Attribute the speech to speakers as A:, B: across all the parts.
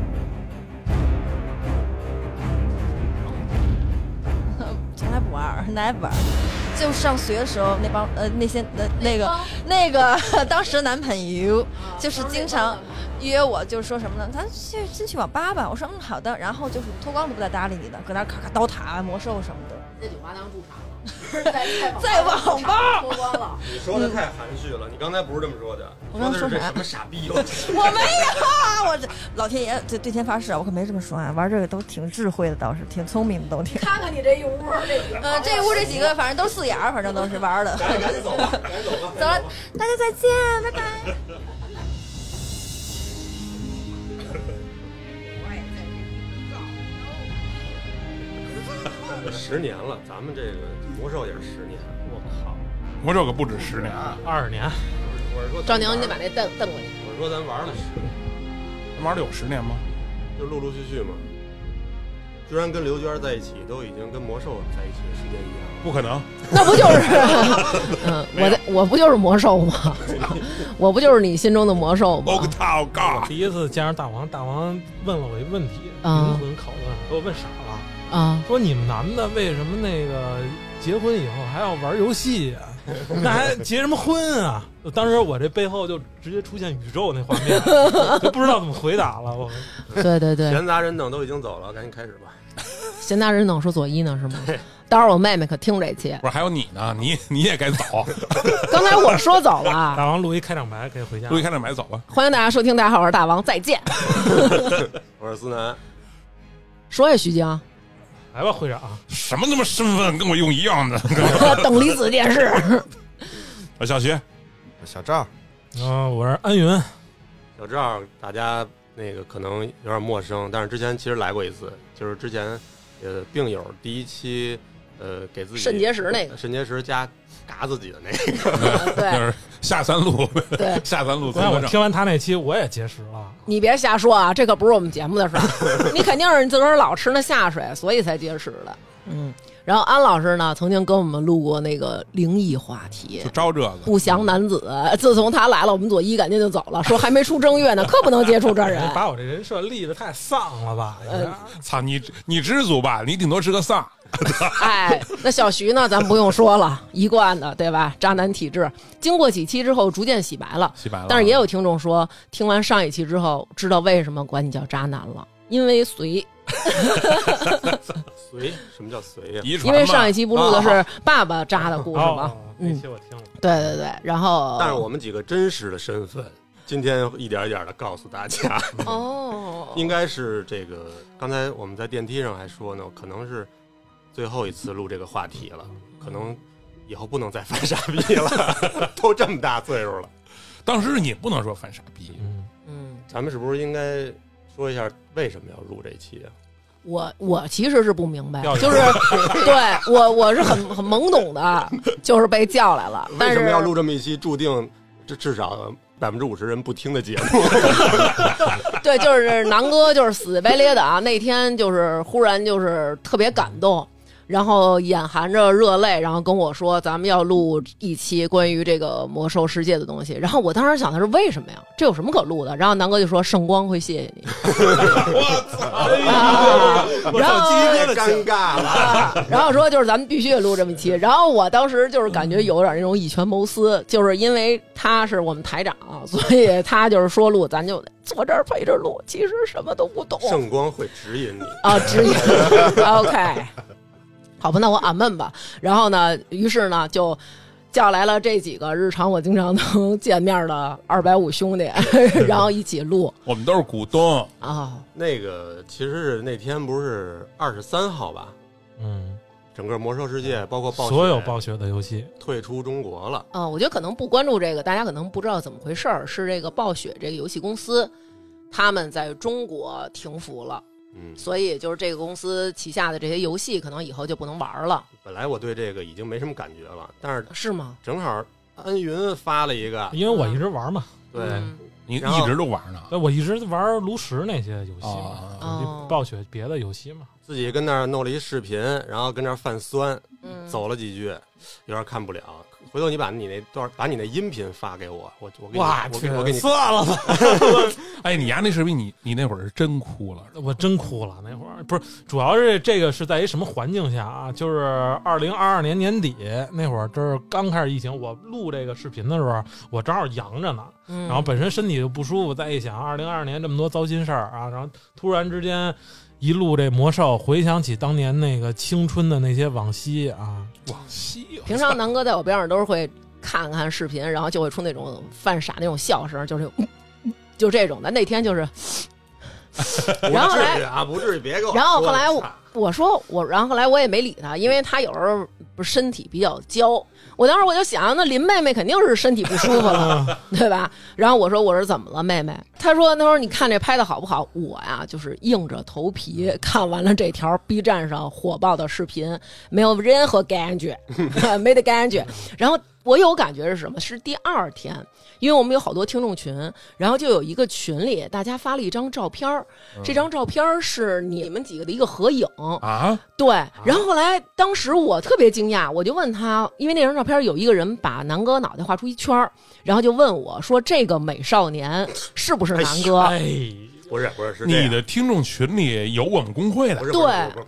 A: ，never。就上学的时候，那帮呃那些呃那个那啊个 当时的男朋友，就是经常约我，就是说什么呢？咱去进去网吧吧。我说嗯好的，然后就是脱光了不带搭理你的，搁那儿咔咔刀塔、啊魔兽什么的。
B: 在酒吧当驻场 了，
A: 在
B: 在
A: 网吧
B: 脱光了，
C: 你说的太含蓄了，你刚才不是这么说的，
A: 我刚才
C: 说的是
A: 说啥
C: 这什么傻逼游戏？
A: 我没有啊，我这老天爷对对天发誓啊，我可没这么说啊。玩这个都挺智慧的，倒是挺聪明的，都挺。
B: 看看你这一屋儿这几 个，
A: 呃，这屋这几个反正都是四眼儿，反正都是玩儿的。
C: 咱 赶紧走吧，赶紧走吧，
A: 走了，大家再见，拜拜。
C: 十年了，咱们这个魔兽也是十年，我靠！
D: 魔兽可不止十年，啊
E: 二十年，
C: 我是说
B: 赵
C: 咱
B: 宁，你得把
C: 玩
B: 那瞪瞪过去。
C: 我是说咱玩了十年，
D: 玩的有十年吗？
C: 就陆陆续续嘛。居然跟刘娟在一起，都已经跟魔兽在一起的时间一样了。
D: 不可能，
B: 那不就是， 嗯，我的我不就是魔兽吗？ 我不就是你心中的魔兽吗
D: 我？操
E: 我
D: 嘎！
E: 第一次见着大王，大王问了我一问题，
B: 啊
E: 灵魂拷问，给我问傻了，
B: 啊，
E: 说你们男的为什么那个结婚以后还要玩游戏啊？那还结什么婚啊？当时我这背后就直接出现宇宙那画面，就不知道怎么回答了。我
B: 对对对，
C: 闲杂人等都已经走了，赶紧开始吧。
B: 闲杂人等说佐伊呢是吗？待会儿我妹妹可听这期，
D: 不是还有你呢，你你也该走，
B: 刚才我说走了，
E: 大王录一开场白，可以回家了
D: 陆。一开始买走吧。
B: 欢迎大家收听，大家好，我是大王，再见。
C: 我是思南，
B: 说呀，徐晶，
E: 来吧，会长，
D: 什么他妈身份跟我用一样的？
B: 等离子电视，
D: 我 小学
F: 小赵，
E: 嗯、我是安云，
C: 小赵，大家那个可能有点陌生，但是之前其实来过一次，就是之前呃病友第一期呃给自己呃
B: 肾结石那个
C: 肾结石加嘎自己的那个，
D: 就
B: 呃对
D: 是下三路，
B: 对， 哎
D: 下三路综
E: 但
D: 合
E: 我
D: 症。
E: 听完他那期，我也结识了。
B: 你别瞎说啊，这可不是我们节目的事 儿，你肯定是你自个儿老吃那下水，所以才结石的。嗯，然后安老师呢，曾经跟我们录过那个灵异话题
D: 就。招这个，
B: 不祥男子，自从他来了，我们左一赶紧就走了，说还没出正月呢，可不能接触这人。
E: 哎把我这人设立的太丧了吧？
D: 操你你知足吧，你顶多是个丧。
B: 哎，那小徐呢，咱不用说了，一贯的对吧？渣男体质，经过几期之后逐渐洗白了，
D: 洗白了啊
B: 但是也有听众说，听完上一期之后，知道为什么管你叫渣男了，因为随，
C: 随什么叫随呀、
D: 遗
B: 因
D: 传嘛
B: 为上一期不录的
C: 啊
B: 是爸爸渣的故事嘛
E: 哦。那
B: 嗯，
E: 期我听了，
B: 对对对，然后
C: 但是我们几个真实的身份，今天一点一点的告诉大家，
B: 哦，
C: 应该是这个。刚才我们在电梯上还说呢，可能是最后一次录这个话题了，可能以后不能再犯傻逼了， 都这么大岁数了。
D: 当时你不能说犯傻逼，
E: 嗯，
B: 嗯，
C: 咱们是不是应该说一下为什么要录这期啊？
B: 我我其实是不明白，
E: 要有
B: 就是对我我是很很懵懂的，就是被叫来了，但
C: 为
B: 是
C: 什么要录这么一期注定这至少百分之五十人不听的节目？
B: 对，就是南哥，就是死白咧的啊。那天就是忽然就是特别感动，然后眼含着热泪，然后跟我说咱们要录一期关于这个魔兽世界的东西。然后我当时想的是为什么呀？这有什么可录的？然后南哥就说圣光会谢谢你。 啊然后
C: 太尴尬 了。
B: 然后说就是咱们必须得录这么一期。然后我当时就是感觉有点那种以权谋私，就是因为他是我们台长，所以他就是说录，咱就得坐这儿陪着录，其实什么都不懂。
C: 圣光会指引你，
B: 啊，职业 OK，好吧，那我俺们吧。然后呢，于是呢就叫来了这几个日常我经常能见面的二百五兄弟， 然后一起录
D: 我们都是股东，
B: 啊、
C: 那个其实是那天不是二十三号吧？
E: 嗯，
C: 整个魔兽世
B: 嗯
C: 界包括暴雪
E: 所有暴雪的游戏，
C: 退出中国了。
B: 啊、我觉得可能不关注这个，大家可能不知道怎么回事儿，是这个暴雪这个游戏公司。他们在中国停服了，
C: 嗯，
B: 所以就是这个公司旗下的这些游戏可能以后就不能玩了，
C: 本来我对这个已经没什么感觉了，但是
B: 是吗？
C: 正好安云发了一个，
E: 因为我一直玩嘛，
C: 对，
B: 嗯
D: 你
C: 然后
D: 一直都玩呢。
E: 对我一直玩炉石那些游戏嘛，
B: 哦
E: 就啊暴雪别的游戏嘛，
C: 自己跟那儿弄了一视频，然后跟那儿犯酸，
B: 嗯，
C: 走了几句，有点看不了。回头你把你那段，把你那音频发给我，我我给你，
E: 哇，
C: 我
E: 去
C: 给，我给你，
E: 算了吧，
D: 哎，你牙那视频，你你那会儿是真哭了，是吧
E: 我真哭了那会儿，不是，主要是这个是在一什么环境下啊？就是二零二二年年底那会儿，这是刚开始疫情，我录这个视频的时候，我正好阳着呢，
B: 嗯
E: 然后本身身体就不舒服，再一想二零二二年这么多糟心事儿啊，然后突然之间一录这魔兽，回想起当年那个青春的那些往昔啊，
D: 往西
B: 平常南哥在我边上都是会看看视频，然后就会出那种犯傻那种笑声，就是嗯就这种的。那天 就是，然后
C: 不
B: 后
C: 至于
B: 来，
C: 啊，不至于，别给我说了。
B: 然后后来我
C: 操
B: 我说我，然后后来我也没理他，因为他有时候不是身体比较娇。我当时我就想，那林妹妹肯定是身体不舒服了，对吧？然后我说我说怎么了，妹妹？她说她说你看这拍的好不好？我呀就是硬着头皮看完了这条 B 站上火爆的视频，没有任何感觉， 没得感觉。然后我有感觉是什么？是第二天，因为我们有好多听众群，然后就有一个群里大家发了一张照片儿，这张照片儿是你们几个的一个合影。
D: 啊，
B: 对，然后后来当时我特别惊讶，我就问他，因为那张照片有一个人把南哥脑袋画出一圈儿，然后就问我说：“这个美少年是不是南哥？”
E: 哎，
C: 不是不是是这样
D: 你的听众群里有我们工会
C: 不
D: 的
C: 是
B: 对
C: 不是不是不是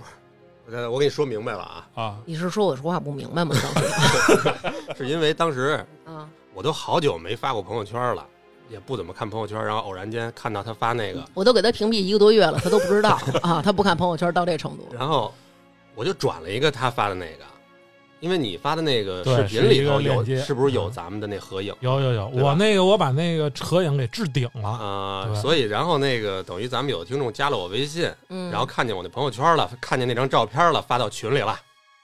C: 不是我给你说明白了啊，
D: 啊，
B: 你是说我说话不明白吗？ 当时
C: 是因为当时
B: 啊，
C: 我都好久没发过朋友圈了，也不怎么看朋友圈，然后偶然间看到他发那个，
B: 我都给他屏蔽一个多月了，他都不知 道啊，他不看朋友圈到这程度。
C: 然后我就转了一个他发的那个，因为你发的那个
E: 对
C: 视频里头
E: 是一个链
C: 有
E: 接嗯啊
C: 是不是有咱们的那合影？
E: 有有有，
C: 对吧
E: 我那个我把那个合影给置顶了，
C: 啊、
E: 对
C: 所以然后那个等于咱们有的听众加了我微信，
B: 嗯，
C: 然后看见我那朋友圈了，看见那张照片了，发到群里了，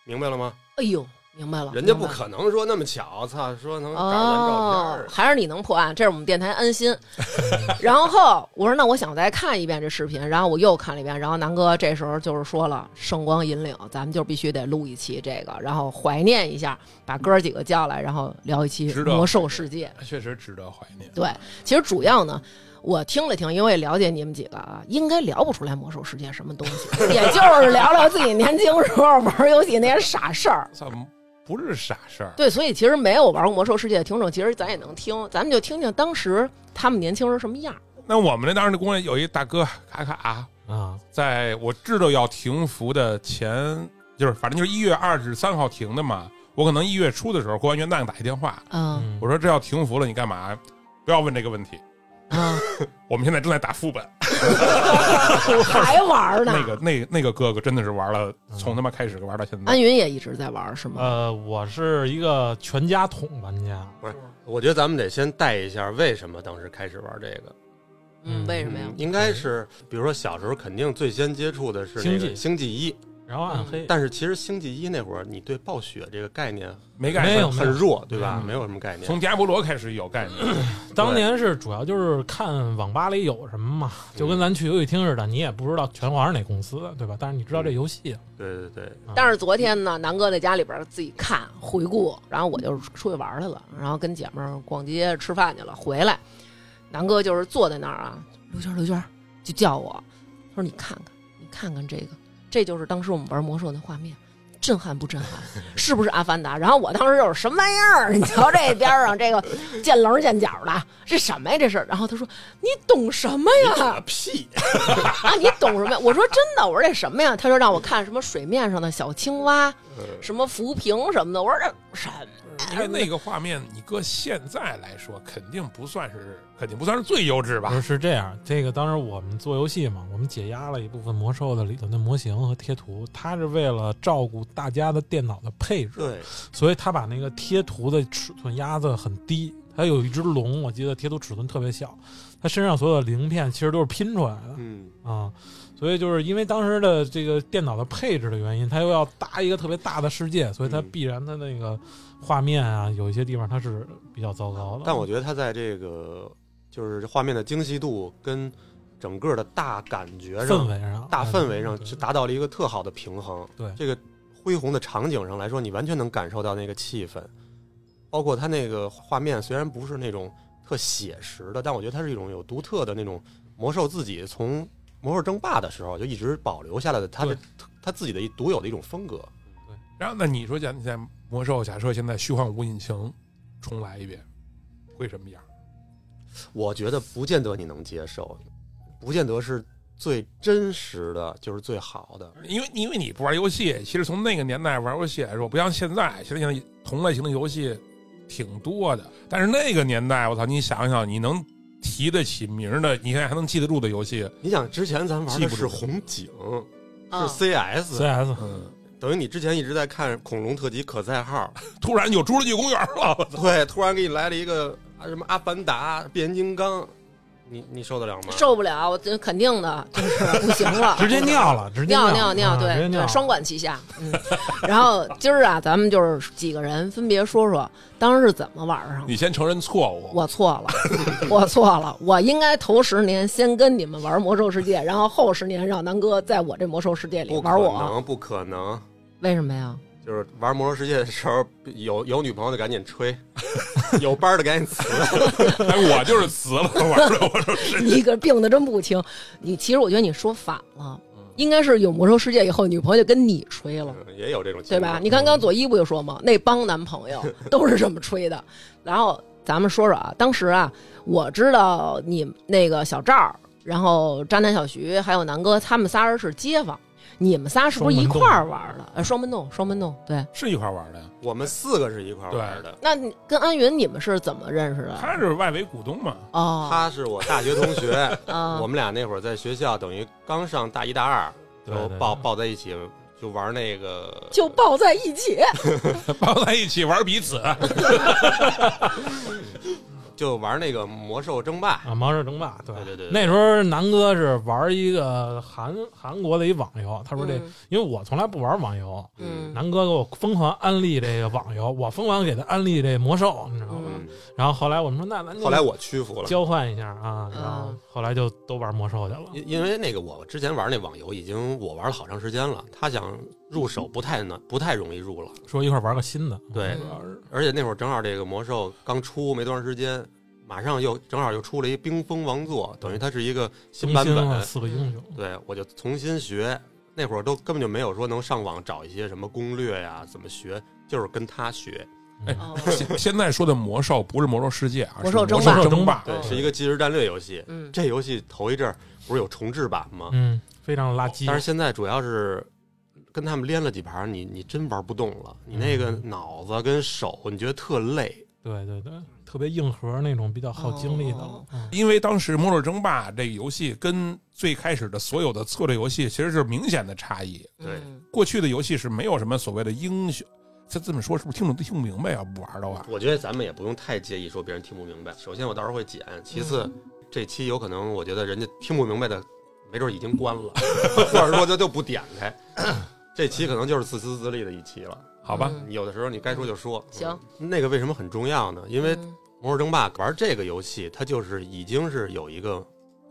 C: 明白了吗？
B: 哎呦，明
E: 哦
B: 白了，
C: 人家不
B: 明白了
C: 可能说那么巧，操，说能嗯找咱照
B: 哦
C: 片，儿，
B: 还是你能破案，这是我们电台安心。 然后我说那我想再看一遍这视频，然后我又看了一遍，然后南哥这时候就是说了圣光引领，咱们就必须得录一期这个，然后怀念一下，把哥儿几个叫来，然后聊一期
D: 知道
B: 魔兽世界。
D: 确实值得怀念。
B: 对，其实主要呢。我听了听，因为了解你们几个啊，应该聊不出来魔兽世界什么东 西，也就是聊聊自己年轻时候玩游戏那些傻事儿。
D: 操，不是傻事儿，
B: 对，所以其实没有玩过魔兽世界的听众，其实咱也能听，咱们就听听当时他们年轻时候什么样儿。
D: 那我们那当时的工会有一大哥卡卡、
E: 啊，
D: 在我知道要停服的前，就是反正就是一月二十三号停的嘛。我可能一月初的时候，过完元旦打一电话，
B: 嗯
E: 嗯
D: 我说这要停服了，你干嘛？不要问这个问题，嗯
B: 啊，
D: 我们现在正在打副本。
B: 还玩儿呢。
D: 那个那那个哥哥真的是玩了，从他妈开始玩到现
C: 哎
D: 在
B: 安。云也一直在玩儿是
D: 啊
B: 吗？
E: 呃，我是一个全家桶玩家，
C: 我觉得咱们得先带一下为什么当时开始玩这个。
B: 嗯，
E: 嗯
B: 为什么呀？
C: 嗯应该是，比如说小时候肯定最先接触的是那
E: 星际
C: 个星际一，
E: 然后啊暗黑，
C: 但是其实星际一那会儿，你对暴雪这个概念
D: 没概念
E: 没有
C: 很弱，对吧？
D: 嗯
C: 没有什么概念。
D: 从迪亚波罗开始有概念，
E: 当年是主要就是看网吧里有什么嘛，
C: 嗯
E: 就跟咱去游戏厅似的，你也不知道拳皇是哪公司，对吧？但是你知
C: 嗯
E: 道这游戏，
C: 对对对，
B: 但是昨天呢，南哥在家里边儿自己看回顾，然后我就出去玩儿去了，然后跟姐们儿逛街吃饭去了，回来，南哥就是坐在那儿啊，刘娟儿，刘娟儿就叫我，他说你看看，你看看这个，这就是当时我们玩魔兽那画面。震撼不震撼？ 是不是阿凡达？然后我当时就是什么玩意儿？啊你瞧这边儿上啊这个见棱儿见角儿的，这什么呀？这是？然后他说：“你懂什么呀？
C: 屁！
B: 啊，你懂什么呀？我说真的，我说这什么呀？他说让我看什么水面上的小青蛙，
E: 嗯
B: 什么浮萍什么的。我说这什么？
D: 因为那个画面，你搁现在来说，肯定不算是，肯定不算是最优质吧
E: 不是？是这样，这个当时我们做游戏嘛，我们解压了一部分魔兽的里头的模型和贴图，它是为了照顾大家的电脑的配置，
C: 对，
E: 所以它把那个贴图的尺寸压得很低。它有一只龙，我记得贴图尺寸特别小，它身上所有的鳞片其实都是拼出来的，
C: 嗯，
E: 啊、所以就是因为当时的这个电脑的配置的原因，它又要搭一个特别大的世界，所以它
C: 嗯
E: 必然它那个画面啊，有一些地方它是比较糟糕的。
C: 但我觉得它在这个就是画面的精细度跟整个的大感觉
E: 氛
C: 上、
E: 围上，
C: 大
E: 嗯
C: 氛围上
E: 对
C: 是达到了一个特好的平衡。
E: 对
C: 这个恢宏的场景上来说，你完全能感受到那个气氛，包括它那个画面虽然不是那种特写实的，但我觉得它是一种有独特的那种魔兽自己从魔兽争霸的时候就一直保留下来的它的它自己的一独有的一种风格。
D: 然后那你说，假你在魔兽，假设现在虚幻五引擎重来一遍，会什么样？
C: 我觉得不见得你能接受，不见得是最真实的，就是最好的。
D: 因为因为你不玩游戏，其实从那个年代玩游戏来说，不像现在，现在现在同类型的游戏挺多的。但是那个年代，我操，你想想，你能提得起名儿的，你看还能记得住的游戏，
C: 你想之前咱玩
D: 记
C: 的
D: 不
C: 是
D: 住
C: 红警，
B: 啊
C: 是 CS，、
E: CS，
D: 嗯，
C: 等于你之前一直在看恐龙特级可赛 号，
D: 突然有《侏罗纪公园》了，
C: 对，突然给你来了一个啊什么阿凡达、变形金刚，你你受得了吗？
B: 受不了，我这肯定的，就是不行了
E: 直接 尿了，直接
B: 尿
E: 尿
B: 尿，
E: 啊直接
B: 对
E: 尿
B: 对，
E: 了
B: 双管齐下。嗯，然后今儿啊，咱们就是几个人分别说说当时是怎么玩上的。
D: 你先承认错误。
B: 我错了， 我错了，我应该头十年先跟你们玩魔兽世界，然后后十年让南哥在我这魔兽世界里
C: 不可
B: 玩我，啊
C: 能，不可能！
B: 为什么呀？
C: 就是玩魔兽世界的时候，有有女朋友的赶紧吹， 有班儿的赶 紧辞。
D: 哎，我就是死了，玩了，我说
B: 你个病的真不轻。你其实我觉得你说反了，应该是有魔兽世界以后，女朋友就跟你吹了。
C: 嗯也有这种情
B: 对
C: 况
B: 吧？你看刚左一不就说嘛，那帮男朋友都是这么吹的。然后咱们说说啊，当时啊，我知道你那个小赵儿，然后渣男小徐还有南哥，他们仨人是街坊，你们仨是不是一块儿玩的？呃，双门洞，双门洞，对。
D: 是一块玩的呀。
C: 我们四个是一块儿玩的，
B: 那你跟安云你们是怎么认识的？
D: 他是外围股东嘛，
B: 哦，
C: 他是我大学同学，
B: 啊
C: 我们俩那会儿在学校，等于刚上大一大二，
E: 对
C: 然后
E: 对
C: 抱抱在一起就玩那个，
B: 就抱在一起，
D: 抱在一起玩彼此。
C: 就玩那个魔兽争霸。
E: 啊，盲人争霸，对
C: 对对对对
E: 那时候南哥是玩一个韩韩国的一网游，他说这，
B: 嗯
E: 因为我从来不玩网游，
B: 嗯
E: 南哥给我疯狂安利这个网游，我疯狂给他安利这魔兽，你知道吗？
B: 嗯
C: 嗯，
E: 然后后来我们说，那咱就
C: 后来我屈服了，
E: 交换一下啊，然后后来就都玩魔兽去了。
C: 因因为那个我之前玩那网游已经我玩了好长时间了，他想入手不太难，不太容易入了。
E: 说一块儿玩个新的，
C: 对
B: 嗯
E: 主要是
C: 而且那会儿正好这个魔兽刚出没多长时间，马上又正好又出了一冰封王座，等于它是一个新
E: 更
C: 版
E: 新啊
C: 本。
E: 了四个英雄，
C: 对，我就重新学。那会儿都根本就没有说能上网找一些什么攻略呀、怎么学，就是跟他学。
E: 哎
B: 哦
D: 现现在说的魔兽不是魔兽世界啊，
B: 魔
D: 是
B: 兽
D: 魔
B: 争
D: 兽
B: 霸
D: 争霸。
C: 对，
B: 嗯
C: 是一个即时战略游戏。
B: 嗯，
C: 这游戏头一阵儿不是有重置版吗？
E: 嗯，非常垃圾
C: 但是。现在主要是跟他们连了几盘，你你真玩不动了，你那个
B: 嗯
C: 脑子跟手，你觉得特累。
E: 对对对，特别硬核那种，比较耗精力的了
B: 哦。
E: 嗯
D: 因为当时《魔兽争霸》这个游戏跟最开始的所有的策略游戏其实是明显的差异。
C: 对
B: 嗯
D: 过去的游戏是没有什么所谓的英雄，这这么说是不是听不听不明白啊？不玩的话，
C: 我觉得咱们也不用太介意说别人听不明白。首先我到时候会剪，其次、
B: 嗯
C: 这期有可能我觉得人家听不明白的，没准已经关了， 或者说就就不点开。这期可能就是自私自利的一期了。
D: 好吧，
B: 嗯
C: 有的时候你该说就说。
B: 行，
C: 那个为什么很重要呢？因为《
B: 嗯
C: 魔兽争霸》玩这个游戏，它就是已经是有一个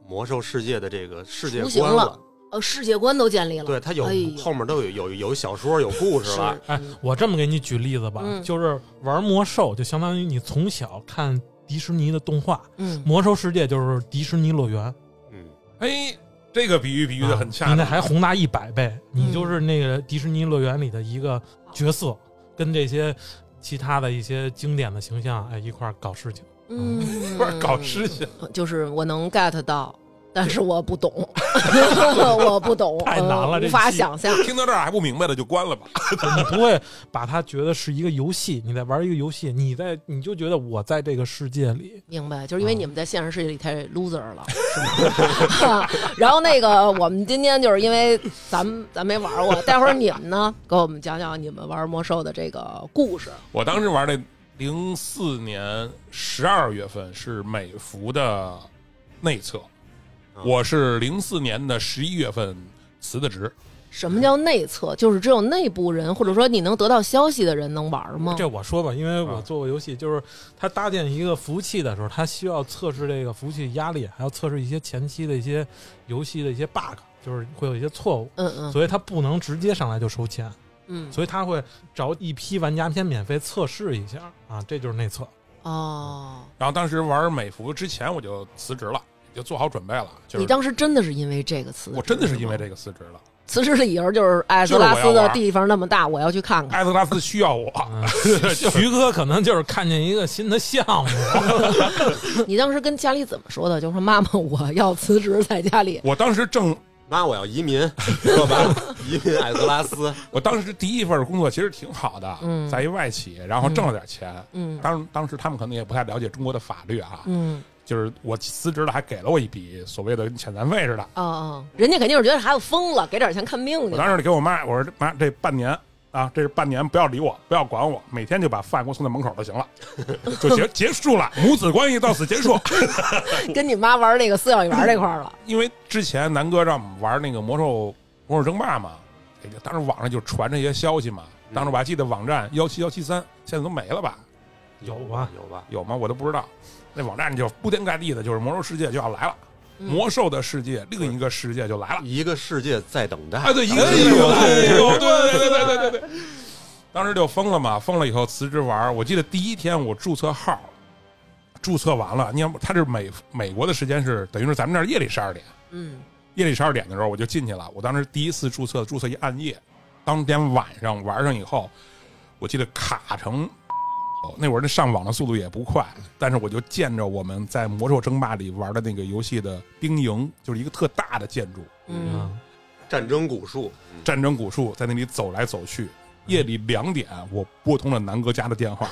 C: 魔兽世界的这个世界
B: 雏形
C: 观
B: 了，呃，世界观都建立了，
C: 对，它有
B: 哎呦
C: 后面都有有有小说有故事了。
E: 哎，我这么给你举例子吧，
B: 嗯
E: 就是玩魔兽，就相当于你从小看迪士尼的动画，《
B: 嗯，
E: 魔兽世界》就是迪士尼乐园，
C: 嗯，
D: 哎，这个比喻比喻的很
E: 啊
D: 恰
E: 你那
D: 当。
E: 还宏大一百倍，
B: 嗯
E: 你就是那个迪士尼乐园里的一个角色，跟这些其他的一些经典的形象，哎，一块儿搞事情。
B: 嗯，
D: 不是搞事情，
B: 就是我能 get 到，但是我不懂， 我不 懂，
E: 太难了
B: 呃
E: 这
B: 无法
E: 期
B: 想象。
D: 听到这儿还不明白的就关了吧。
E: 你不会把它觉得是一个游戏，你在玩一个游戏，你在你就觉得我在这个世界里，
B: 明白，就是因为
C: 嗯
B: 你们在现实世界里太 loser 了。是吧 然后那个，我们今天就是因为咱们咱没玩过，待会儿你们呢，给我们讲讲你们玩魔兽的这个故事。
D: 我当时玩的零四年十二月份是美服的内测，
C: 啊
D: 我是零四年的十一月份辞的职。
B: 什么叫内测？就是只有内部人，或者说你能得到消息的人能玩吗？
E: 这我说吧，因为
D: 啊
E: 我做过游戏，就是它搭建一个服务器的时候，它需要测试这个服务器压力，还要测试一些前期的一些游戏的一些 bug，就是会有一些错误，
B: 嗯嗯
E: 所以它不能直接上来就收钱，
B: 嗯，
E: 所以它会找一批玩家先免费测试一下啊，这就是内测。
B: 哦，
D: 然后当时玩美服之前我就辞职了，就做好准备了。就是
B: 你当时真的是因为这个词？
D: 我真的是因为这个辞职了。
B: 辞职理由就是艾泽拉斯的地方那么大，我要去看看。
D: 艾泽拉斯需要我，
E: 嗯徐哥可能就是看见一个新的项目，
B: 你当时跟家里怎么说的？就说妈妈，我要辞职，在家里。
D: 我当时正，
C: 妈，我要移民， 说吧，移民艾泽拉斯。
D: 我当时第一份工作其实挺好的，
B: 嗯
D: 在一外企，然后挣了点钱。
B: 嗯
D: 当当时他们可能也不太了解中国的法律啊，
B: 嗯，
D: 就是我辞职了，还给了我一笔所谓的遣散费似的。
B: 哦哦，人家肯定是觉得孩子疯了，给点钱看病去
D: 我。当时给我妈，我说妈，这半年啊，这是半年，不要理我，不要管我，每天就把饭给我送到门口就行了，就结结束了，母子关系到此结束。
B: 跟你妈玩那个四小一玩这块儿了。
D: 因为之前南哥让我们玩那个魔兽魔兽争霸嘛，哎当时网上就传这些消息嘛。当时我还记得网站幺七幺七三，现在都没了吧？
E: 有吧？
C: 有吧？
D: 有吗？我都不知道。那网站就铺天盖地的，就是魔兽世界就要来了，魔兽的世界另一个世界就来了。
C: 一个世界在等待。哎
D: 啊，对，一个世界就来了。对对对对对对对。当时就疯了嘛，疯了以后辞职玩儿。我记得第一天我注册号，注册完了，你看他这美美国的时间是等于是咱们这儿夜里十二点。
B: 嗯，
D: 夜里十二点的时候我就进去了。我当时第一次注册，注册一暗夜，当天晚上玩上以后，我记得卡成。哦那会儿那上网的速度也不快，但是我就见着我们在《魔兽争霸》里玩的那个游戏的兵营，就是一个特大的建筑，
B: 嗯，
E: 嗯
C: 战争古树，
D: 战争古树，在那里走来走去。夜里两点，我拨通了南哥家的电话，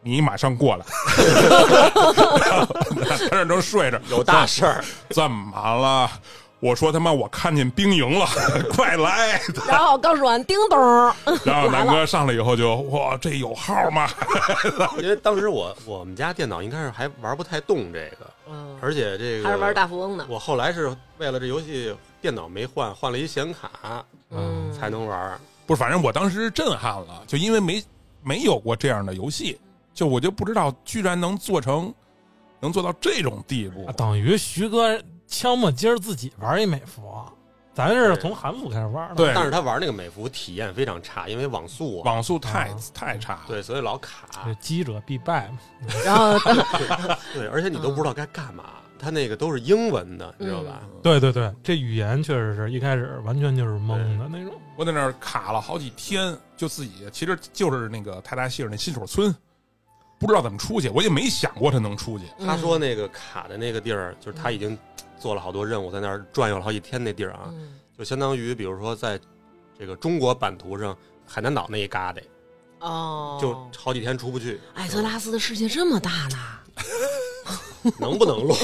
D: 你马上过来。他这正睡着，
C: 有大事 儿，
D: 怎么了？我说他妈我看见兵营了， 快来！
B: 然后刚说完，叮咚，
D: 然后南哥上来以后就哇，这有号吗？
C: 因为当时我我们家电脑应该是还玩不太动这个，
B: 嗯，
C: 而且这个
B: 还是玩大富翁呢。
C: 我后来是为了这游戏电脑没换，换了一显卡
B: 嗯，
C: 才能玩儿。
D: 不是，反正我当时震撼了，就因为没没有过这样的游戏，就我就不知道居然能做成，能做到这种地步
E: 啊，。等于徐哥枪嘛，今儿自己玩一美服，咱是从韩服开始玩的，
D: 对
C: 但是他玩那个美服体验非常差，因为网速啊，
D: 网速太
E: 啊
D: 太差了。
C: 对，所以老卡
E: 这，饥者必败嘛。
B: 然后
C: 对，而且你都
B: 嗯
C: 不知道该干嘛。他那个都是英文的，你知道吧？
B: 嗯
E: 对对对，这语言确实是一开始完全就是懵的那种。
D: 我在那儿卡了好几天，就自己其实就是那个泰达希尔那新手村，不知道怎么出去，我也没想过他能出去。
B: 嗯
C: 他说那个卡的那个地儿，就是他已经做了好多任务，在那儿转悠了好几天那地儿啊，
B: 嗯
C: 就相当于比如说在这个中国版图上海南岛那一旮瘩，
B: 哦，
C: 就好几天出不去，
B: 艾泽拉斯的世界这么大呢，
C: 能不能 录？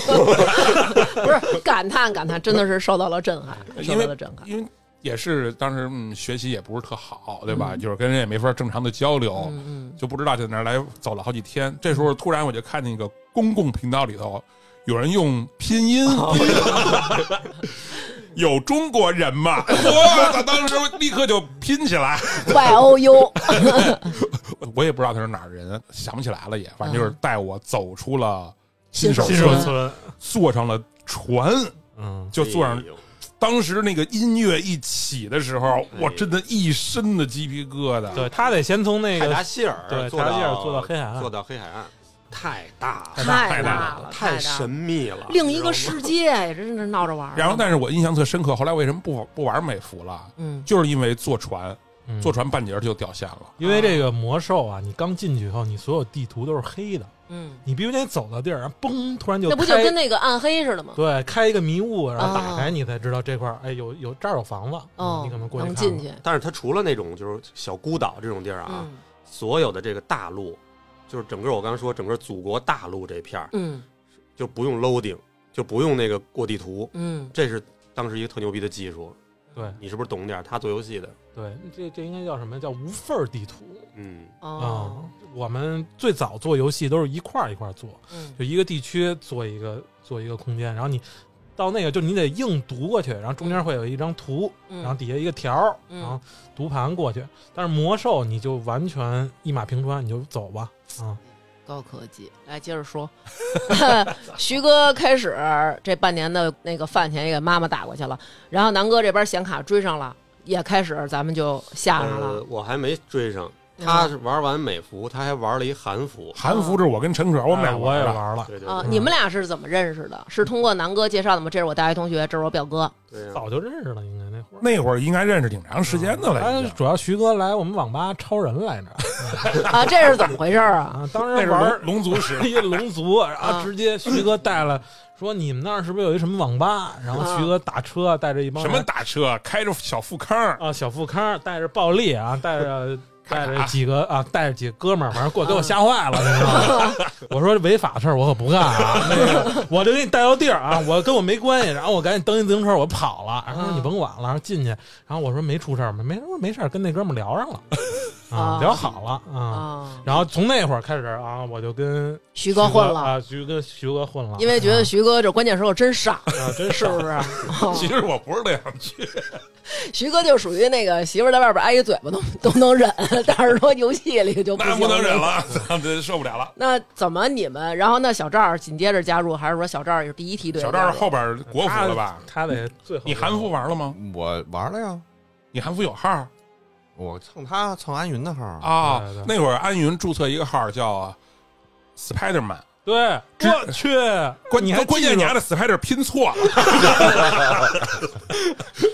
B: 不是感叹感叹，真的是受到了震撼，受
D: 因
B: 到
D: 为
B: 了震撼。
D: 因为也是当时、嗯、学习也不是特好，对吧？就是跟人也没法正常的交流，
B: 嗯
D: 就不知道在哪儿来走了好几天。这时候突然我就看见一个公共频道里头有人用拼音。
B: 哦
D: 有中国 人吗？我操！当时立刻就拼起来，
B: 嗯，Y O U，
D: 我也不知道他是哪儿人，想不起来了也，反正就是带我走出了
B: 新
D: 新
B: 手
D: 手
B: 新
E: 新
B: 手
E: 手
D: 村，
E: 村，
D: 坐上了船，
E: 嗯，
D: 就坐上
C: 哎。呦
D: 当时那个音乐一起的时候，我真的一身的鸡皮疙瘩。
E: 哎对他得先从那
C: 泰达
E: 个
C: 希尔，
E: 对
C: 坐
E: 泰达希尔
C: 到
E: 坐到黑海岸
C: 坐到黑海岸，太大了，
B: 嗯太
D: 太大
B: 了，
C: 太
B: 太
C: 神
B: 了，
C: 秘了，
B: 另一个
C: 你知道吗
B: 世界也真是闹着玩儿。
D: 然后，但是我印象特深刻，后来为什么不不玩美服了？
B: 嗯，
D: 就是因为坐船，
E: 嗯
D: 坐船半截儿就掉线了。
E: 因为这个魔兽啊，你刚进去以后，你所有地图都是黑的，
B: 嗯，
E: 你必须得走到地儿，然后嘣，突然就
B: 那不就
E: 开
B: 跟那个暗黑似的吗？
E: 对开一个迷雾，然
B: 啊
E: 后打开你才知道这块儿，哎，有有这儿有房子，
B: 哦
E: 嗯你可能，过去
B: 能
E: 看
B: 进
E: 看。
B: 去。
C: 但是它除了那种就是小孤岛这种地儿啊，
B: 嗯
C: 所有的这个大陆，就是整个我刚刚说整个祖国大陆这片儿，
B: 嗯
C: 就不用 loading，就不用那个过地图，
B: 嗯，
C: 这是当时一个特牛逼的技术。
E: 对
C: 你是不是懂点儿？他做游戏的，
E: 对，这这应该叫什么？叫无缝儿地图
C: 嗯，
E: 啊
B: 哦，。
E: 我们最早做游戏都是一块儿一块儿做，
B: 嗯
E: 就一个地区做一个做一个空间，然后你到那个就你得硬读过去，然后中间会有一张图，然后
B: 嗯
E: 底下一个条儿，
B: 嗯
E: 然后读盘过去。但是魔兽你就完全一马平川，你就走吧啊！
B: 高科技，来接着说。 徐哥开始这半年的那个饭钱也给妈妈打过去了，然后南哥这边显卡追上了，也开始咱们就
E: 啊
B: 下上
C: 呃
B: 了，。
C: 我还没追上。呃
B: 嗯
C: 他是玩完美服，他还玩了一韩服。
D: 韩服这是我跟陈可，我们俩
E: 哎我也
D: 玩的。
E: 玩了，
C: 对对
B: 啊、
C: 对
B: 你们俩是怎么认识的？是通过南哥介绍的吗？这是我大学同学，这是我表哥。
C: 对啊，
E: 早就认识了，应该那那会儿。
D: 那会儿应该认识挺长时间的了
E: 哎
D: 已经。
E: 主要徐哥来我们网吧超人来着，
B: 啊，这是怎么回事儿啊？
E: 啊，当
D: 那
E: 时
D: 是
E: 玩儿，
D: 龙龙族时
E: 哎一龙族，然后
B: 啊
E: 直接徐哥带了，说你们那儿是不是有一什么网吧？然后徐哥打车带着一帮
D: 什
E: 人
D: 么打车，开着小富康，
E: 啊小富康，带着暴力啊，带着。
D: 咔
E: 带着几个啊，带着几个哥们儿，反正
B: 嗯
E: 给我给我吓坏了，你知道吗？ 我说违法的事儿我可不干啊，那个我就给你带到地儿啊，我跟我没关系。然后我赶紧蹬一自行车，我跑了。然后说
B: 嗯
E: 你甭管了，然后进去。然后我说没出事儿吗？没说没事儿，跟那哥们儿 聊上了，
B: 啊，
E: 啊聊好了 啊。
B: 啊，
E: 然后从那会儿开始啊，我就跟
B: 徐哥混了，
E: 啊，徐哥徐哥混了，
B: 因为觉得
E: 啊
B: 徐哥这关键时候真傻，
E: 啊真
B: 是
E: 是
B: 不是？啊
E: 嗯
D: 其实我不是那样去，
B: 徐哥就属于那个媳妇儿在外边挨一嘴巴都 都能忍，但是说游戏里就不
D: 那
B: 行
D: 不能忍。 了，咱们受不了了。
B: 那怎么你们？然后那小赵儿紧接着加入，还是说小赵儿也是第一梯队加
D: 小
B: 入？
D: 赵是后边国服了吧？
E: 他得最后
D: 你韩服玩了吗？
F: 嗯我玩了呀，
D: 你韩服有号啊？
F: 我蹭他蹭安云的号啊，
E: 对对
D: 那会儿安云注册一个号叫 Spiderman，
E: 对，我去，
D: 关
E: 你还
D: 关键
E: 记
D: 你
E: 住
D: 丫的 Spider 拼错了，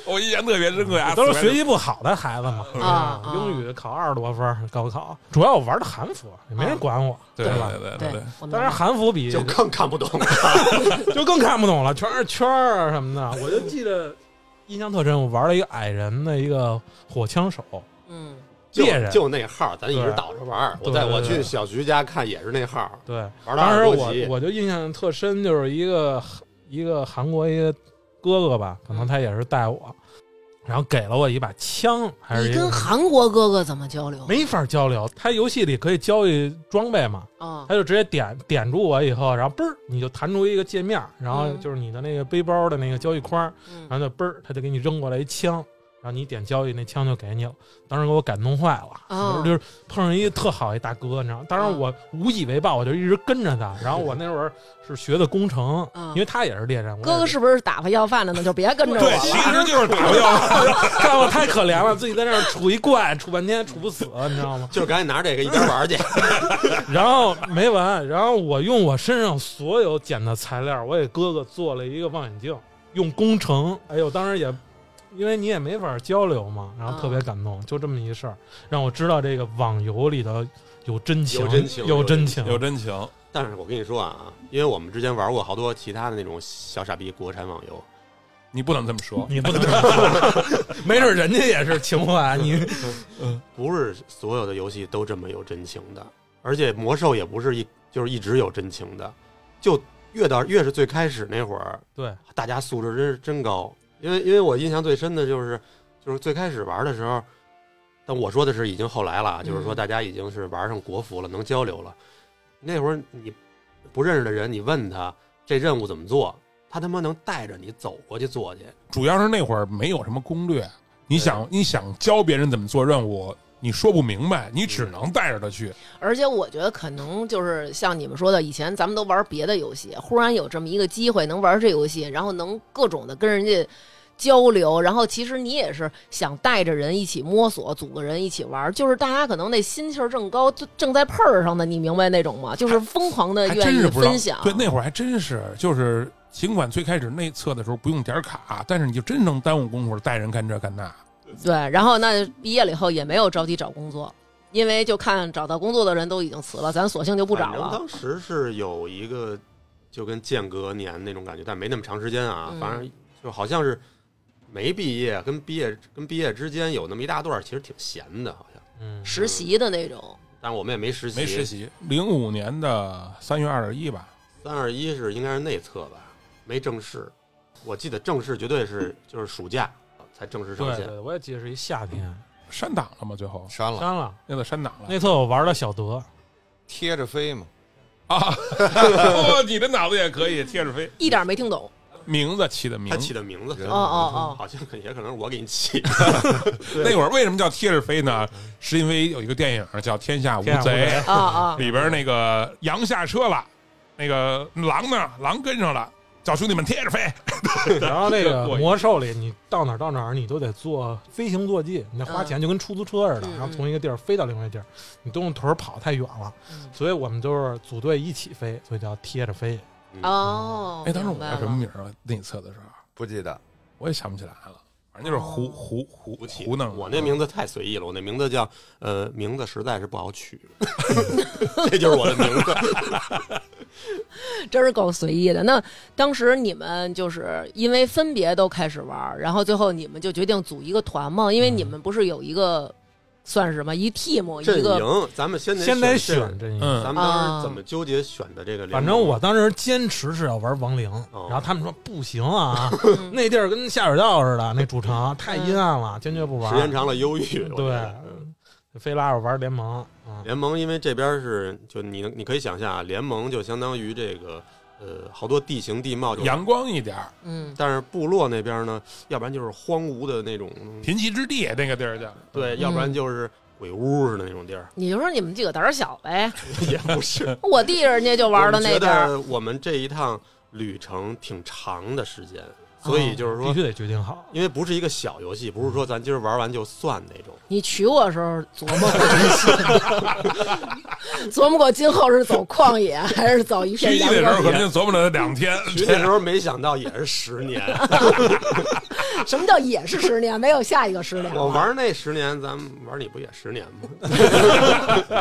D: 我印象特别深刻啊，
E: 都是学
D: Spider-
E: 习不好的孩子嘛，
B: 啊啊
E: 英语考二十多分儿，高考主要我玩的韩服，也没人
B: 嗯
E: 管我，
D: 对
E: 对吧？
D: 对
B: 对
D: 对，，
B: 我明白
E: 当然，韩服 比
C: 就更看不懂了。
E: 就更看不懂了，全是圈儿啊什么的。我就记得印象特深，我玩了一个矮人的一个火枪手
B: 嗯，
C: 就
E: 猎人，
C: 就那号，咱一直倒着玩儿。
E: 对
C: 我在
E: 对
C: 我
E: 对
C: 去
E: 对
C: 小徐家看也是那号，
E: 对，
C: 玩到
E: 当时
C: 二十
E: 我
C: 多级。
E: 我就印象特深，就是一个一个韩国一个哥哥吧，可
B: 嗯
E: 能他也是带我，然后给了我一把枪，还是
B: 你
E: 一个
B: 跟韩国哥哥怎么交流？
E: 没法交流。他游戏里可以交易装备嘛，
B: 啊
E: 他就直接点点住我以后，然后嘣儿你就弹出一个界面，然后
B: 嗯
E: 就是你的那个背包的那个交易框，
B: 嗯
E: 然后就嘣儿他就给你扔过来一枪，然后你点交易，那枪就给你了。当时给我感动坏了。
B: 啊
E: 就是碰上一特好一大哥，你知道吗，当
B: 嗯
E: 时我无以为报，我就一直跟着他。然后我那会儿是学的工程，
B: 啊
E: 因为他也是猎人。我也
B: 哥哥是不是打发要饭的呢？就别跟着我
D: 对，其
B: 了。
D: 实就是打不掉。
E: 看我太可怜了，自己在那儿杵一怪，杵半天杵不死，你知道吗？
C: 就是赶紧拿着这个一边玩去，
E: 然后没完，然后我用我身上所有捡的材料，我给哥哥做了一个望远镜，用工程。哎呦，当时也。因为你也没法交流嘛，然后特别感动，就这么一事儿，让我知道这个网游里头有真情，
C: 有真情
E: 有
C: 有真
E: 情，
D: 有真情，
C: 但是我跟你说啊，因为我们之前玩过好多其他的那种小傻逼国产网游，
D: 你不能这么说。
E: 你不能， 没准人家也是情怀，你
C: 不是所有的游戏都这么有真情的，而且魔兽也不是一就是一直有真情的，就越到越是最开始那会儿，
E: 对
C: 大家素质真是真高。因为因为我印象最深的就是就是最开始玩的时候，但我说的是已经后来了啊，就是说
B: 嗯
C: 大家已经是玩上国服了，能交流了。那会儿你不认识的人，你问他这任务怎么做，他他妈能带着你走过去做去。
D: 主要是那会儿没有什么攻略，你想你想教别人怎么做任务，你说不明白，你只能带着他去。
B: 而且我觉得可能就是像你们说的，以前咱们都玩别的游戏，忽然有这么一个机会能玩这游戏，然后能各种的跟人家交流，然后其实你也是想带着人一起摸索，组个人一起玩，就是大家可能那心气儿正高，就正在碰儿上呢，你明白那种吗？就是疯狂的
D: 还
B: 愿
D: 真
B: 意
D: 是不知道
B: 分享，
D: 对，那会儿还真是，就是尽管最开始内测的时候不用点儿卡，但是你就真能耽误功夫带人干这干那。
B: 对，然后那毕业了以后也没有着急找工作，因为就看找到工作的人都已经辞了，咱索性就不找
C: 反正
B: 了。
C: 当时是有一个就跟间隔年那种感觉，但没那么长时间啊。
B: 嗯
C: 反正就好像是没毕业跟毕业跟毕业之间有那么一大段儿，其实挺闲的，好像。
E: 嗯
B: 实习的那种，
C: 但是我们也没实习，
D: 没实习，零五年的三月二十一吧，
C: 三二一是应该是内测吧，没正式。我记得正式绝 对是就是暑假才正式上
E: 对
C: 线。
E: 对，我也记得是一夏天
D: 删档了吗？最后
F: 删了，
E: 删了
D: 那个删档了
E: 那次我玩了小德，
F: 贴着飞嘛，
D: 啊！哦你的脑子也可以贴着飞，
B: 一点没听懂。
D: 名字起的名
C: 他。起的名字
F: 人
B: 哦哦哦，
C: 好像也可能是我给你起，
D: 那会儿为什么叫贴着飞呢？是因为有一个电影叫《天下无贼
E: 天》，下无贼
D: 哦
B: 啊啊，
D: 里边那个羊下车了，那个狼呢？狼跟上了，叫兄弟们贴着飞。
E: 然后那
D: 这
E: 个
D: 过瘾
E: 魔兽里，你到哪儿到哪儿，你都得坐飞行坐骑，你得花钱就跟出租车似的，
B: 嗯
E: 然后从一个地儿飞到另外一个地儿，你都用腿儿跑太远了，
B: 嗯
E: 所以我们就是组队一起飞，所以叫贴着飞。
B: 哦，
D: 哎，当时我
B: 明白
D: 叫什么
B: 了
D: 名儿啊？内测的时候
F: 不记得
D: 我也想不起来了，正就是胡胡胡
C: 不起
D: 胡弄。嗯
C: 我那名字太随意了，我那名字叫呃，名字实在是不好取， 这就是我的名字。
B: 真是够随意的。那当时你们就是因为分别都开始玩儿，然后最后你们就决定组一个团嘛，因为
D: 嗯
B: 你们不是有一个算是什么一 team
C: 阵
B: 一个
C: 营，咱们先得
E: 先得
C: 选
E: 选
C: 阵。
E: 这一个。
D: 嗯
C: 咱们当时怎么纠结选的这个联盟？
E: 反正我当时坚持是要玩亡灵，
C: 哦
E: 然后他们说不行啊，
B: 嗯
E: 那地儿跟下水道似的，那主城太阴暗了，坚决不玩。
C: 时间长了忧郁。我觉
E: 对
C: 得嗯，
E: 非拉着玩联盟啊，
C: 联盟因为这边是就你能你可以想象啊，联盟就相当于这个呃好多地形地貌就，
D: 阳光一点儿，
B: 嗯
C: 但是部落那边呢，要不然就是荒芜的那种，
D: 贫瘠之地那个地儿叫。
C: 对，要
B: 嗯
C: 不然就是鬼屋似的那种地儿，
B: 你就说你们几个胆儿小呗，
C: 也不是。
B: 我弟人家就 玩到那
C: 我
B: 边
C: 觉
B: 儿，
C: 得我们这一趟旅程挺长的时间，
B: 哦
C: 所以就是
E: 必
C: 说，
E: 须得决定好。
C: 因为不是一个小游戏，不是说咱今儿玩完就算那种。
B: 你娶我的时候琢磨过这些， 琢磨过今后是走旷野还是走一
D: 去
B: 片
D: 地
B: 阳
D: 的时候
B: 光野？
D: 可能琢磨了 两天，
C: 去那时候没想到也是十年，
B: 什么叫也是十年，没有下一个十年了？
C: 我玩那十年，咱们玩你不也十年吗？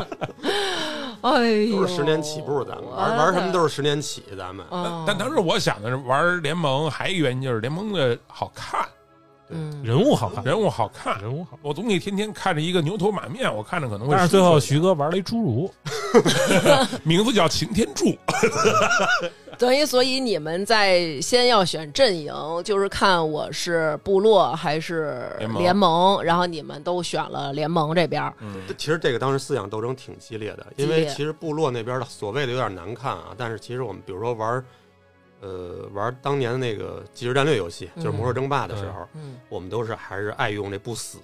B: 哎呦，
C: 都是十年起步，咱们
B: 我
C: 玩
B: 的
C: 玩什么都是十年起，咱们
B: 哦
D: 但当时我想的是玩联盟，还有一个原因就是联盟的好看，
B: 嗯
E: 人物好
C: 啊
E: 看，
D: 人物好看。
E: 人物好，
D: 我总得天天看着一个牛头马面，我看着可能会。
E: 但是最后徐哥玩了一侏儒，
D: 名字叫擎天柱，
B: 等于所以你们在先要选阵营，就是看我是部落还是
D: 联盟
B: 联盟，然后你们都选了联盟这边儿。
E: 嗯
C: 其实这个当时思想斗争挺激烈的，因
B: 激
C: 为
B: 烈
C: 其实部落那边的所谓的有点难看啊，但是其实我们比如说玩，呃，玩当年的那个即时战略游戏，就是《魔兽争霸》的时候，
B: 嗯，
C: 我们都是还是爱用那不死，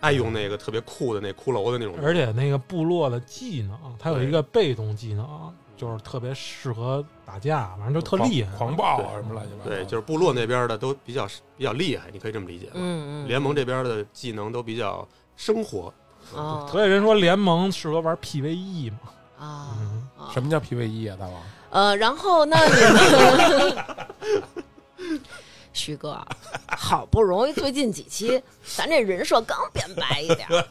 C: 爱用那个特别酷的那骷髅的那种。
B: 嗯
E: 而且那个部落的技能，它有一个被动技能，就是特别适合打架，反正就特厉害。
D: 狂暴啊什么乱七八糟。
C: 对，就是部落那边的都比较比较厉害，你可以这么理解吧。
B: 嗯嗯，
C: 联盟这边的技能都比较生活，
B: 啊
E: 所以人说联盟适合玩 PVE 嘛，
B: 啊
E: 嗯
B: 啊
D: 什么叫 PVE 啊，大王？
B: 呃，然后那你们。 徐哥，好不容易最近几期，咱这人设刚变白一点儿，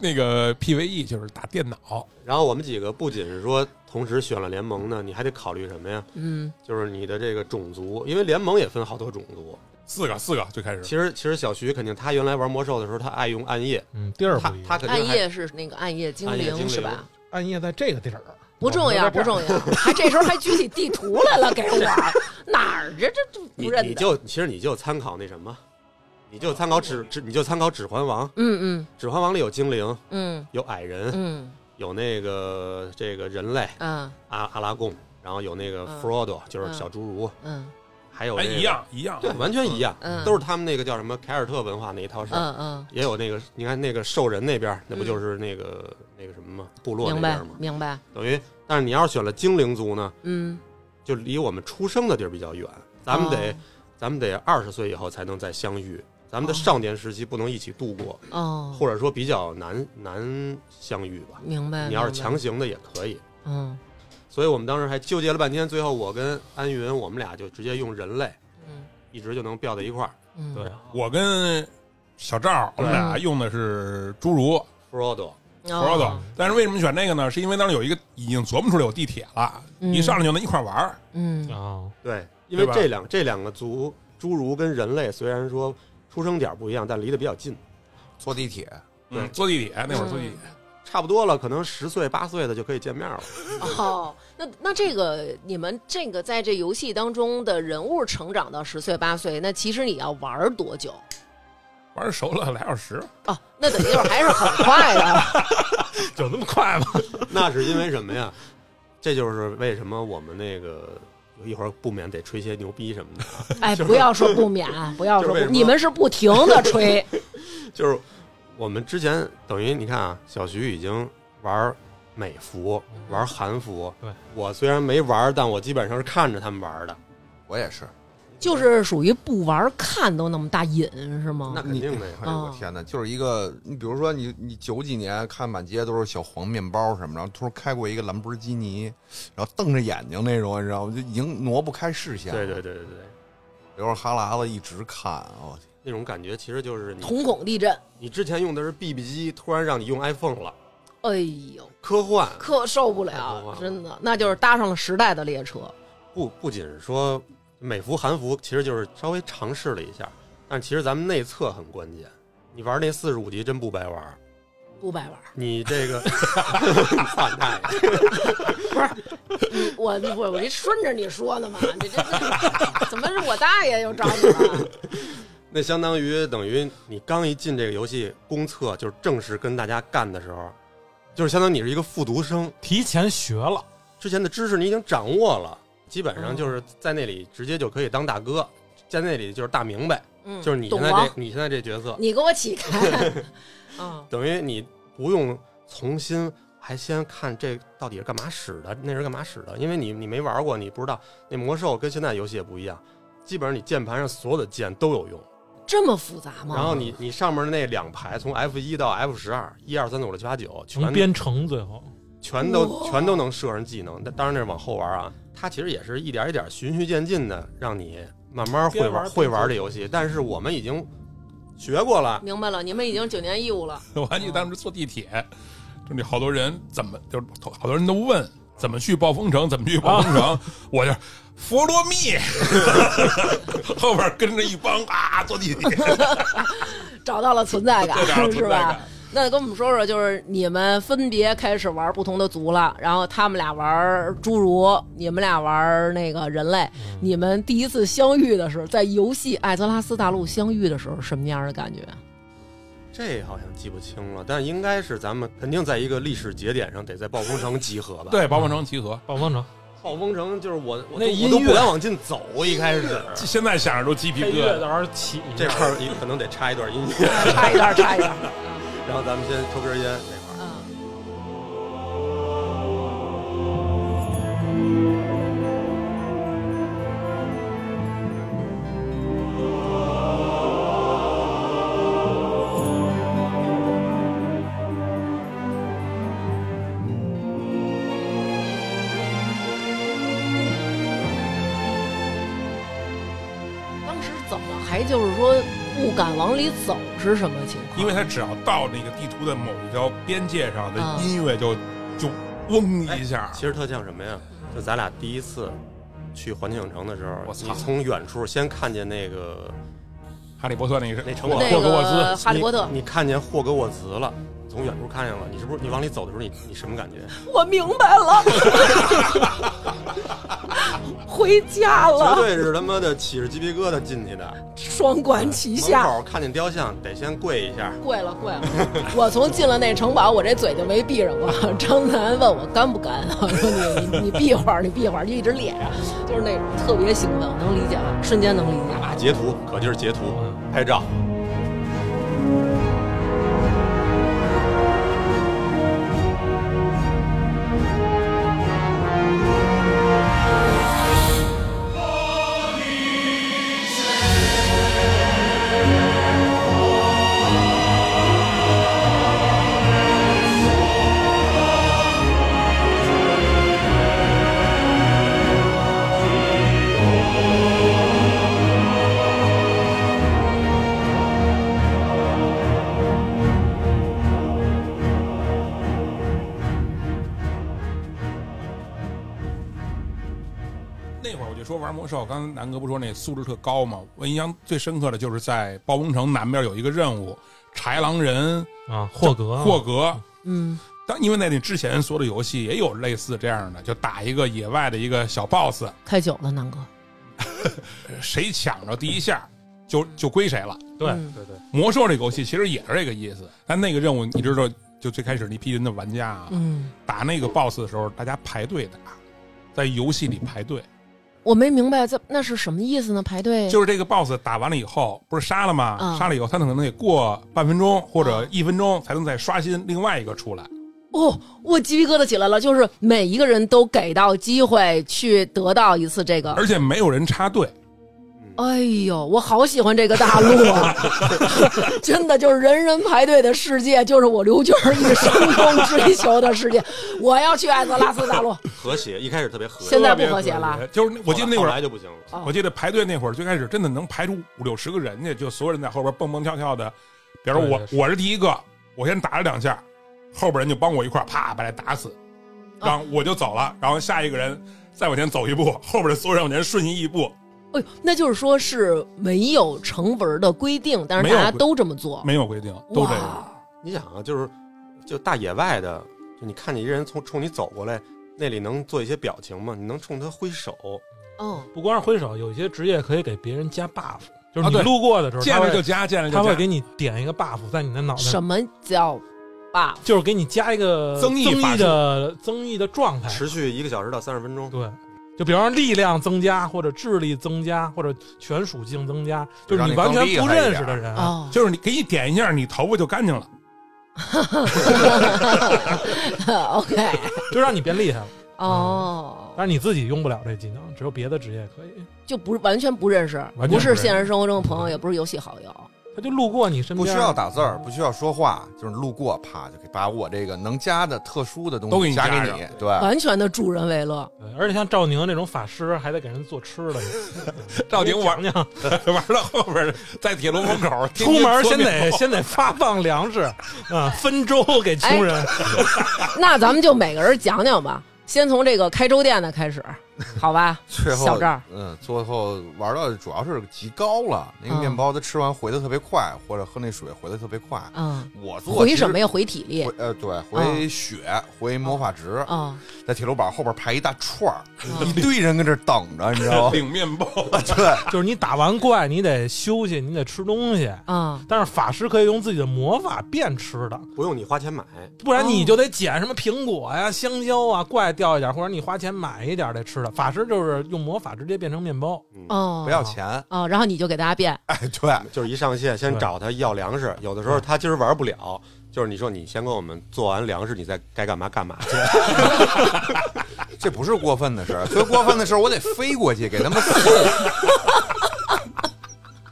D: 那个 PVE 就是打电脑，
C: 然后我们几个不仅是说同时选了联盟呢，你还得考虑什么呀？
B: 嗯，
C: 就是你的这个种族，因为联盟也分好多种族。
D: 四个四个最开始。
C: 其实其实小徐肯定他原来玩魔兽的时候，他爱用暗夜，
E: 嗯，地儿
C: 他
E: 不一 样。
C: 他肯
B: 暗
C: 定还
B: 夜是那个暗夜精
C: 暗夜
B: 灵
C: 精
B: 是
C: 灵
B: 吧？
E: 暗夜在这个地儿，
B: 不重要，不重要，还这时候还举起地图来了给我，哪儿这这这
C: 你
B: 不认
C: 你
B: 得？
C: 就其实你就参考那什么，你就参考指
B: 哦
C: 指你就参考指环王，
B: 嗯
C: 指环王里有精灵，
B: 嗯
C: 有矮人，
B: 嗯
C: 有那个这个人类
B: 嗯啊
C: 阿阿拉贡，然后有那个
B: 嗯
C: Frodo，、就是
B: 嗯
C: 小侏儒，
B: 嗯
C: 还有、
D: 哎，
C: 那个
D: 一，样一样，啊
C: 对，完全一样，
B: 嗯
C: 都是他们那个叫什么凯尔特文化那一套事儿。
B: 嗯嗯，
C: 也有那个，你看那个兽人那边，那不
B: 嗯
C: 就是那个、那个什么吗？部落那
B: 明白
C: 边吗？
B: 明白，
C: 等于，但是你要是选了精灵族呢，
B: 嗯，
C: 就离我们出生的地儿比较远，咱们得、咱们得二十岁以后才能再相遇，咱们的
B: 哦哦
C: 少年时期不能一起度过，
B: 哦，
C: 或者说比较难难相遇吧。
B: 明白。
C: 你要是
B: 明白
C: 强，行的也可以，
B: 嗯
C: 所以我们当时还纠结了半天，最后我跟安云，我们俩就直接用人类，
B: 嗯
C: 一直就能飙到一块儿。
B: 嗯，
E: 对，
D: 我跟小赵我们
F: 嗯
D: 俩用的是侏儒
C: Frodo，
B: 哦
D: Frodo，但是为什么选那个呢？是因为当时有一个已经琢磨出来有地铁了，
B: 嗯
D: 一上来就能一块玩儿。
B: 嗯
E: 啊，
C: 对，因为
D: 对吧
C: 这两这两个族，侏儒跟人类虽然说出生点不一样，但离得比较近，
F: 坐地铁，
D: 嗯，坐地铁那会儿坐地铁，
C: 差不多了，可能十岁八岁的就可以见面了。
B: 哦，那那这个你们这个在这游戏当中的人物成长到十岁八岁，那其实你要玩儿多久？
D: 玩熟了俩小时。
B: 哦，那等于就是还是很快的，
E: 有那么快吗？
C: 那是因为什么呀？这就是为什么我们那个一会儿不免得吹些牛逼什么的，
B: 哎，不要说不免，不要说
C: 就是为
B: 不
C: 什，么
B: 你们是不停的吹，
C: 就是我们之前等于你看啊，小徐已经玩美服，玩韩服，
E: 对
C: 我虽然没玩，但我基本上是看着他们玩的，
F: 我也是。
B: 就是属于不玩儿看都那么大瘾是吗？
C: 那肯定的呀。
B: 嗯
F: 哎呦我天哪，就是一个你，比如说你你九几年看满街都是小黄面包什么，然后突然开过一个兰博基尼，然后瞪着眼睛那种，你知道吗？就已经挪不开视线。
C: 对对对对对，
F: 流着哈喇子一直看，我、天，哦
C: 那种感觉其实就是你
B: 瞳孔地震。
C: 你之前用的是 BB 机，突然让你用 iPhone 了，
B: 哎呦，
C: 科幻
B: 可受不
C: 太多
B: 了
C: 了，
B: 真的，那就是搭上了时代的列车。
C: 不不仅是说美服韩服，其实就是稍微尝试了一下，但其实咱们内测很关键。你玩那四十五级真不白玩，
B: 不白玩，
C: 你这个操你大爷！
B: 我我我这顺着你说的嘛，你这这 怎么是我大爷又找你 了？
C: 那相当于等于你刚一进这个游戏公测，就是正式跟大家干的时候，就是相当于你是一个复读生，
E: 提前学了，
C: 之前的知识你已经掌握了，基本上就是在那里直接就可以当大哥，在那里就是大明白，
B: 嗯，
C: 就是你现
B: 懂
C: 在
B: 王
C: 这，你现在这角色，
B: 你给我起 开。嗯，
C: 等于你不用重新还先看这到底是干嘛使的，那是干嘛使的，因为你你没玩过，你不知道那魔兽跟现在游戏也不一样，基本上你键盘上所有的键都有用，
B: 这么复杂吗？
C: 然后你你上面那两排从 F 一到 F 十二，一二三四五六七八九
E: 能
C: 全
E: 编程最后
C: 全都
B: 哇
C: 全都能射上技能，但当然那是往后玩啊。它其实也是一点一点循序渐进的，让你慢慢会
E: 边
C: 玩
E: 玩边
C: 会玩这游戏。但是我们已经学过了，
B: 明白了，你们已经九年义务了。
D: 我还记得当时坐地铁，就那好多人怎么，就是好多人都问怎么去暴风城，怎么去暴风城，
B: 哦
D: 我就佛罗密， 后边跟着一帮啊坐地铁，
B: 找到了存在
D: 对找到
B: 感，
D: 了存
B: 是
D: 在感
B: 吧？那跟我们说说，就是你们分别开始玩不同的族了，然后他们俩玩侏儒，你们俩玩那个人类。
D: 嗯
B: 你们第一次相遇的时候，在游戏艾泽拉斯大陆相遇的时候，什么样的感觉？
C: 这好像记不清了，但应该是咱们肯定在一个历史节点上得在暴风城集合吧？，
D: 对，暴风城集合。
E: 暴风城
C: 暴风城就是我我都
E: 那音
C: 我都
E: 乐
C: 不敢往进走，一开始
D: 现在想着都鸡皮
E: 配
D: 疙
E: 乐
D: 瘩。
E: 到时候起一
C: 这
E: 下
C: 块儿也可能得插一段音乐，
B: 差一点，差一点。
C: 然后咱们先抽根烟这块儿。
B: 嗯，当时怎么还就是说不敢往里走是什么情况？
D: 因为他只要到那个地图的某一条边界上的音乐就、就嗡一下，
C: 嗯哎其实特像什么呀？就咱俩第一次去环球影城的时候，
D: 我操
C: 你从远处先看见那个
D: 哈利波特那个是
C: 那城
D: 我
C: 堡
B: 那
D: 霍格沃兹
B: 个哈利波特，
C: 你，你看见霍格沃兹了，从远处看见了，你是不是你往里走的时候，你你什么感觉？
B: 我明白 了，回家
C: 绝
B: 了，
C: 对是他妈的起着鸡皮疙瘩进去的。
B: 双管齐
C: 门
B: 下。
C: 口看见雕像，得先跪一下。
B: 跪了跪了，我从进了那城堡，我这嘴就没闭上过。 张楠问我干不干，我 说你你你闭会儿，你闭会儿，就一直咧着，就是那种特别兴奋，我能理解了，瞬间能理解了。
C: 啊，截图，可劲儿截图，
D: 嗯
C: 拍照。
D: 那会儿我就说玩魔兽，刚才南哥不说那素质特高吗？我印象最深刻的就是在暴风城南边有一个任务，豺狼人
E: 啊，霍格
D: 霍
C: 哦
D: 格。
B: 嗯，
D: 当因为在那之前所有的游戏也有类似这样的，就打一个野外的一个小 boss，
B: 开酒了，南哥。
D: 谁抢着第一下
C: 嗯
D: 就就归谁了。
E: 对
B: 嗯
E: 对对，
D: 魔兽这个游戏其实也是这个意思，但那个任务你知道，就最开始那批人的玩家啊，
B: 嗯，
D: 打那个 boss 的时候，大家排队打，在游戏里排队，
B: 我没明白这那是什么意思呢？排队
D: 就是这个 boss 打完了以后，不是杀了吗？
B: 嗯
D: 杀了以后，他可能得过半分钟或者一分钟才能再刷新另外一个出来。
B: 哦，我鸡皮疙瘩起来了，就是每一个人都给到机会去得到一次这个
D: 而且没有人插队，
C: 嗯，
B: 哎呦，我好喜欢这个大陆 啊！真的就是人人排队的世界，就是我刘娟儿一生中追求的世界。我要去艾泽拉斯大 陆，
C: 和谐，一开始特别和谐，
B: 现在不和谐了。
D: 就是那我记得那会
C: 后
D: 儿
C: 来，就不行了。
B: 哦
D: 我记得排队那会儿最开始真的能排出五六十个人去，
B: 嗯
D: 就所有人在后边蹦蹦跳跳的。比如
E: 对
D: 我
E: 对是
D: 我是第一个，我先打了两下，后边人就帮我一块儿啪把他打死，
B: 哦
D: 然后我就走了。然后下一个人再往前走一步，后边的所有人往前瞬移一步，
B: 哎呦，那就是说是没有成文的规定，但是
D: 没有
B: 大家
D: 规
B: 都这么做。
D: 没有规定，都
B: 哇
D: 这样。
C: 你想啊，就是就大野外的，就你看你一人从冲你走过来，那里能做一些表情吗？你能冲他挥手，
B: 嗯，
E: 不光是挥手，有一些职业可以给别人加 buff，就是
D: 啊
E: 你
D: 对
E: 路过的时候，
D: 见
E: 他
D: 了就
E: 会
D: 加，见了
E: 他
D: 就
E: 会
D: 加
E: 给。你点一个 buff 在你的脑袋上，
B: 什么叫爸？
E: 就是给你加一个
D: 增益法术
E: 的增益的状
D: 哎
E: 态。
C: 持续一个小时到三十分钟，
E: 对，就比方说力量增加，或者智力增加，或者全属性增加，就是
F: 让
E: 你
F: 你
E: 完全
F: 更厉
E: 不
F: 害一
E: 认
F: 点
E: 识的人，
B: 哦，
D: 啊就是你给你点一下，你头发就干净 了。
B: OK，
E: 就让你变厉害了。
B: 哦，
E: 但是你自己用不了这技能，只有别的职业可以。
B: 就不是完全不认识，
D: 全
B: 不
D: 不
B: 是
D: 认识啊
B: 现实生活中的朋友，也不是游戏好友。
E: 他就路过你身
F: 不
E: 边，
F: 需要打字儿，不需要说话，就是路过，啪就可以把我这个能加的特殊的
D: 都
F: 东
D: 给
F: 西
D: 你
F: 加
D: 加
F: 给
D: 上
F: 你。对，
B: 完全的助人为乐，
E: 对。而且像赵宁这种法师，还得给人做吃的。
D: 赵宁玩
E: 讲讲，
D: 玩到后边， 在铁路门 口天
E: 出
D: 天
E: 门
D: 搓
E: 先
D: 面
E: 得
D: 包
E: 先得发放粮食啊，分粥给穷人。
B: 那咱们就每个人讲讲吧，先从这个开粥店的开始，好吧？
F: 最后
B: 小赵，
F: 嗯，最后玩到主要是极高了，那个
B: 嗯
F: 面包它吃完回的特别快，或者喝那水回的特别快。
B: 嗯，
F: 我做
B: 回
F: 其实
B: 什么呀？回体力
F: 回呃对，回血，回魔法值，
B: 啊
F: 在铁路板后边排一大串 儿，
B: 嗯
F: 一 堆人跟这儿等着，你知道吗？
D: 领面包，
E: 哎
F: 对，
E: 就是你打完怪，你得休息，你得吃东西。
B: 啊！
E: 但是法师可以用自己的魔法变吃的，
C: 不用你花钱买，
E: 不然
B: 哦
E: 你就得捡什么苹果呀、香蕉啊，怪掉一点，或者你花钱买一点这吃的。法师就是用魔法直接变成面包，
C: 嗯
B: 哦，
F: 不要钱，
E: 嗯
B: 哦，然后你就给大家变，
F: 哎，对，
C: 就是一上线先找他要粮食，有的时候他今儿玩不了，就是你说你先给我们做完粮食，你再该干嘛干 嘛去。
F: 这不是过分的事儿，最过分的事儿我得飞过去给他们送，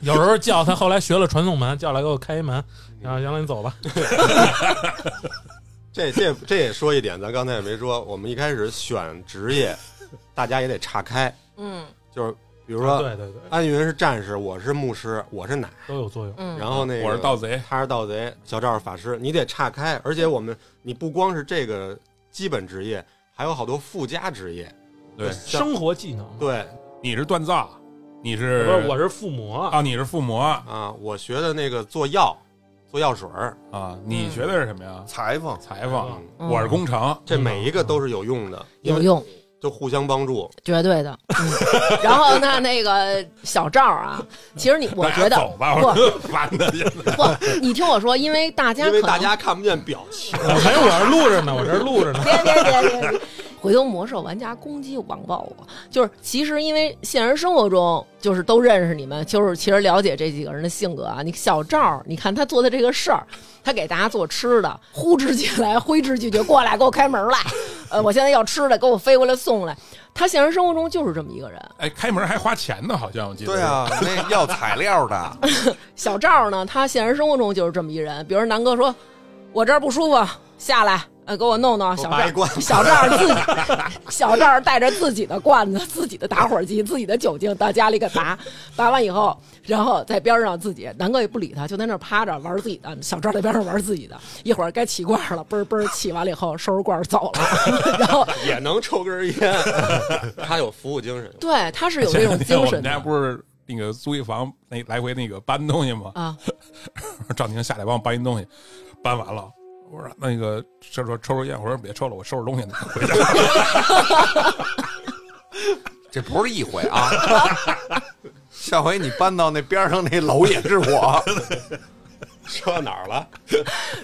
E: 有时候叫他，后来学了传送门，叫来给我开一门，
C: 嗯
E: 然后杨澜你走吧。
C: 这这这也说一点，咱刚才也没说，我们一开始选职业，大家也得岔开，
A: 嗯
C: 就是比如说
D: 啊
E: 对对对，
C: 安云是战士，我是牧师，我是奶，
E: 都有作用。
B: 嗯，
C: 然后那个
D: 我是盗贼，
C: 他是盗贼，小赵是法师，你得岔开。而且我们你不光是这个基本职业，还有好多附加职业。
D: 对
C: 像
E: 生活技能，
C: 对
D: 你是锻造，你
E: 不
D: 是
E: 是我是附魔，
D: 啊，你是附魔啊，
C: 啊，我学的那个做药，做药水儿，
D: 啊你学的是什么
E: 嗯
D: 呀？
F: 裁缝，
D: 裁缝，
C: 嗯
B: 嗯
D: 我是工程，
C: 这每一
D: 嗯
C: 个都是有用的，因
B: 有
C: 为
B: 用，
C: 就互相帮助。
B: 绝对的。嗯然后那那个小赵啊，其实你我觉
D: 大家
B: 得
D: 走吧，我 完的，
B: 不，你听我说，因为大家
C: 因
B: 可
C: 为
B: 能
C: 大家看不见表情，
E: 没有，我这录着呢，我这录着呢。
B: 别别别别别， 回头魔兽玩家攻击网暴我。就是其实因为现实生活中就是都认识你们，就是其实了解这几个人的性格啊。你小赵儿，你看他做的这个事儿，他给大家做吃的，呼之即来，挥之即去，过来给我开门 来，呃，我现在要吃的，给我飞过来送来。他现实生活中就是这么一个人。
D: 哎，开门还花钱呢，好像我记得。
F: 对，啊，那要材料的，
B: 小赵儿呢，他现实生活中就是这么一人。比如南哥说，我这儿不舒服，下来。呃，给我弄弄小
C: 我
B: 赵
C: 拔一
B: 儿，
C: 罐
B: 小赵儿自己，小赵儿带着自己的罐子、自己的打火机、自己的酒精到家里给拔，拔完以后，然后在边上自己，南哥也不理他，就在那儿趴着玩自己的。小赵在边上玩自己的，一会儿该起罐儿了，嘣儿嘣儿起完了以后收拾罐儿走了。 然后，
C: 也能抽根烟。 他有服务精神，
B: 对，他是有这种精
D: 我
B: 神
D: 们家
B: 的
D: 不是那个租一房，那来回那个搬东西吗？
B: 啊，
D: 赵宁下来帮我搬一东西，搬完了，我说那个就说抽抽烟，我说别抽了，我收拾东西呢，回家。
F: 这不是一回啊。下回你搬到那边上那楼也 是我，
C: 说到哪儿了？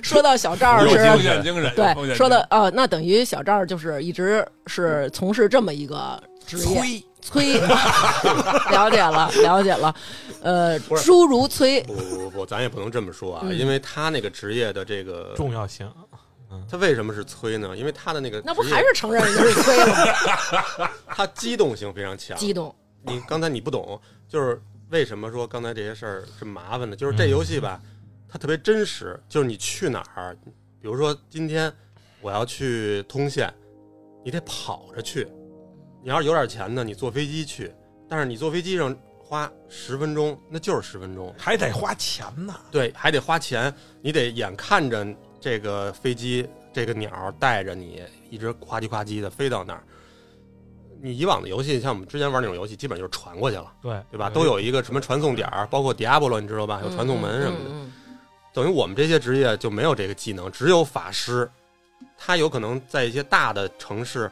B: 说到小赵儿
D: 有
B: 是
D: 经验精神，有经
B: 对，
D: 验
B: 说的
D: 精
B: 呃，那等于小赵就是一直是从事这么一个职业，
F: 催
B: 催， 了解了，了解了，呃，
C: 是
B: 诸如催，
C: 不不不不，咱也不能这么说啊，
B: 嗯
C: 因为他那个职业的这个，
E: 重要性，
C: 他为什么是催呢？因为他的那个
B: 那不
C: 职业
B: 还是承认人家是催了吗？
C: 他机动性非常强，
B: 激动，
C: 你刚才你不懂，就是为什么说刚才这些事儿是麻烦的，就是这游戏
E: 嗯
C: 吧，它特别真实，就是你去哪儿，比如说今天我要去通县，你得跑着去，你要是有点钱呢，你坐飞机去，但是你坐飞机上花十分钟，那就是十分钟，
E: 还得花钱呢。
C: 对，还得花钱，你得眼看着这个飞机这个鸟带着你一直夸叽夸叽的飞到那儿。你以往的游戏，像我们之前玩那种游戏，基本就是传过去了，
E: 对
C: 对吧？
B: 嗯
C: 都有一个什么传送点儿，包括迪亚波罗，你知道吧？有 传送门什么的。
B: 嗯
C: 等于我们这些职业就没有这个技能，只有法师，他有可能在一些大的城市，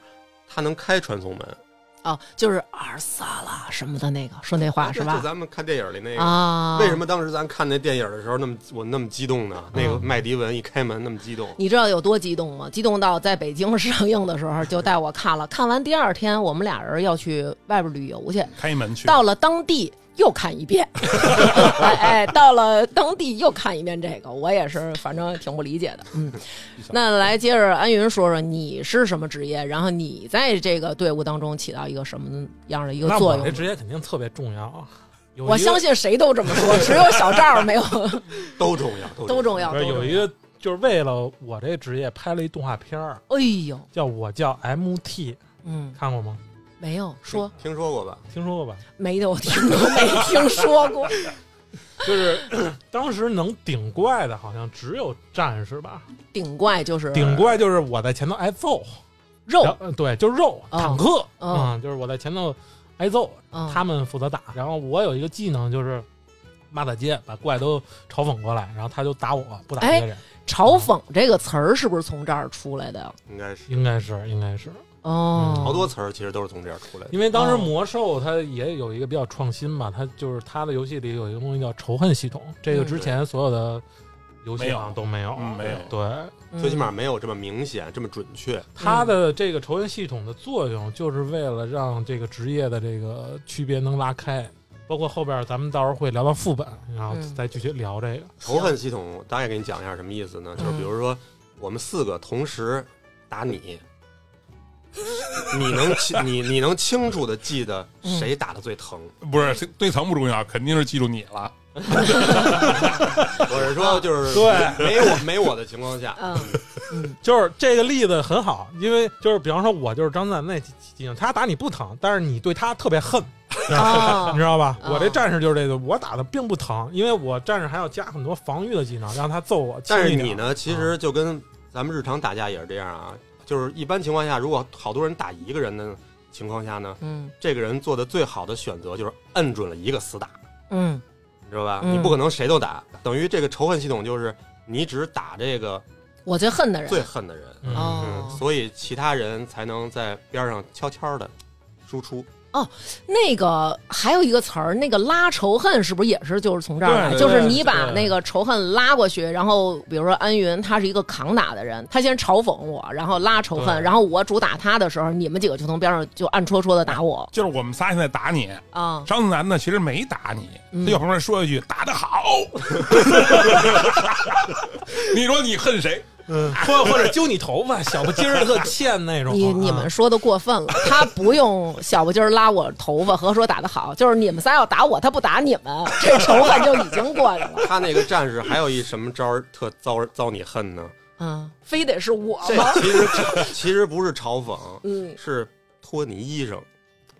C: 他能开传送门，
B: 哦，就是阿尔萨拉什么的那个，说那话是
C: 哎就
B: 吧？
C: 咱们看电影里那个，
B: 啊，
C: 为什？么当时咱看那电影的时候那么我那么激动呢？那个麦迪文一开门那么激动，
B: 嗯你知道有多激动吗？激动到在北京上映的时候就带我看了，看完第二天我们俩人要去外边旅游去，
D: 开门去，
B: 到了当地又看一遍， 哎哎，到了当地又看一遍这个，我也是，反正挺不理解的。嗯，那来接着安云说说你是什么职业，然后你在这个队伍当中起到一个什么样的一个
E: 那
B: 作
E: 我
B: 用
E: 这？职业肯定特别重要啊。有
B: 我
E: 一个
B: 相信谁都这么 说，只有小赵没有，
C: 都重要，
B: 都重要。
E: 不是
B: 都重要
E: 有一，个就是为了我这职业拍了一动画片儿，
B: 哎呦，
E: 叫我叫 MT，
B: 嗯，
E: 看过吗？
B: 没有说
C: 听说过吧？
E: 听说过吧？
B: 没有听都没听说过。
E: 就是 当时能顶怪的，好像只有战士吧。
B: 顶怪就是
E: 顶怪就是我在前头挨揍，然后
B: 肉，
E: 呃对，就是肉
B: 哦
E: 坦克
B: 哦
E: 嗯，就是我在前头挨揍，
B: 嗯
E: 他们负责打。然后我有一个技能就是骂大街，把怪都嘲讽过来，然后他就打我，不打
B: 哎
E: 别人，
B: 嘲讽这个词儿是不是从这儿出来的呀？
C: 应该是
E: 应该是应该是，
B: 哦，
E: 嗯
C: 好多词儿其实都是从这儿出来的。
E: 因为当时
B: 哦
E: 魔兽它也有一个比较创新嘛，它就是它的游戏里有一个东西叫仇恨系统，这个
B: 嗯
E: 之前所有的游戏
D: 没有
E: 好像都没有。
D: 嗯，没有，
E: 对，
B: 嗯
C: 最起码没有这么明显，这么准确。
E: 它的这个仇恨系统的作用，就是为了让这个职业的这个区别能拉开。包括后边咱们到时候会聊到副本，然后
B: 嗯
E: 再具体聊这个。
C: 仇恨系统，大概给你讲一下什么意思呢？
B: 嗯
C: 就是比如说，我们四个同时打你，你能清你你能清楚的记得
B: 嗯
C: 谁打的最疼，
D: 不是对层不重要，肯定是记住你了。
C: 或者说就是
E: 啊对
C: 没我没我的情况下，
B: 嗯
E: 就是这个例子很好，因为就是比方说，我就是张赞那几几几他打你不疼，但是你对他特别恨，
B: 哦
E: 你 知道吧？
B: 哦
E: 我这战士就是这个，我打的并不疼，因为我战士还要加很多防御的技能，让他揍我。
C: 但是
E: 轻一点啊
C: 你？呢，其实就跟咱们日常打架也是这样啊，就是一般情况下，如果好多人打一个人的情况下呢，
B: 嗯
C: 这个人做的最好的选择就是摁准了一个死打，
B: 嗯
C: 你知道吧？
B: 嗯
C: 你不可能谁都打，等于这个仇恨系统就是你只打这个
B: 我最恨的人
C: 最恨的人。
E: 嗯
C: 嗯，
B: 哦，
C: 所以其他人才能在边上悄悄的输出。
B: 那个还有一个词儿，那个拉仇恨是不是也是就是从这儿来？
D: 对对
B: 就是
E: 对
B: 你把
E: 对
B: 那个仇恨拉过去，然后比如说安云他是一个扛打的人，他先嘲讽我，然后拉仇恨，
E: 对
B: 然后我主打他的时候，你们几个就从边上就暗戳戳的打我
D: 就是我们仨现在打你，
B: 啊，
D: 张子楠呢其实没打你，
B: 嗯
D: 他就旁边说一句打得 好。你说你恨谁？
E: 嗯，或或者揪你头发，小不筋儿特欠那种。
B: 你
E: 啊
B: 你们说的过分了，他不用小不筋儿拉我头发，和说打得好，就是你们仨要打我，他不打你们，这仇恨就已经过去了。
C: 他那个战士还有一什么招儿特遭遭你恨 呢？
B: 嗯，非得是我
C: 这
B: 吗？
C: 其实其实不是嘲讽，
B: 嗯，
C: 是脱你衣裳，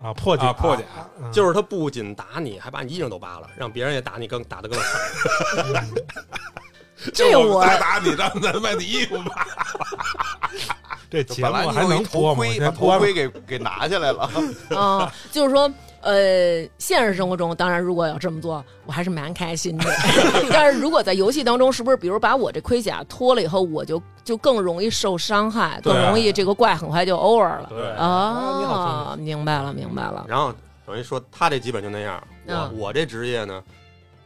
E: 啊，破解
D: 啊破解
E: 嗯
C: 就是他不仅打你，还把你衣裳都扒了，让别人也打你更打得更狠。
B: 这
D: 就是
B: 我
D: 们仨打你，张子楠把你衣服扒。
E: 这节
F: 本来
E: 目
F: 你
E: 还
F: 有
E: 能
F: 一头
E: 播吗？
F: 盔，
E: 先
F: 把
E: 播吧
F: 头盔给给拿 下来了。
B: 啊，就是说，呃，现实生活中，当然如果要这么做，我还是蛮开心的。 但是如果在游戏当中，是不是比如把我这盔甲脱了以后，我就就更容易受伤害，更
D: 对
B: 容易这个怪很快就 over 了？
D: 对
E: 你好聪
B: 啊，明白了，明白了。
C: 然后等于说他这基本就那样。我
B: 嗯
C: 我这职业呢，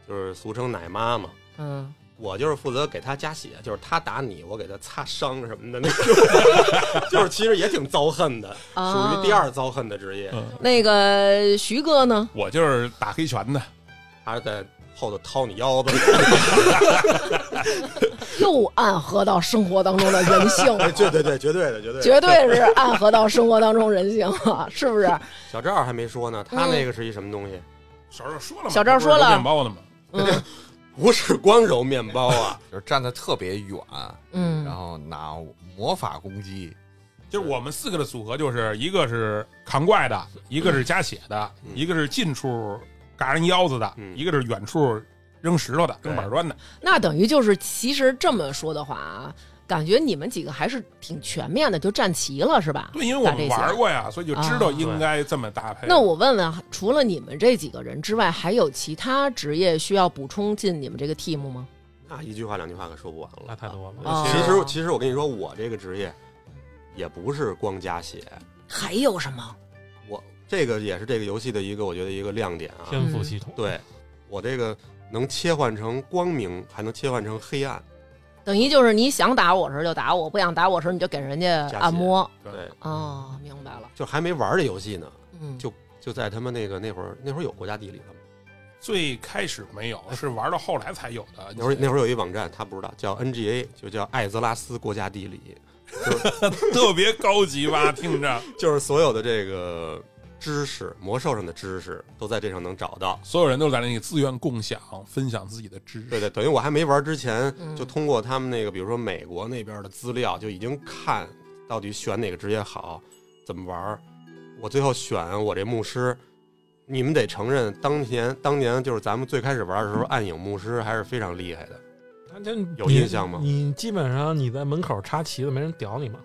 C: 就是俗称奶妈嘛。
B: 嗯，
C: 我就是负责给他加血，就是他打你，我给他擦伤什么的那种， 就是其实也挺遭恨的，
B: 啊，
C: 属于第。二遭恨的职业。
D: 嗯，
B: 那个徐哥呢？
D: 我就是打黑拳的，
C: 他是在后头掏你腰子。
B: 又暗合到生活当中的人性
G: 哎，
B: 了，
G: 对对对，绝对的，绝对的。
B: 绝对是暗合到生活当中人性了，是不是？
C: 小赵还没说呢，他那个是一什么东西？
D: 小赵说了嘛，
B: 小赵说了
D: 不是有面包的嘛，
B: 嗯
C: 不是光揉面包 啊，
F: 就是站得特别远，然
B: 嗯，
F: 后拿魔法攻击，
D: 就是我们四个的组合，就是一个是扛怪的，一个是加血的，
C: 嗯
D: 一个是近处嘎人腰子的，
C: 嗯
D: 一个是远处扔石头的、
C: 对
D: 扔板砖的。
B: 那等于就是，其实这么说的话啊，感觉你们几个还是挺全面的，就站齐了，是吧？
D: 对，因为我
B: 打这
D: 们
B: 些
D: 玩过呀，所以就知道
B: 啊
D: 应该这么搭配。
B: 那我问问啊，除了你们这几个人之外，还有其他职业需要补充进你们这个 team 吗？
C: 那一句话两句话可说不完
E: 那
C: 了。
E: 太多了。
B: 哦
C: 啊其实其实我跟你说，我这个职业也不是光加血，
B: 还有什么？
C: 我这个也是这个游戏的一个我觉得一个亮点啊。
E: 天赋系统，
C: 对我这个能切换成光明，还能切换成黑暗。
B: 等于就是你想打我时候就打我，不想打我时候你就给人家按摩。
C: 对，
B: 哦，明白了。
C: 就还没玩这游戏呢，
B: 嗯，
C: 就就在他们那个那会儿，那会儿有国家地理了吗？
D: 最开始没有，是玩到后来才有的。
C: 那会儿那会儿有一网站，他不知道叫 NGA，就叫艾泽拉斯国家地理，
D: 特别高级吧，听着，
C: 就是所有的这个知识，魔兽上的知识都在这上能找到。
D: 所有人都在那里自愿共享、分享自己的知识。
C: 对对，等于我还没玩之前
B: 嗯，
C: 就通过他们那个，比如说美国那边的资料，就已经看到底选哪个职业好，怎么玩儿。我最后选我这牧师，你们得承认，当年当年就是咱们最开始玩的时候，暗影牧师还是非常厉害的。
E: 他就你
C: 有印象吗
E: 你基本上你在门口插旗子，没人屌你嘛，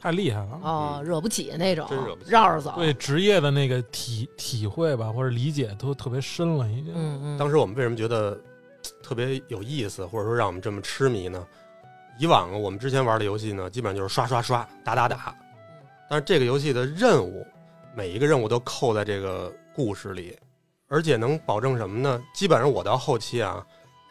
E: 太厉害了。
B: 哦，惹不起那种，
C: 真惹不起
B: 绕着走。
E: 对职业的那个体体会吧，或者理解都特别深了，已经。
B: 嗯嗯，
C: 当时我们为什么觉得嘖特别有意思，或者说让我们这么痴迷呢？以往我们之前玩的游戏呢，基本上就是刷刷刷、打打打，但是这个游戏的任务，每一个任务都扣在这个故事里，而且能保证什么呢？基本上我到后期啊，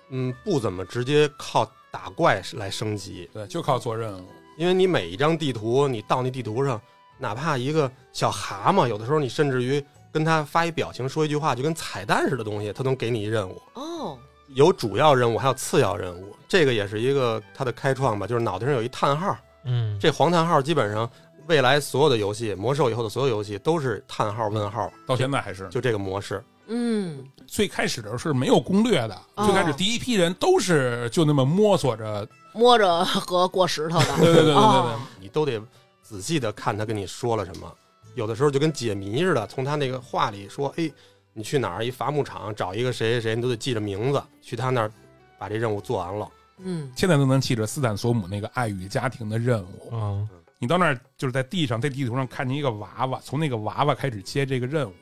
C: 嗯，不怎么直接靠打怪来升级，
D: 对，就靠做任务。
C: 因为你每一张地图，你到那地图上，哪怕一个小蛤蟆，有的时候你甚至于跟他发一表情、说一句话，就跟彩蛋似的东西，他能给你一任务。
B: 哦，
C: 有主要任务，还有次要任务，这个也是一个它的开创吧，就是脑袋上有一叹号，
E: 嗯，
C: 这黄叹号基本上未来所有的游戏，魔兽以后的所有游戏都是叹号问号，
D: 到现在还是
C: 就这个模式。
B: 嗯，
D: 最开始的时候是没有攻略的，
B: 哦
D: 最开始第一批人都是就那么摸索着，
B: 摸着和过石头的。
D: 对对对对对对
B: 哦，
C: 你都得仔细的看他跟你说了什么，有的时候就跟解谜似的，从他那个话里说，哎，你去哪儿一伐木场找一个谁谁谁，你都得记着名字，去他那儿把这任务做完了。
B: 嗯，
D: 现在都能记着斯坦索姆那个爱与家庭的任务。
E: 嗯，
D: 你到那儿就是在地上，在地图上看见一个娃娃，从那个娃娃开始接这个任务。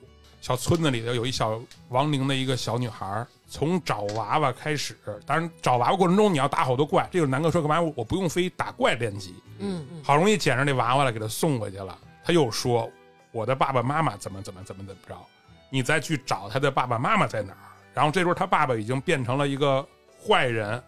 D: 小村子里头有一小亡灵的一个小女孩儿，从找娃娃开始，当然找娃娃过程中你要打好多怪，这就是南哥说干嘛我不用非打怪练级，
B: 嗯嗯，
D: 好容易捡上这娃娃了，给他送回去了。他又说我的爸爸妈妈怎么怎么怎么怎么着，你再去找他的爸爸妈妈在哪儿。然后这时候他爸爸已经变成了一个坏人，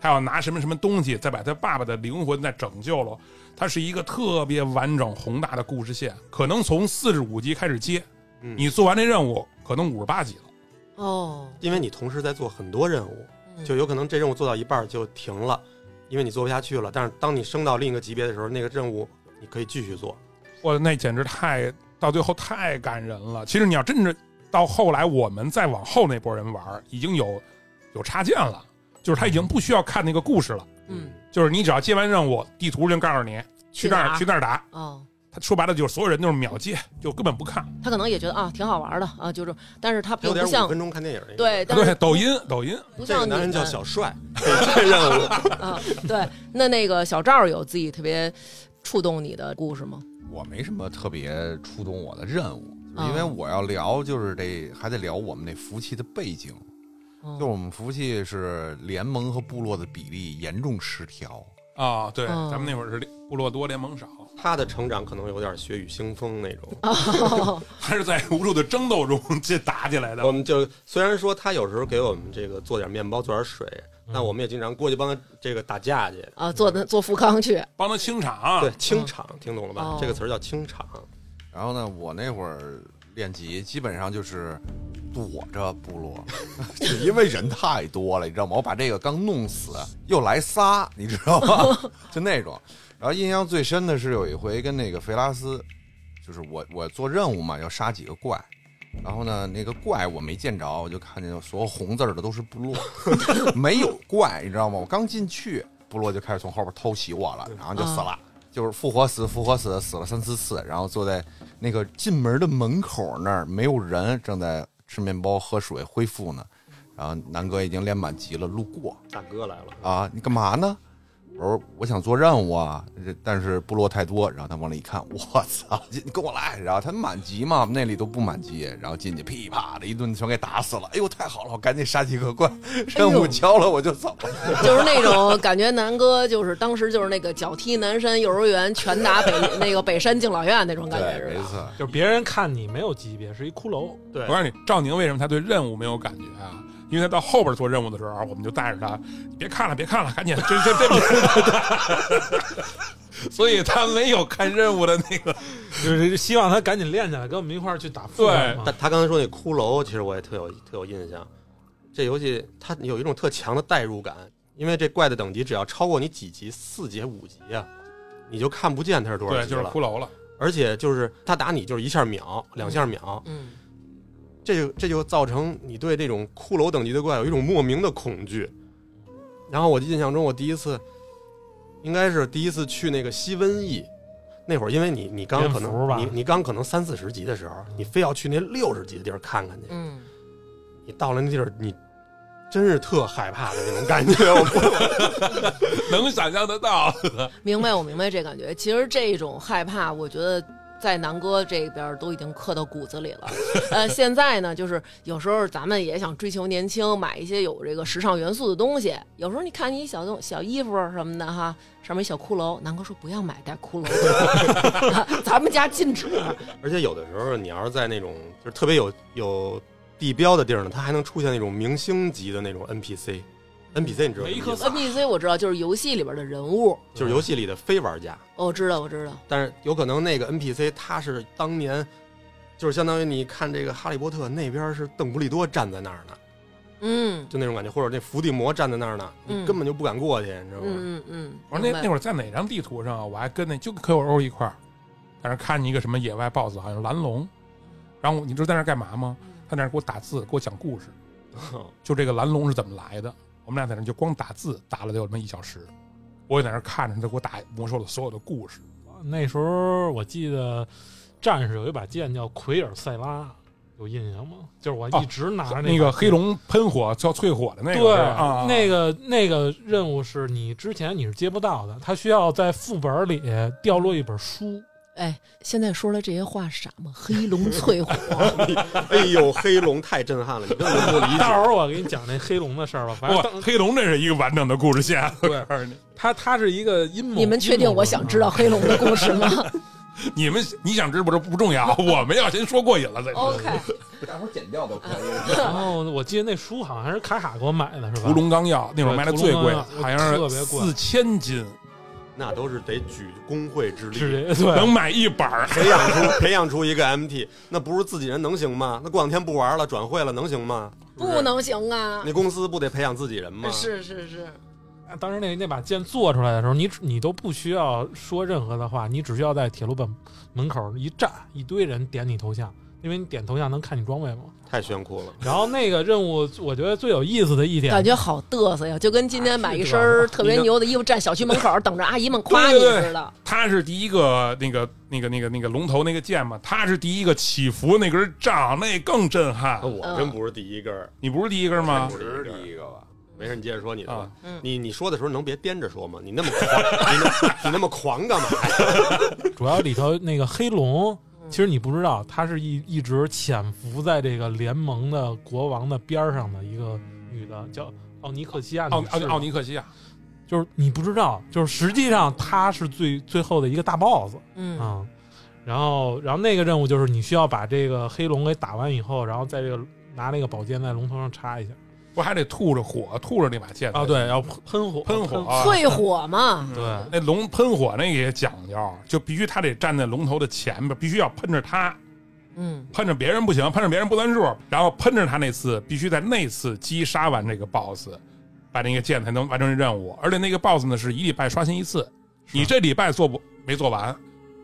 D: 他要拿什么什么东西再把他爸爸的灵魂再拯救了。它是一个特别完整宏大的故事线，可能从四十五集开始接，
C: 嗯
D: 你做完这任务可能五十八集了。
B: 哦，
C: 因为你同时在做很多任务，
B: 嗯
C: 就有可能这任务做到一半儿就停了，因为你做不下去了。但是当你升到另一个级别的时候，那个任务你可以继续做。
D: 哇，那简直太到最后太感人了。其实你要真是到后来，我们再往后那波人玩儿，已经有有插件了，就是他已经不需要看那个故事了，
B: 嗯，
D: 就是你只要接完任务，地图就告诉你去那
B: 哪
D: 儿去那儿打。
B: 哦，
D: 他说白了就是所有人都是秒接，就根本不看。
B: 他可能也觉得啊挺好玩的啊，就是，但是他
C: 有
B: 并
C: 点
B: 不
C: 五
B: 像
C: 分钟看电影那个。
B: 对，但
D: 对
B: 是，
D: 抖音抖音，
B: 不
C: 这
B: 像
C: 个
B: 你
C: 男人
B: 们
C: 叫小帅，这任务
B: 啊，对，那那个小赵有自己特别触动你的故事吗？
F: 我没什么特别触动我的任务，就是因为
B: 啊
F: 我要聊，就是得还得聊我们那服务器的背景。
B: 嗯
F: 就我们服务器是联盟和部落的比例严重失调，
D: 啊，对，
B: 嗯
D: 咱们那会儿是部落多联盟少，
C: 他的成长可能有点血雨腥风那种。
B: 哦，
D: 他是在无数的争斗中 这打起来的
C: 我。们就虽然说他有时候给我们这个做点面包，做点水，那我们也经常过去帮他这个打架去。
B: 啊，做的做富康去，
D: 帮他清场，
C: 对，清场听懂了吧
B: 嗯哦？
C: 这个词儿叫清场。
F: 然后呢，我那会儿练级基本上就是躲着部落， 就因为人太多了，你知道吗？我把这个刚弄死，又来仨，你知道 吗？就那种。然后印象最深的是有一回跟那个菲拉斯，就是我我做任务嘛，要杀几个怪。然后呢，那个怪我没见着，我就看见所有红字儿的都是部落， 没有怪，你知道吗？我刚进去，部落就开始从后边偷袭我了，然后就死了，就是复活死，复活死，死了三四次，然后坐在那个进门的门口那儿，没有人，正在吃面包喝水恢复呢。然后南哥已经脸满急了，路过
C: 大哥来了，
F: 啊，你干嘛呢？我说我想做任务啊，这但是部落太多。然后他往里一看，我操，你跟我来。然后他满级嘛，那里都不满级，然后进去噼啪的一顿全给打死了。哎呦，太好了，我赶紧杀几个
B: 哎
F: 怪，任务交了我就走了。
B: 就是那种感觉，南哥就是当时就是那个脚踢南山幼儿园，拳打北那个北山敬老院那啊种感觉
F: 对，
B: 似
F: 没
B: 的。
F: 错，
E: 就是别人看你没有级别，是一骷髅。
C: 对
D: 我告诉你，赵宁为什么他对任务没有感觉啊？因为他到后边做任务的时候，啊我们就带着他，别看了，别看了，赶紧，这这这 别。所以他没有看任务的那个，
E: 就是希望他赶紧练起来，跟我们一块儿去打副
D: 对
E: 本嘛
C: 他他刚才说那骷髅，其实我也特有特有印象。这游戏它有一种特强的代入感，因为这怪的等级只要超过你几级，四级五级啊，你就看不见它是多少
D: 对，
C: 级
D: 就是
C: 了。
D: 骷髅了。
C: 而且就是他打你就是一下秒，两下秒，
B: 嗯，
C: 这就这就造成你对这种骷髅等级的怪有一种莫名的恐惧。然后我印象中，我第一次应该是第一次去那个西瘟疫那会儿，因为你你刚可
E: 蝙蝠吧
C: 能你你刚可能三四十级的时候，你非要去那六十级的地儿看看去，
B: 嗯，
C: 你到了那地儿，你真是特害怕的那种感觉。我不
D: 能想象得到，
B: 明白，我明白这感觉。其实这种害怕，我觉得。在南哥这边都已经刻到骨子里 了，呃，现在呢，就是有时候咱们也想追求年轻，买一些有这个时尚元素的东西。有时候你看你一小东小衣服什么的哈，上面一小骷髅，南哥说不要买带骷髅 的，咱们家禁止。
C: 而且有的时候，你要是在那种就是特别有有地标的地儿呢，它还能出现那种明星级的那种 NPC。NPC 你知道什么意
E: 梅克
C: 思
E: 斯
C: 吗？
B: NPC 我知道，就是游戏里边的人物，
C: 就是游戏里的非玩家，
B: 哦我知道，我知道。
C: 但是有可能那个 NPC 他是当年，就是相当于你看这个《哈利波特》那边是邓布利多站在那儿呢，
B: 嗯
C: 就那种感觉，或者那伏地魔站在那儿呢，
B: 嗯
C: 你根本就不敢过去，你知道吗？
B: 嗯嗯嗯。
D: 我哦说那那
B: 会
D: 会儿在哪张地图上啊？我还跟那就跟 QO 一块儿，在那儿看一个什么野外 BOSS，好像蓝龙。然后你知道在那儿干嘛吗？他在那儿给我打字，给我讲故事，就这个蓝龙是怎么来的。我们俩在那儿就光打字，打了得有那么一小时。我也在那儿看着他给我打魔兽的所有的故事。
E: 那时候我记得战士有一把剑叫奎尔塞拉，有印象吗？就是我一直拿着
D: 哦那
E: 把
D: 个
E: 剑
D: 黑。龙喷火叫淬火的那个，
E: 对，
D: 是吧啊，
E: 那个那个任务是你之前你是接不到的，他需要在副本里掉落一本书，
B: 哎，现在说了这些话傻吗？黑龙淬 火，
C: 哎呦，黑龙太震撼了，你根本就不理
E: 待
C: 解。
E: 会儿我给你讲那黑龙的事儿吧。反
D: 哇
E: 正当，
D: 黑龙这是一个完整的故事线。啊
E: 对他他是一个阴谋。
B: 你们确定
E: 阴谋
B: 我想知道黑龙的故事吗
D: 你们你想知不知不重要， 我们要先说过瘾了再说。
B: ？OK，
F: 大伙剪掉都可以。
E: 然后啊哦我记得那书好像还是卡卡给我买的，是吧？
D: 屠龙纲要那会儿卖的最贵，
E: 对
D: 好像
E: 屠龙纲
D: 是
E: 要特别贵
D: 四千斤，
C: 那都是得举工会之
E: 是
C: 力，
E: 这对，
D: 能买一板儿。
C: 培养出 培养出一个 MT，那不是自己人能行吗？那过两天不玩了，转会了能行吗？是是
B: 不，能行啊！
C: 那公司不得培养自己人吗？
B: 是是是，
E: 当时那那把剑做出来的时候，你只你都不需要说任何的话，你只需要在铁路本门口一站，一堆人点你头像，因为你点头像能看你装备嘛。
C: 太炫酷了。
E: 然后那个任务，我觉得最有意思的一点，
B: 感觉好嘚瑟呀，就跟今天买一身
C: 啊
B: 儿特别牛的衣服站小区门口等着阿姨们夸你
D: 对对对
B: 似的。
C: 啊
D: 他是第一个那个那个那个那个龙头那个剑嘛，他是第一个起伏那根杖，那更震撼
C: 啊。
B: 嗯
C: 我真不是第一根儿，
D: 你不是第一根吗
C: 我？
F: 只是第一个吧，
C: 没事，你接着说你的吧
D: 啊。
B: 嗯
C: 你你说的时候能别颠着说吗？你那么狂， 你那你那么狂干嘛呀？
E: 主要里头那个黑龙，其实你不知道，她是一一直潜伏在这个联盟的国王的边儿上的一个女的，叫奥尼克西亚
D: 奥
E: 女
D: 奥
E: 士。
D: 奥尼克西亚，
E: 就是你不知道，就是实际上她是最最后的一个大 boss。
B: 嗯，
E: 啊、然后然后那个任务就是你需要把这个黑龙给打完以后，然后在这个拿那个宝剑在龙头上插一下
D: 不还得吐着火，吐着那把剑
E: 啊，对，要喷火
D: 喷火啊
B: 淬火嘛，
D: 嗯
E: 对
D: 那龙喷火那个也讲究，就必须他得站在龙头的前边，必须要喷着他，
B: 嗯，
D: 喷着别人不行，喷着别人不算数，然后喷着他那次必须在那次击杀完这个 BOSS，把那个剑才能完成这任务。而且那个 BOSS 呢是一礼拜刷新一次，你这礼拜做不没做完，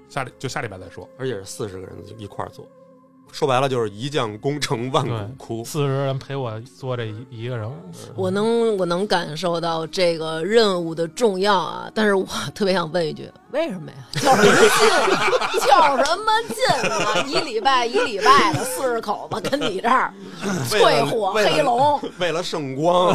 D: 下礼就下礼拜再说。
C: 而且是四十个人一块儿做，说白了就是一将功成万骨枯。
E: 四十人陪我做这一一个人物，
B: 我能我能感受到这个任务的重要啊，但是我特别想问一句，为什么 呀？较什么劲？较什么劲啊？一礼拜一礼拜的四十口子跟你这儿淬火
C: 为了
B: 黑龙，
C: 为了圣光，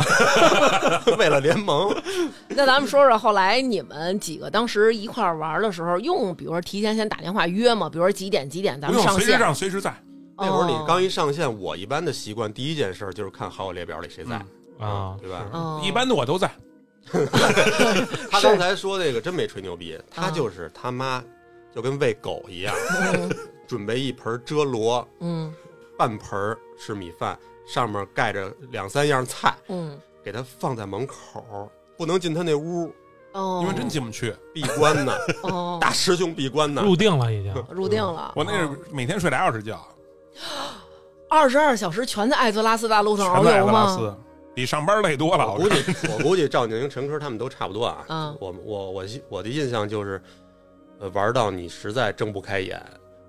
C: 为了联
B: 哦
C: 盟，
B: 那咱们说说后来你们几个当时一块儿玩的时候，用比如说提前先打电话约吗？比如说几点几点咱
D: 不
B: 们
D: 用，
B: 上
D: 随时
B: 线？
D: 上，随时在。
C: 那会儿你刚
B: 哦
C: 一上线，我一般的习惯第一件事儿就是看好友列表里谁在
E: 啊
C: 对吧？
B: 哦
D: 一般的我都在，
C: 他刚才说那个真没吹牛逼，
B: 啊
C: 他就是他妈就跟喂狗一样， 准备一盆遮罗，
B: 嗯
C: 半盆儿是米饭，上面盖着两三样菜，
B: 嗯
C: 给他放在门口，不能进他那屋，
B: 哦，
D: 因为真进不去。
C: 闭关呢，
B: 哦
C: 大师兄闭关呢。
E: 入定了 已经。
B: 入定了。
D: 我那
B: 哦
D: 是每天睡俩小时觉，
B: 二十二小时全在艾泽拉斯大陆上
D: 全
B: 遨
D: 在艾
B: 游
D: 泽拉
B: 吗？
D: 斯，比上班累多了。
C: 我
D: 我
C: 估计，我估计赵宁、陈科他们都差不多啊。
B: 嗯
C: 我我我我的印象就是，呃，玩到你实在睁不开眼，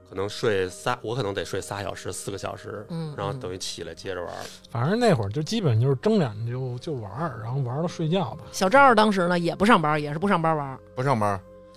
C: 可能睡仨，我可能得睡仨小时、四个小时，
B: 嗯
C: 然后
B: 嗯
C: 等于起来接着玩。
E: 反正那会儿就基本就是睁眼就就玩儿，然后玩儿到睡觉吧。
B: 小赵当时呢也不上班，也是不上班玩。
F: 不上班，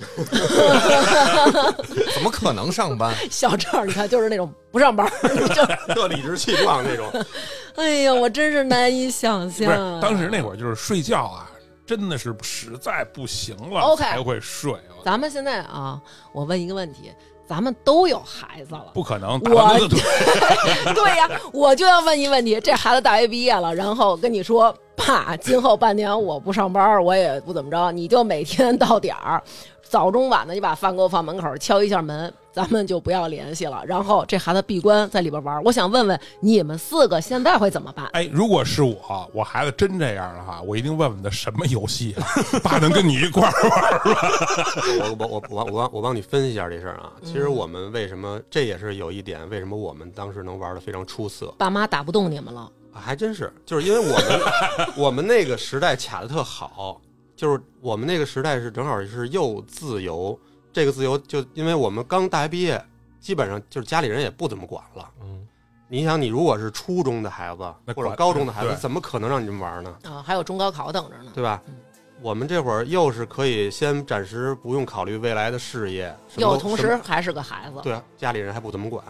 F: 怎么可能上班？
B: 小赵，你看就是那种不上班，就
C: 特理直气壮那种，
B: 哎呀，我真是难以想
D: 不
B: 象啊
D: 是。当时那会儿就是睡觉啊，真的是实在不行了
B: OK
D: 才会睡。我
B: 咱们现在啊，我问一个问题，咱们都有孩子了，
D: 不可能，
B: 我
D: 打完 就
B: 对呀，我就要问一问题，这孩子大学毕业了，然后跟你说，爸，今后半年我不上班，我也不怎么着，你就每天到点儿，早中晚的，你把饭给我放门口，敲一下门，咱们就不要联系了。然后这孩子闭关在里边玩，我想问问你们四个现在会怎么办？
D: 哎，如果是我，我孩子真这样的话，我一定问问他什么游戏、啊，爸能跟你一块儿玩。
C: 我我我我我帮我帮你分析一下这事儿啊。其实我们为什么这也是有一点，为什么我们当时能玩的非常出色，
B: 爸妈打不动你们了，
C: 啊还真是就是因为我们我们那个时代卡的特好，就是我们那个时代是正好是又自由，这个自由就因为我们刚大学毕业，基本上就是家里人也不怎么管了。
E: 嗯，你
C: 你想，你如果是初中的孩子
D: 那
C: 或者
D: 管
C: 高中的孩子
D: 对，
C: 怎么可能让你们玩呢？
B: 啊，还有中高考等着呢。
C: 对吧
B: 嗯？
C: 我们这会儿又是可以先暂时不用考虑未来的事业，什么
B: 有
C: 都
B: 同
C: 什么
B: 时还是个孩子，
C: 对，啊家里人还不怎么管，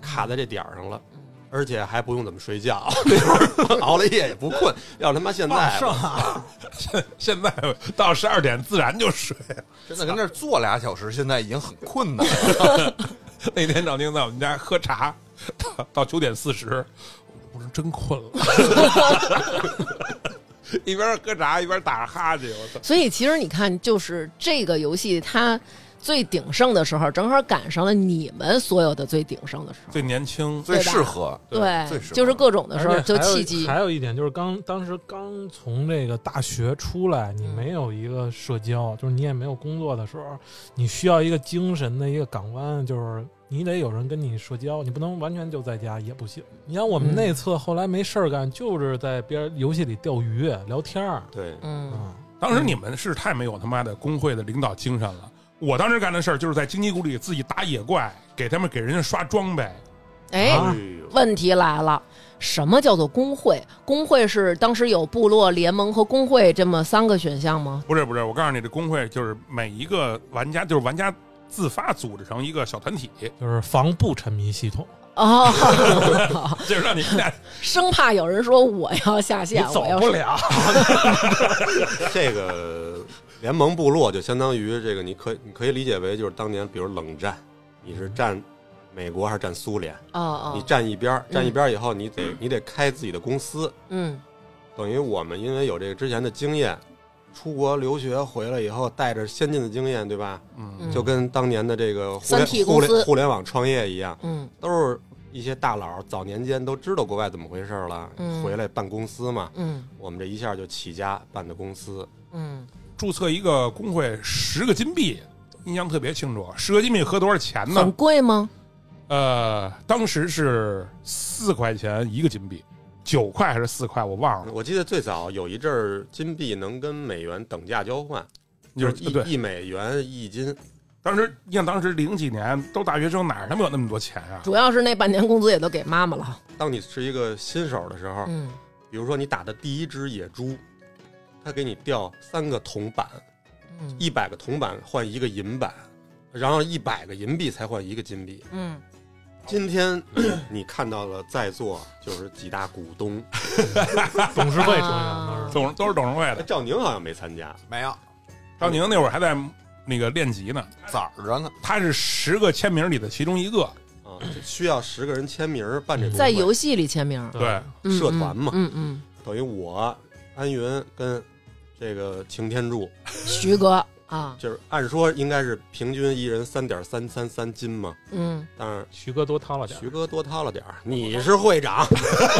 C: 卡在这点儿上了
B: 嗯，
C: 而且还不用怎么睡觉，那会儿 熬了夜也不困。要他妈现在，
D: 现在到十二点自然就睡。
F: 真的跟那儿坐俩小时，现在已经很困难了。
D: 那天赵宁在我们家喝茶，到到九点四十，我说真困了， 一边喝茶一边打着哈欠，我操！
B: 所以其实你看，就是这个游戏它最鼎盛的时候，正好赶上了你们所有的最鼎盛的时候。
D: 最年轻，
F: 最
B: 对吧
F: 适合，最适合
B: 就是各种的
E: 而
B: 时候
E: 且
B: 就
E: 还有
B: 契机
E: 还有一点就是刚当时刚从这个大学出来，你
B: 嗯
E: 没有一个社交，就是你也没有工作的时候，你需要一个精神的一个港湾，就是你得有人跟你社交，你不能完全就在家也不行。你像我
B: 嗯
E: 们内测后来没事儿干，就是在边儿游戏里钓鱼聊天儿。
C: 对，
B: 嗯，
E: 嗯，
D: 当时你们是太没有他妈的工会的领导精神了。我当时干的事儿就是在荆棘谷里自己打野怪，给他们给人家刷装备。
B: 哎，
E: 啊
B: 问题来了，什么叫做工会？工会是当时有部落联盟和工会这么三个选项吗？
D: 不是不是，我告诉你，这工会就是每一个玩家，就是玩家自发组织成一个小 团体，
E: 就是防不沉迷系统，
B: 哦，
D: 就是让你们俩
B: 生怕有人说我要下
E: 你
B: 线，
E: 走
B: 哎我要
E: 不
B: 是
E: 了。
C: 这个联盟部落就相当于这个，你可以你可以理解为就是当年，比如冷战，你是站美国还是站苏联？
B: 哦
C: 你
B: 哦，
C: 站一边儿，站一边儿以后，你得你得开自己的公司。
B: 嗯
C: 等于我们因为有这个之前的经验，出国留学回来以后，带着先进的经验，对吧？
D: 嗯
B: 嗯，
C: 就跟当年的这个互
B: 三体
C: 联互
B: 公司
C: 联互联网创业一样，
B: 嗯
C: 都是一些大佬早年间都知道国外怎么回事儿了，
B: 嗯
C: 回来办公司嘛。
B: 嗯
C: 我们这一下就起家办的公司，
B: 嗯，
D: 注册一个工会十个金币，印象特别清楚。十个金币合多少钱
B: 很
D: 呢？
B: 贵吗？
D: 呃，当时是四块钱一个金币，九块还是四块，我忘了。
C: 我记得最早有一阵儿金币能跟美元等价交换，就是
D: 嗯对
C: 一一美元一斤。
D: 当时你想，当时零几年都大学生，哪儿他妈有那么多钱啊？
B: 主要是那半年工资也都给妈妈了。
C: 当你是一个新手的时候，
B: 嗯，
C: 比如说你打的第一只野猪，它给你掉三个铜板，
B: 嗯
C: 一百个铜板换一个银板，然后一百个银币才换一个金币。
B: 嗯，
C: 今天 你看到了在座就是几大股东，
E: 董事会成员都是。
D: 董 都是董事会的。
C: 赵宁好像没参加，
F: 没有
D: 张宁那会儿还在那个练级呢，
F: 咋儿着呢？
D: 他是十个签名里的其中一个。
C: 啊，这需要十个人签名儿办这个
B: 在
C: 会
B: 游戏里签名，
D: 对，
B: 嗯
C: 社团嘛
B: 嗯嗯，
C: 等于我安云跟这个擎天柱，
B: 嗯徐哥啊，
C: 就是按说应该是平均一人三点三三三斤嘛，
B: 嗯，
C: 但是
E: 徐哥多掏了点儿，
C: 徐哥多掏了点儿，你是会长，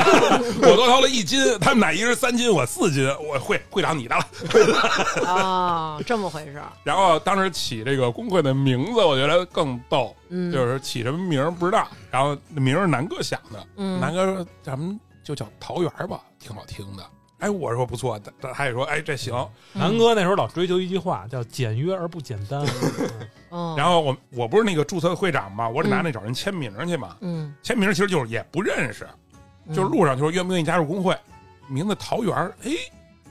D: 我多掏了一斤， 他们俩一人三斤，我四斤，我会会长你的了。
B: 啊，这么回事儿，
D: 然后当时起这个工会的名字，我觉得更逗，
B: 嗯，
D: 就是起什么名儿不知道，然后名儿是南哥想的，
B: 嗯
D: 南哥说咱们就叫桃园吧，挺好听的。哎，我说不错，他他他也说哎这行。
E: 南哥那时候老追求一句话，叫简约而不简单。
B: 嗯，
D: 然后我我不是那个注册会长嘛，我得拿
B: 嗯
D: 那找人签名去嘛，
B: 嗯，
D: 签名其实就是也不认识，
B: 嗯
D: 就是路上就说愿不愿意加入工会，名字桃园儿，哎，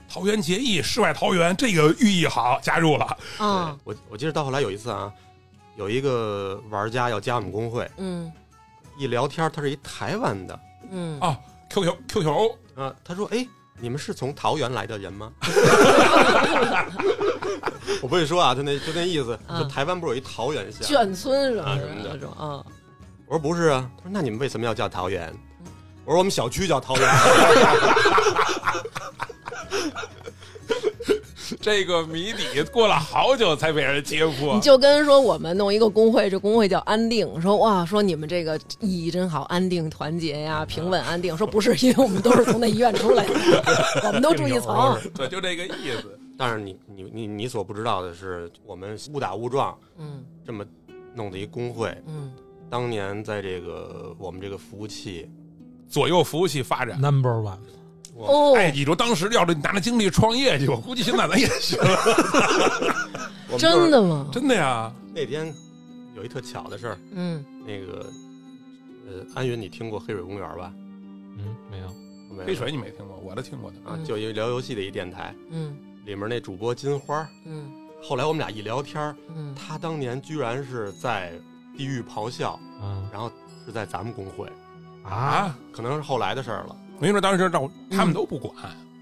D: 桃园结义，世外桃源，这个寓意好，加入了。
B: 啊，
C: 我我记得到后来有一次啊，有一个玩家要加我们工会，
B: 嗯
C: 一聊天他是一台湾的
B: 嗯，
D: 哦 QQ QQ，
C: 啊，他说哎。你们是从桃园来的人吗？ 我不会说啊，就那就那意思。
B: 嗯
C: 就台湾不是有一桃园县？
B: 眷嗯村什
C: 啊
B: 么
C: 什么的
B: 那种啊，
C: 我说不是啊。他说那你们为什么要叫桃园？我说我们小区叫桃园。
D: 这个谜底过了好久才被人揭破
B: 你。就跟说我们弄一个工会，这工会叫安定，说哇，说你们这个意义真好，安定团结呀，平稳安定。说不是，因为我们都是从那医院出来的，我们都住一层。
D: 对，就这个意思。
C: 但是你你你你所不知道的是，我们误打误撞
B: 嗯
C: 这么弄的一工会，
B: 嗯
C: 当年在这个我们这个服务器，
D: 左右服务器发展。
E: Number one，
B: 哦，
D: 哎，你说当时要是拿着精力创业去，我估计现在咱也行。
C: 我们就是
B: 真的吗？
D: 真的呀，
C: 那天有一特巧的事儿，
B: 嗯
C: 那个呃，安云你听过黑水公园吧？
E: 嗯，没有，
C: 没有
D: 黑水你没听过，我都听过的。
C: 啊
B: 嗯，
C: 就一个聊游戏的一电台，
B: 嗯
C: 里面那主播金花，
B: 嗯
C: 后来我们俩一聊天儿，
B: 嗯，
C: 他当年居然是在地狱咆哮，
E: 嗯
C: 然后是在咱们工会，
E: 啊，
D: 啊，
C: 可能是后来的事儿了。
D: 我跟你说，当时让我他们都不管，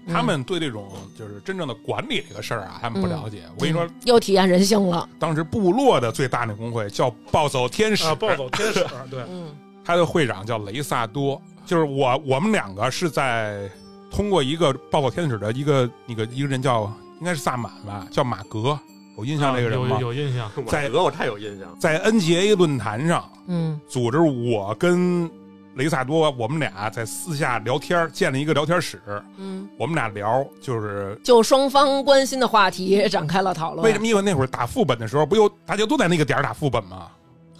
B: 嗯
D: 他们对这种就是真正的管理这个事儿啊，他
E: 嗯
D: 们不了解。我跟你说，
B: 又体验人性了。
D: 当时部落的最大那工会叫暴走天使，
E: 啊，暴走天使， 对，
B: 嗯
D: 他的会长叫雷萨多，就是我我们两个是在通过一个暴走天使的一个那个一个人叫应该是萨满吧，叫马格，有印象这个人吗
E: 啊有？有印象，
C: 在俄我太有印象了，
D: 在 NGA 论坛上
B: 嗯
D: 组织我跟雷萨多，我们俩在私下聊天，建了一个聊天室，
B: 嗯，
D: 我们俩聊就是。
B: 就双方关心的话题展开了讨论。
D: 为什么？因为那会儿打副本的时候，不又大家都在那个点儿打副本吗？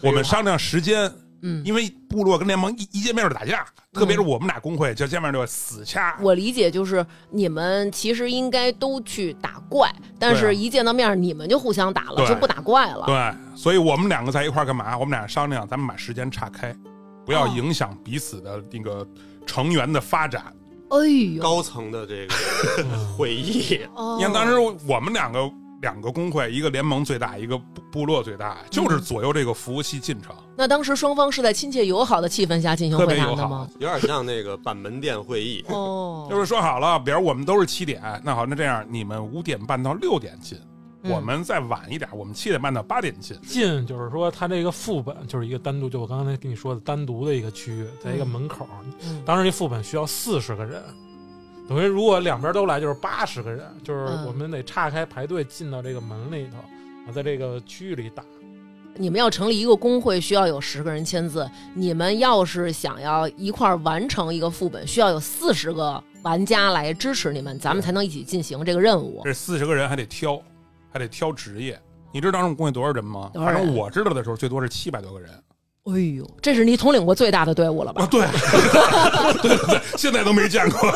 D: 我们商量时间，
B: 啊嗯，
D: 因为部落跟联盟一一见面就打架，特别是我们俩工会，就见面就死掐。
B: 我理解就是你们其实应该都去打怪，但
D: 对啊
B: 是一见到面儿你们就互相打了，
D: 对
B: 就不打怪了。
D: 对，所以我们两个在一块儿干嘛？我们俩商量，咱们把时间岔开，不要
B: 哦
D: 影响彼此的那个成员的发展。
B: 哎呦，
C: 高层的这个会议，
B: 哦
D: 你看当时我们两个两个工会，一个联盟最大，一个部部落最
B: 嗯
D: 大，就是左右这个服务器进程。
B: 那当时双方是在亲切友好的气氛下进行
D: 特
B: 会
D: 别
B: 谈
D: 友
B: 的
D: 好
B: 吗？
C: 有点像那个板门店会议。
B: 哦，
D: 就是说好了，比如我们都是七点，那好，那这样你们五点半到六点进，
B: 嗯
D: 我们再晚一点，我们七点半到八点进。
E: 进就是说，它这个副本就是一个单独，就我刚才跟你说的单独的一个区域，在一个门口。
B: 嗯
E: 当时那副本需要四十个人，等于如果两边都来就是八十个人，就是
B: 嗯
E: 我们得岔开排队进到这个门里头，啊，在这个区域里打。
B: 你们要成立一个工会，需要有十个人签字。你们要是想要一块儿完成一个副本，需要有四十个玩家来支持你们，咱们才能一起进行这个任务。
D: 这四十个人还得挑，还得挑职业。你知道当时我们工会多少人吗？
B: 多少
D: 反
B: 人
D: 正我知道的时候，最多是七百多个人。
B: 哎呦，这是你统领过最大的队伍了吧？
D: 啊，对， 对对对，现在都没见过。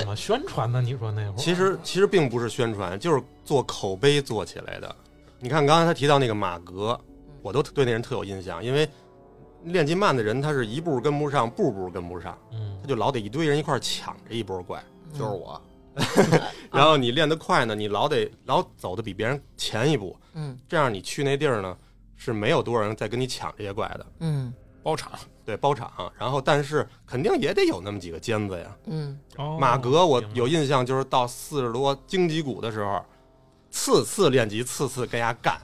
E: 怎么宣传呢？你说那会儿
C: 其实其实并不是宣传，就是做口碑做起来的。你看刚才他提到那个马格，我都对那人特有印象，因为练级慢的人他是一步跟不上，步步跟不上，
E: 嗯
C: 他，就老得一堆人一块儿抢着一波怪。
F: 就是我，
C: 然后你练得快呢，你老得老走的比别人前一步，
B: 嗯
C: 这样你去那地儿呢是没有多少人在跟你抢这些怪的，
B: 嗯
D: 包场，
C: 对，包场。然后但是肯定也得有那么几个尖子呀。
B: 嗯，
E: 哦
C: 马格我
E: 明白
C: 有印象，就是到四十多荆棘谷的时候，次次练级，次次跟人家干。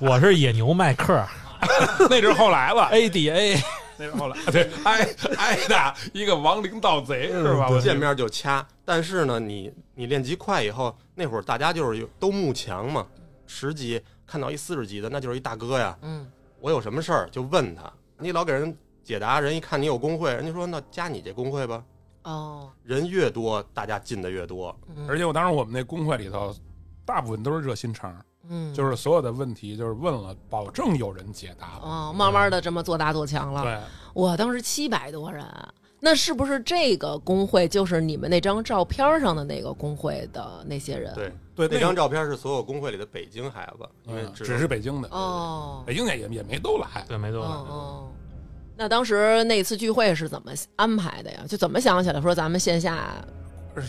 E: 我是野牛麦克
D: 那是后来
B: 哎
D: 了，
E: ADA，
D: 那是后来，对，挨挨打一个亡灵盗贼
B: 嗯
D: 是吧？我
C: 见面就掐。但是呢，你你练级快以后，那会儿大家就是有都慕强嘛，十级看到一四十级的，那就是一大哥呀。
B: 嗯，
C: 我有什么事儿就问他，你老给人解答，人一看你有工会，人家说那加你这工会吧。
B: 哦，
C: 人越多，大家进的越多。
B: 嗯
D: 而且我当时我们那工会里头，大部分都是热心肠，
B: 嗯，
D: 就是所有的问题就是问了，保证有人解答了。
B: 哦，慢慢的这么做大做强了。
D: 对，
B: 我当时七百多人，那是不是这个工会就是你们那张照片上的那个工会的那些
D: 嗯
B: 人？，
C: 对，
D: 对，
C: 那
D: 那
C: 张照片是所有工会里的北京孩子，因为
D: 嗯
C: 只
D: 只是北京的，
B: 哦，
D: 北京的也也没都来。
E: 对，没错
B: 哦，哦。那当时那次聚会是怎么安排的呀？就怎么想起来说咱们线下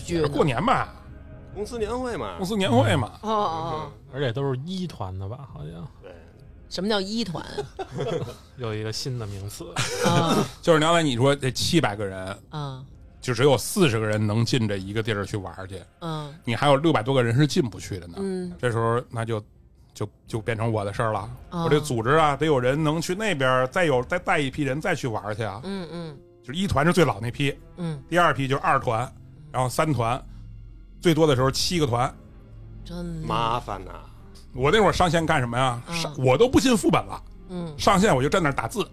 B: 聚呢
D: 过年吧，
C: 公司年会嘛
D: 公。司年会嘛，
B: 哦哦，
E: 而且都是一团的吧？好像
C: 对，
B: 什么叫一团
E: 有一个新的名词，
B: 啊？
D: 就是刚才你说这七百个人，
B: 啊
D: 就只有四十个人能进这一个地儿去玩儿去，
B: 嗯
D: 你还有六百多个人是进不去的呢。
B: 嗯
D: 这时候那就就就变成我的事儿了。
B: 哦
D: 我这组织啊，得有人能去那边儿，再有再带一批人再去玩儿去啊。
B: 嗯嗯
D: 就是一团是最老那批，
B: 嗯，
D: 第二批就是二团，然后三团，最多的时候七个团。
B: 真的
C: 麻烦呐、
D: 我那会儿上线干什么呀？
B: 嗯
D: 上我都不进副本了，
B: 嗯
D: 上线我就站那儿打字，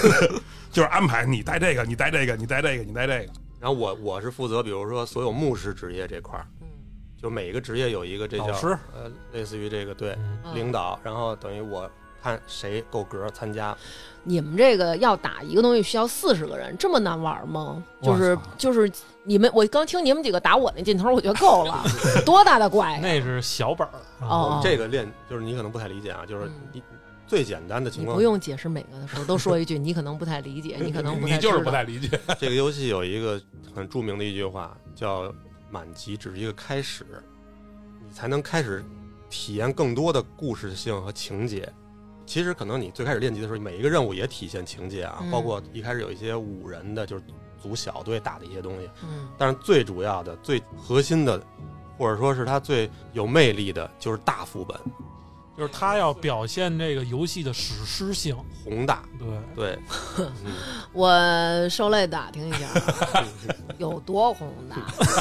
D: 就是安排你带这个，你带这个，你带这个，你带这个。
C: 然后我我是负责，比如说所有牧师职业这块儿，
B: 嗯
C: 就每个职业有一个这叫
D: 老师，
C: 呃，类似于这个对、
E: 嗯
C: 领导，然后等于我看谁够格参加，
B: 你们这个要打一个东西需要四十个人，这么难玩吗？就是
D: 我操
B: 就是你们，我刚听你们几个打我那劲头，我觉得够 了，多大的怪哎啊呀！
E: 那是小本儿
B: 哦
C: 我们这个练就是你可能不太理解啊，就是
B: 嗯
C: 你最简单的情
B: 你
C: 况
B: 不，用解释每个的时候都说一句，你可能不太理哎解，你可能不太
D: 你就是
B: 知
D: 不
B: 道
D: 太理解。
C: 这个游戏有一个很著名的一句话叫“满级只是一个开始”，你才能开始体验更多的故事性和情节。其实可能你最开始练级的时候，每一个任务也体现情节啊，
B: 嗯
C: 包括一开始有一些五人的，就是组小队打的一些东西。
B: 嗯
C: 但是最主要的、最核心的，或者说是它最有魅力的，就是大副本
E: 就是他要表现这个游戏的史诗性，
C: 宏大。
E: 对，
C: 对，
B: 嗯我受累打听一 下，有多宏大，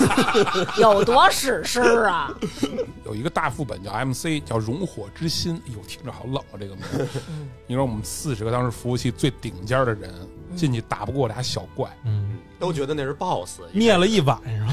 B: 有多史诗啊！
D: 有一个大副本叫 MC，叫《熔火之心》，哎呦，听着好老啊，这个名字。
B: 嗯
D: 你说我们四十个当时服务器最顶尖的人
B: 嗯
D: 进去打不过俩小怪，
E: 嗯，
C: 都觉得那是 BOSS，
E: 灭了一晚上，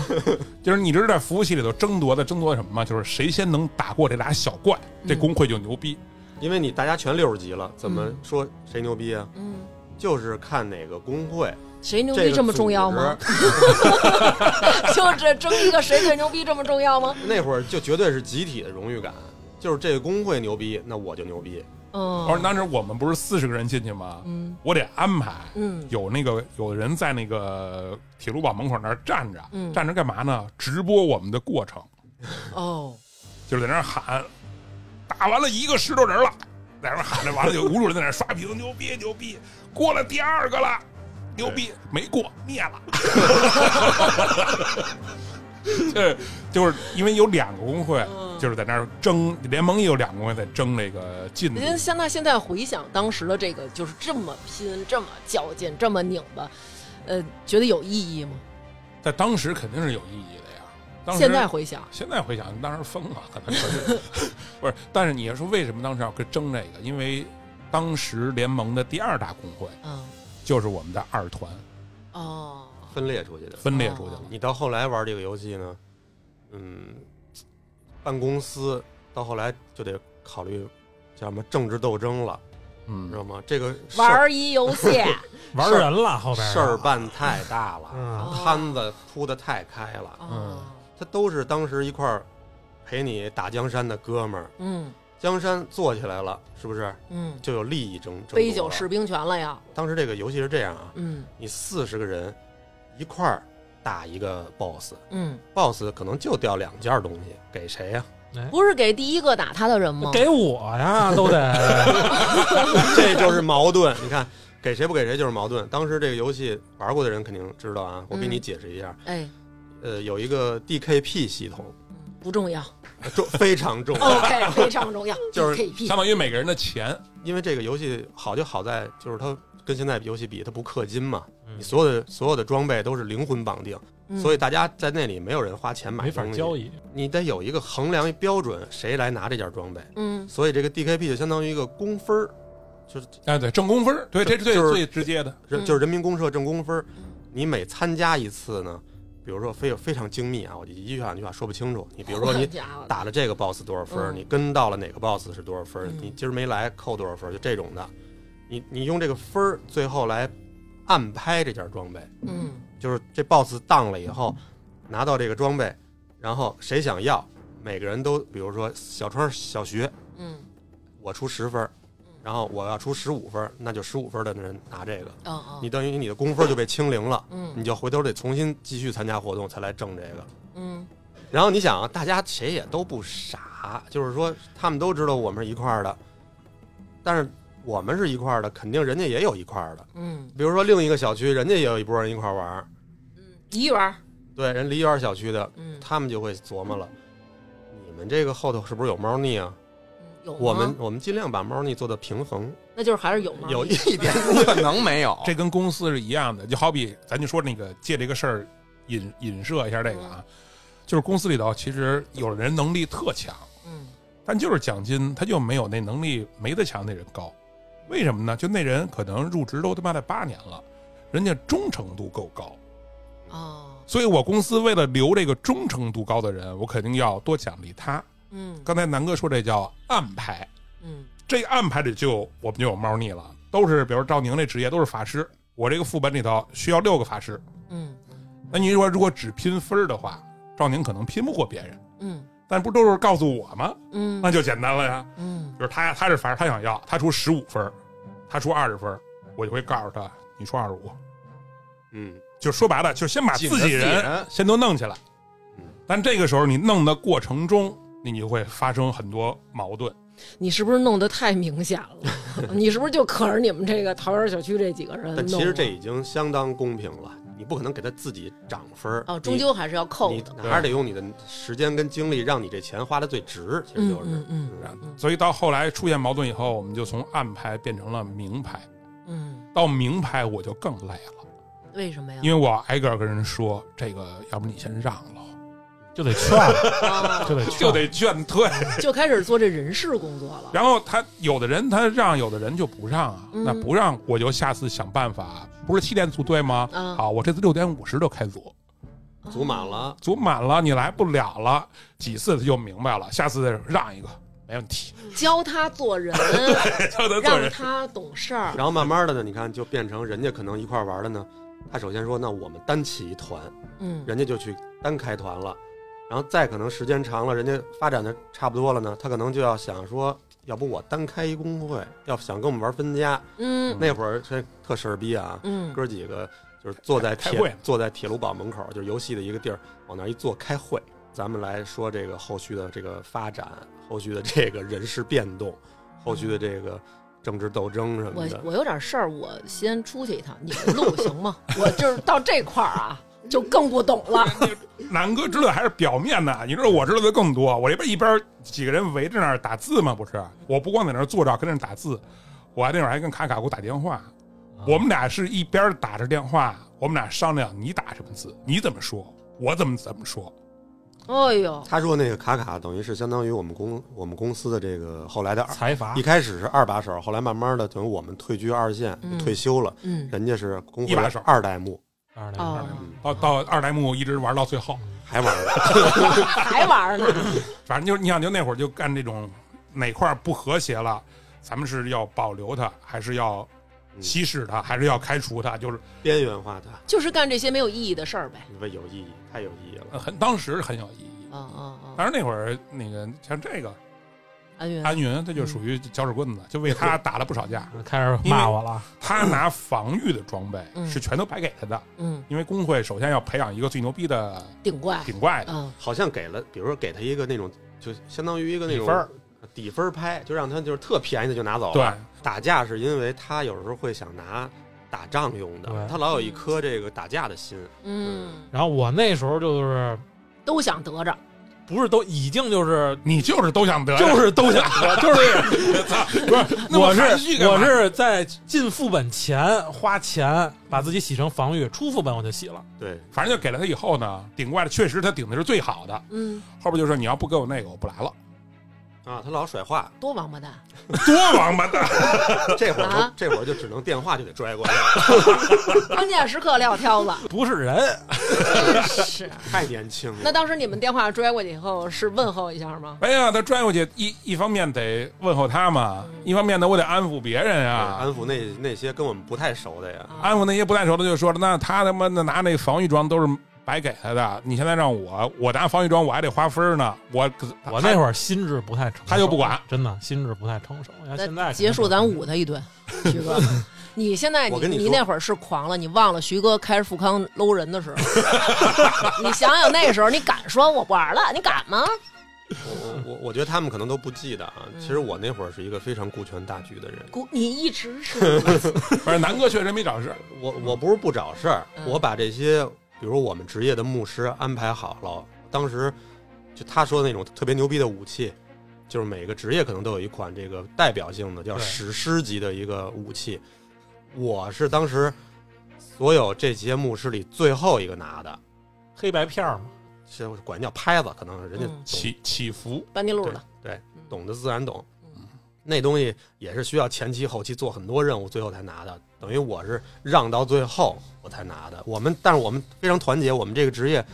D: 就是你知道在服务器里头争夺的争夺什么吗？就是谁先能打过这俩小怪，
B: 嗯
D: 这工会就牛逼。
C: 因为你大家全六十级了，怎么说谁牛逼啊？
B: 嗯，
C: 就是看哪个工会。
B: 谁牛逼这么重要吗？？ 就是争一个谁最牛逼这么重要吗？
C: 那会儿就绝对是集体的荣誉感，就是这个工会牛逼，那我就牛逼。
D: 而
B: 嗯
D: 当时我们不是四十个人进去吗？
B: 嗯
D: 我得安排。
B: 嗯
D: 有那个有人在那个铁路堡门口那儿站着，
B: 嗯
D: 站着干嘛呢？直播我们的过程，
B: 哦，
D: 就是在那儿喊，打完了一个石头人了，在那儿喊着，完了就无数人在那儿刷屏，牛逼牛逼，过了第二个了，牛逼没过灭了， 就是就是因为有两个工会，就是在那儿争，联盟也有两个工会在争这个
C: 嗯
D: 进度
B: 您像那现在回想当时的这个，就是这么拼，这么较劲，这么拧巴，呃，觉得有意义吗？
D: 在当时肯定是有意义的呀。当时
B: 现在回想，
D: 现在回想，当时疯了，可能是 不是？但是你要说为什么当时要跟争这个？因为当时联盟的第二大工会
B: 嗯，
D: 就是我们的二团
B: 哦，
C: 分裂出去的。
D: 分裂出去了。
C: 你到后来玩这个游戏呢，嗯，办公司到后来就得考虑叫什么政治斗争了。知
D: 嗯，
C: 道吗？这个事
B: 玩
C: 儿
B: 儿一游戏，
E: 玩人了后边啊
C: 事儿办太大了
E: 嗯，
C: 摊子铺的太开了，
B: 哦
C: 他都是当时一块儿陪你打江山的哥们儿。
B: 嗯
C: 江山做起来了，是不是
B: 嗯，
C: 就有利益争争夺了
B: 杯酒释兵权了呀，
C: 当时这个游戏是这样啊，
B: 嗯
C: 你四十个人一块儿打一个 BOSS。
B: 嗯，
C: boss 可能就掉两件东西，给谁呀、
B: 不是给第一个打他的人吗？
E: 给我呀，都得
C: 这就是矛盾。你看，给谁不给谁就是矛盾。当时这个游戏玩过的人肯定知道啊，我给你
B: 嗯
C: 解释一下。
B: 哎，
C: 呃，有一个 DKP 系统，
B: 不重要哦
C: 重非常重要，
B: ，OK，非常重要，
C: 就是
B: KP
D: 相当于每个人的钱，
C: 因为这个游戏好就好在就是它跟现在游戏比，它不氪金嘛，
E: 嗯
C: 你所有的所有的装备都是灵魂绑定，
B: 嗯
C: 所以大家在那里没有人花钱买
E: 没法
C: 东西
E: 交，易。
C: 你得有一个衡量标准，谁来拿这件装备。
B: 嗯
C: 所以这个 DKP 就相当于一个工分儿，就是
D: 哎，对，挣工分儿对，这是最
C: 就是
D: 最直接的，
B: 嗯
C: 人就是人民公社挣工分儿
B: 嗯，
C: 你每参加一次呢，比如说非非常精密啊，我就一句话两句话说不清楚。你比如说 你打了这个 boss 多少分儿，
B: 嗯
C: 你跟到了哪个 boss 是多少分儿，
B: 嗯
C: 你今儿没来扣多少分儿，就这种的。你你用这个分儿最后来暗拍这件装备，
B: 嗯
C: 就是这 boss 当了以后，拿到这个装备，然后谁想要，每个人都比如说小川小学
B: 嗯
C: 我出十分儿，然后我要出十五分儿，那就十五分儿的人拿这个。
B: 哦哦，
C: 你等于你的工分就被清零了，
B: 嗯
C: 你就回头得重新继续参加活动才来挣这个。
B: 嗯
C: 然后你想，啊，大家谁也都不傻，就是说他们都知道我们是一块儿的，但是我们是一块儿的，肯定人家也有一块儿的。
B: 嗯
C: 比如说另一个小区，人家也有一波人一块儿玩儿，
B: 嗯，梨园儿，
C: 对，人梨园小区的，
B: 嗯，
C: 他们就会琢磨了，你们这个后头是不是有猫腻啊？
B: 嗯有吗
C: 我们我们尽量把猫腻做到平衡，
B: 那就是还是有吗？
C: 有一 点
F: 不可能没有。
D: 这跟公司是一样的，就好比咱就说那个借这个事儿引引射一下这个啊，就是公司里头其实有人能力特强，
B: 嗯
D: 但就是奖金他就没有那能力没得强那人高，为什么呢？就那人可能入职都他妈的八年了，人家忠诚度够高，
B: 哦
D: 所以我公司为了留这个忠诚度高的人，我肯定要多奖励他。
B: 嗯
D: 刚才南哥说这叫安排，
B: 嗯
D: 这安排里就我们就有猫腻了，都是比如赵宁这职业都是法师，我这个副本里头需要六个法师。
B: 嗯
D: 那你说如果只拼分儿的话，赵宁可能拼不过别人，
B: 嗯
D: 但不都是告诉我吗？
B: 嗯
D: 那就简单了呀，
B: 嗯
D: 就是他他是反正他想要，他出十五分儿，他出二十分儿，我就会告诉他你出二十五，
C: 嗯，
D: 就说白了，就先把
F: 紧
D: 自
F: 着
D: 己
F: 自己
D: 人
F: 人
D: 先都弄起来
C: 嗯。
D: 但这个时候你弄的过程中，你就会发生很多矛盾。
B: 你是不是弄得太明显 了？你是不是就可着你们这个桃园小区这几个人弄啊了？
C: 但其实这已经相当公平了，你不可能给他自己涨分儿
B: 哦，
C: 你
B: 终究还是要扣
C: 你
B: 的。
C: 哪儿得用你的时间跟精力，让你这钱花的最值，其实
B: 嗯
C: 就是。
B: 嗯嗯
C: 嗯
D: 所以到后来出现矛盾以后，我们就从暗牌变成了明牌。
B: 嗯，
D: 到明牌我就更累了，
B: 为什么呀？
D: 因为我挨个儿跟人说，这个要不你先让了，
E: 就得劝，
B: 哦
E: 就得 劝，
D: 就得劝退。
B: 就开始做这人事工作了。
D: 然后他有的人他让，有的人就不让啊。
B: 嗯
D: 那不让，我就下次想办法。不是七点组队吗？
B: 嗯
D: 好，我这次六点五十就开组，
C: 组满了，
D: 组满了你来不了了。几次他就明白了，下次让一个没问题，
B: 教他做 人，
D: 教他做
B: 让
D: 人。
B: 他懂事儿。
C: 然后慢慢的呢，你看就变成人家可能一块儿玩的呢，他首先说那我们单起一团，
B: 嗯
C: 人家就去单开团了，然后再可能时间长了，人家发展的差不多了呢，他可能就要想说，要不我单开一工会，要想跟我们玩分家。
B: 嗯
C: 那会儿这特事儿逼啊，
B: 嗯
C: 哥几个就是坐在
D: 开
C: 铁
D: 会呢
C: 坐在铁路堡门口，就是游戏的一个地儿，往那儿一坐开会。咱们来说这个后续的这个发展，后续的这个人事变动，后续的这个政治斗争什么
B: 我
C: 的。
B: 我有点事儿，我先出去一趟，你们录行 吗？我就是到这块儿啊，就更不懂 了。
D: 南哥知道还是表面的，你知道我知道的更多。我这边一边几个人围着那儿打字嘛，不是？我不光在那儿坐着跟那儿打字，我还那会儿还跟卡卡给我打电话。我们俩是一边打着电话，我们俩商量你打什么字，你怎么说，我怎么怎么说。
B: 哎呦，
C: 他说那个卡卡等于是相当于我们公我们公司的这个后来的二，
E: 财阀
C: 一开始是二把手，后来慢慢的等于我们退居二线，
B: 嗯
C: 退休了，
B: 嗯，
C: 人家是工会
D: 一把手
C: 二代目，
E: 二零二
B: 哦
D: 到
E: 零，，
D: 到二代目一直玩到最后，
C: 还玩儿呢。
B: 还玩呢？
D: 反正就是你想，就那会儿就干这种哪块儿不和谐了，咱们是要保留它，还是要
C: 嗯
D: 稀释它，还是要开除它？就是
C: 边缘化它，
B: 就是干这些没有意义的事儿呗。
C: 你们有意义，太有意义
D: 呃
C: 了。
D: 很当时很有意义。
B: 嗯嗯
C: 啊
B: 嗯，
D: 当然那会儿那个像这个
B: 安云，
D: 安云，他就属于搅屎棍子，就为他打了不少架。
E: 开始骂我了，
D: 他拿防御的装备
B: 嗯
D: 是全都白给他的，
B: 嗯，
D: 因为工会首先要培养一个最牛逼的
B: 顶怪，
D: 顶怪的，
B: 嗯
C: 好像给了，比如说给他一个那种，就相当于一个那种
D: 底分儿
C: 底分儿拍，就让他就是特便宜的就拿走。
D: 对，，
C: 打架是因为他有时候会想拿打仗用的，
E: 对
C: 他老有一颗这个打架的心。
B: 嗯，
E: 然后我那时候就是
B: 都想得着，
E: 不是都已经就是
D: 你就是都想得，
E: 就是都想得， 就是
D: 不是
E: 这样 我
D: 那么含蓄
E: 是
D: 干嘛
E: 我是在进副本前花钱把自己洗成防御，出副本我就洗了。
C: 对，
D: 反正就给了他以后呢，顶怪的确实他顶的是最好的，
B: 嗯，
D: 后边就说你要不给我那个我不来了，
C: 啊，他老 甩话，
B: 多王八蛋，
D: 多王八蛋！
C: 这会儿
B: 啊
C: 就这会儿就只能电话就得拽过来，
B: 关键时刻撂挑子，
E: 不是人，
D: 啊
B: 真是。
C: 太年轻
B: 那
C: 了。
B: 当时你们电话拽过去以后是问候一下吗？
D: 哎呀，他拽过去一一方面得问候他嘛，
B: 嗯
D: 一方面呢我得安抚别人
C: 安
D: 啊，
C: 抚那那些跟我们不太熟的呀，
B: 啊
D: 安抚那些不太熟的就说了，那他他妈的拿那防御装都是白给他的，你现在让我我拿防御装我还得花分呢，我
E: 我那
D: 儿
E: 会儿心智不太成熟，
D: 他就不管，
E: 真的心智不太成熟。要现在
B: 结束，咱捂他一 顿，徐哥。你现在你
C: 我跟
B: 你
C: 你说
B: 那会儿是狂了，你忘了徐哥开着富康搂人 的时候，你想想那时候你敢说我不玩了，你敢吗？
C: 我我我觉得他们可能都不记得啊。
B: 嗯
C: 其实我那会儿是一个非常顾全大局的人，
B: 姑你一直 是，
D: 不是南哥确实没找事儿，
C: 我我不是不找事儿
B: 嗯，
C: 我把这些，比如我们职业的牧师安排好了。当时就他说的那种特别牛逼的武器，就是每个职业可能都有一款这个代表性的叫
E: 对
C: 史诗级的一个武器。我是当时所有这些牧师里最后一个拿的，
E: 黑白片 儿嘛，
C: 是管叫拍子，可能是人
B: 嗯
C: 家懂
D: 起起伏，
B: 班尼路
C: 对
B: 的，
C: 对，懂的自然懂。那东西也是需要前期后期做很多任务，最后才拿的。等于我是让到最后我才拿的。我们但是我们非常团结，我们这个职业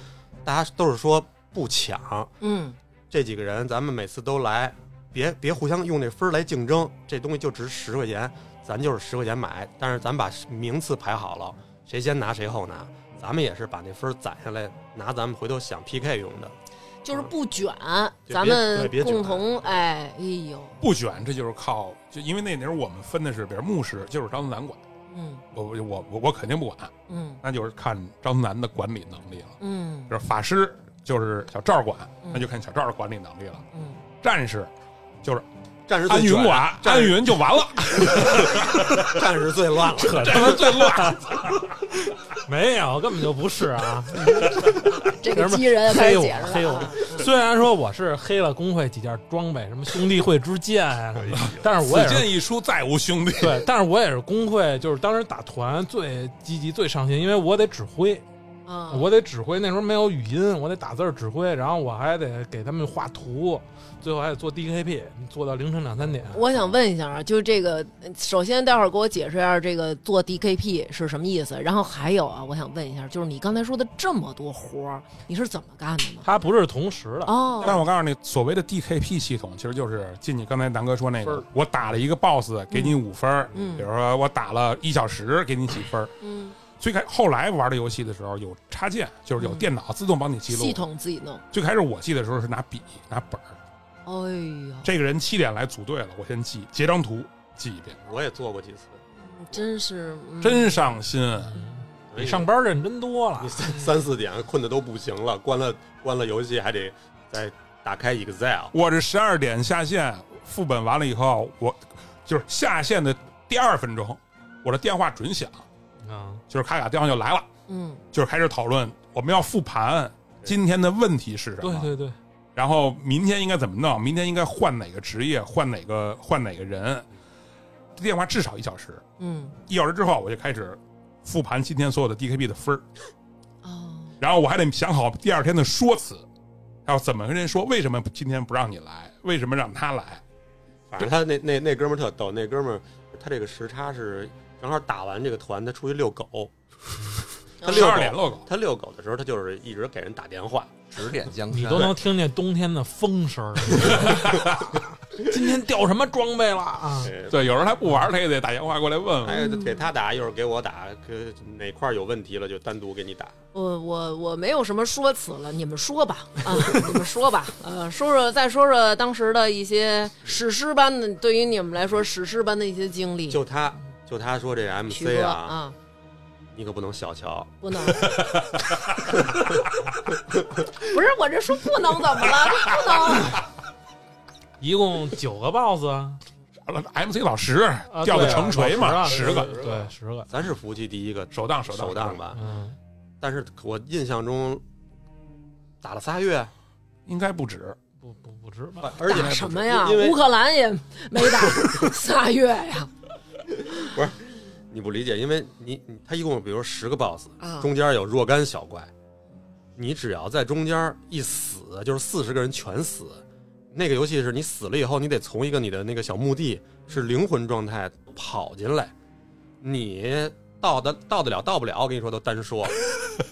C: 大家都是说不抢，
B: 嗯，
C: 这几个人咱们每次都来，别别互相用这分儿来竞争，这东西就值十块钱，咱就是十块钱买。但是咱把名次排好了，谁先拿谁后拿。咱们也是把那分儿攒下来，拿咱们回头想 PK 用的。
B: 就是不卷，
C: 别
B: 咱们
C: 对别卷
B: 共同哎，哎呦，
D: 不卷，这就是靠，就因为那时候我们分的是，比如牧师就是张思南管，
B: 嗯
D: 我我我我肯定不管，
B: 嗯
D: 那就是看张思南的管理能力了。
B: 嗯
D: 就是法师就是小赵管，
B: 嗯
D: 那就看小赵的管理能力了。
B: 嗯，
D: 战士就是
C: 战士最
D: 安云
C: 卷
D: 管，
C: 战
D: 安
C: 士
D: 云就完了，
C: 战士最乱了。
E: 扯
D: 他们最乱。
E: 没有，根本就不是啊。
B: 这个机人开始解释
E: 黑
B: 了
E: 我
B: 啊，
E: 虽然说我是黑了工会几件装备，什么兄弟会之剑啊
D: 哎
E: 什么的，但是我也
D: 此
E: 是
D: 剑一出，再无兄弟。
E: 对，但是我也是工会，就是当时打团最积极、最上心，因为我得指挥，
B: 啊，
E: 我得指挥。那时候没有语音，我得打字儿指挥，然后我还得给他们画图，最后还得做 DKP，做到凌晨两三点。
B: 我想问一下啊，就是这个，呃首先待会儿给我解释一下这个做 DKP 是什么意思，然后还有啊，我想问一下，就是你刚才说的这么多活儿，你是怎么干的呢？
E: 它不是同时的，
D: 但
B: 哦，
D: 我告诉你，所谓的 DKP 系统，其实就是进你刚才南哥说那
E: 分
D: 个
E: 儿，
D: 我打了一个 BOSS，给你五分儿
B: 嗯
D: 比如说我打了一小时，给你几分儿
B: 嗯，
D: 最开后来玩的游戏的时候有插件，就是有
B: 嗯
D: 电脑自动帮你记录。
B: 系统自己弄，
D: 最开始我记的时候是拿笔拿本儿，
B: 哎呀，
D: 这个人七点来组队了，我先记，截张图记一遍，
C: 我也做过几次，
B: 真是，嗯
D: 真上心。
E: 比上班认真多了
C: 你。三三四点困的都不行了，关了关了游戏还得再打开 Excel，
D: 我这十二点下线，副本完了以后，我就是下线的第二分钟，我的电话准响，
E: 啊，
D: 就是卡卡电话就来了，
B: 嗯
D: 就是开始讨论我们要复盘今天的问题是什么，
E: 对对对，
D: 然后明天应该怎么弄，明天应该换哪个职业，换哪个换哪个人，电话至少一小时，
B: 嗯，
D: 一小时之后我就开始复盘今天所有的 DKB 的分儿，
B: 哦，
D: 然后我还得想好第二天的说辞，还有怎么跟人说为什么今天不让你来，为什么让他来。
C: 反正他那那那哥们儿特逗，那哥们儿他这个时差是正好打完这个团，他出去遛
B: 哦
C: 狗，他
D: 十
C: 遛
D: 二点
C: 狗，
D: logo，
C: 他遛狗的时候他就是一直给人打电话，
D: 啊
F: 指点江山，
E: 你都能听见冬天的风声儿， 今天掉什么装备了啊？
D: 对，有时候他不玩，他也得打电话过来问
C: 还
D: 问。
C: 有哎给他打，一会儿给我打，可哪块儿有问题了就单独给你打。
B: 我呃我我没有什么说辞了，你们说吧啊，你们说吧，呃，说说再说说当时的一些史诗般的，对于你们来说史诗般的一些经历。
C: 就他就他说这
B: 嗯徐
C: MC
B: 哥
C: 啊，
B: 啊，
C: 你可不能小瞧。
B: 不能， 不是我这说不能怎么了？这不能，
E: 一共九个 boss 啊，
D: MC 老石
E: 啊
D: 掉的
E: 对啊
D: 成锤嘛，
E: 老
D: 十
E: 十啊
D: 个
E: 对十个，
C: 咱是服务器第一个
D: 首当首当
C: 首当，吧，
E: 嗯，
C: 但是我印象中打了仨月，
D: 应该不止。
E: 不不不值吧？
C: 而且
B: 打什么呀？
C: 因为
B: 乌克兰也没打 仨月呀，
C: 你不理解，因为你你他一共比如十个 boss，
B: 啊
C: 中间有若干小怪，你只要在中间一死，就是四十个人全死。那个游戏是你死了以后，你得从一个你的那个小墓地是灵魂状态跑进来，你到的到得了到不了，我跟你说都单说，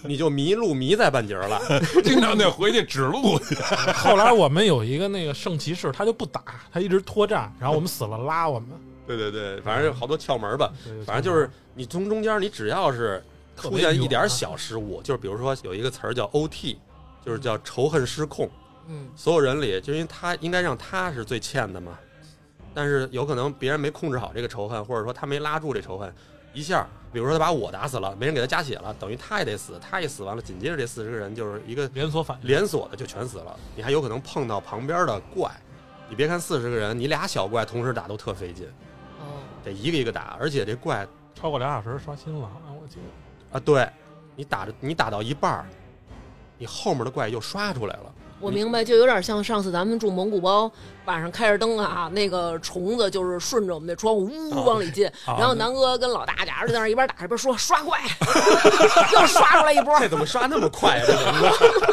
C: 你就迷路迷在半截儿了。
D: 经常得回去指路去。
E: 后来我们有一个那个圣骑士，他就不打，他一直拖战，然后我们死了拉我们，
C: 对对对，反正有好多窍门吧，
E: 对
C: 反正就是你从中间你只要是
E: 特
C: 出
E: 别
C: 现
E: 远
C: 一点
E: 啊
C: 儿小失误，就是比如说有一个词儿叫 OT，就是
E: 嗯
C: 叫仇恨失控。
B: 嗯，
C: 所有人里，就因为他应该让他是最欠的嘛，但是有可能别人没控制好这个仇恨，或者说他没拉住这仇恨，一下，比如说他把我打死了，没人给他加血了，等于他也得死，他一死完了，紧接着这四十个人就是一个
E: 连锁反应，
C: 连锁的就全死了，你还有可能碰到旁边的怪，你别看四十个人，你俩小怪同时打都特费劲，
B: 哦，
C: 得一个一个打，而且这怪
E: 超过俩小时刷新了啊，我记得
C: 啊，对你打着你打到一半儿，你后面的怪又刷出来了。
B: 我明白，就有点像上次咱们住蒙古包，晚上开着灯啊，那个虫子就是顺着我们那窗户呜往里进，然后南哥跟老大俩人在那儿一边打一边说刷怪， 又刷出来一波。
C: 这怎么刷那么快呀、这名字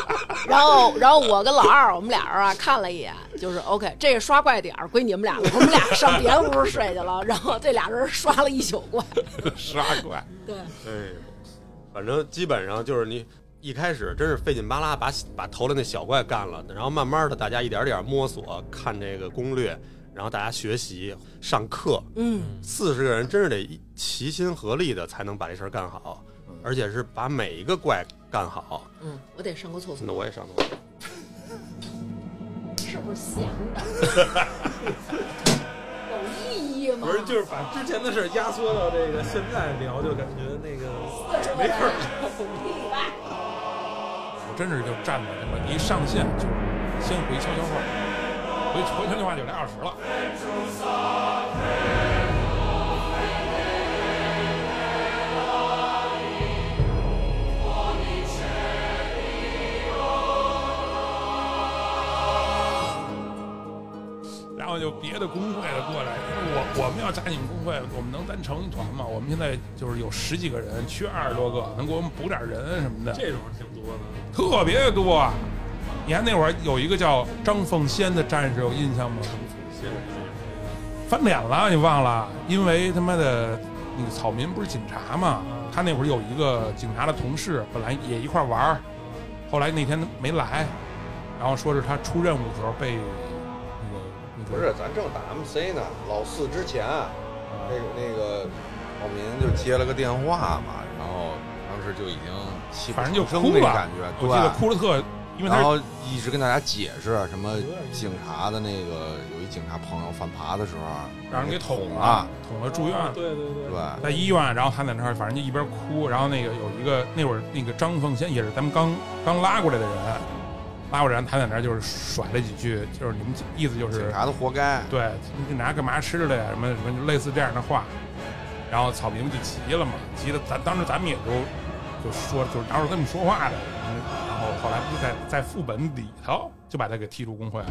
B: 然后，然后我跟老二，我们俩人啊看了一眼，就是 OK，这刷怪点儿归你们俩了，我们俩上别屋睡去了。然后这俩人刷了一宿怪，
D: 杀怪，
B: 对，
C: 哎呦，反正基本上就是你一开始真是费劲巴拉把把头的那小怪干了，然后慢慢的大家一点点摸索，看这个攻略，然后大家学习上课，
B: 嗯，
C: 四十个人真是得一齐心合力的才能把这事儿干好，而且是把每一个怪干好。
B: 嗯，我得上个厕所，
C: 那我也上厕所。
B: 是不是闲的？有意义吗？
E: 不是就是把之前的事压缩到这个现在聊，就感觉那个没事儿。
D: 我真是就站着他妈一上线就先回悄悄话，回回悄悄话就俩小时了。然后就别的工会的过来，我我们要加你们工会，我们能单成一团吗？我们现在就是有十几个人，缺二十多个，能给我们补点人什么的。
E: 这种挺多的，
D: 特别多。你看那会儿有一个叫张凤仙的战士，有印象吗？翻脸了，你忘了？因为他妈的那个草民不是警察嘛，他那会儿有一个警察的同事，本来也一块儿玩儿，后来那天没来，然后说是他出任务的时候被那个那个
F: 不是，咱正打 MC 呢，老四之前，啊
D: 啊
F: 那个那个郝民就接了个电话嘛，然后当时就已经泣不
D: 反正就
F: 成
D: 哭
F: 声那
D: 了，
F: 感觉，
D: 我记得
F: 对。
D: 哭的特，因为他
F: 啊然
D: 是
F: 后一直跟大家解释什么警察的那个有一警察朋友反扒的时候啊
D: 让人给
F: 捅
D: 捅了，捅了呃住院了。
E: 啊对对对
F: 对，
D: 在医院，然后他在那儿，反正就一边哭，然后那个有一个那会儿那个张凤仙也是咱们刚刚拉过来的人，拉过来人他在那儿就是甩了几句，就是你们意思就是
F: 警察都活该。
D: 对，你拿干嘛吃的呀？什么什么就类似这样的话，然后草民们就急了嘛，急的咱当时咱们也都就说就是哪有这么说话的，然后后来不是在在副本里头就把他给踢出工会了，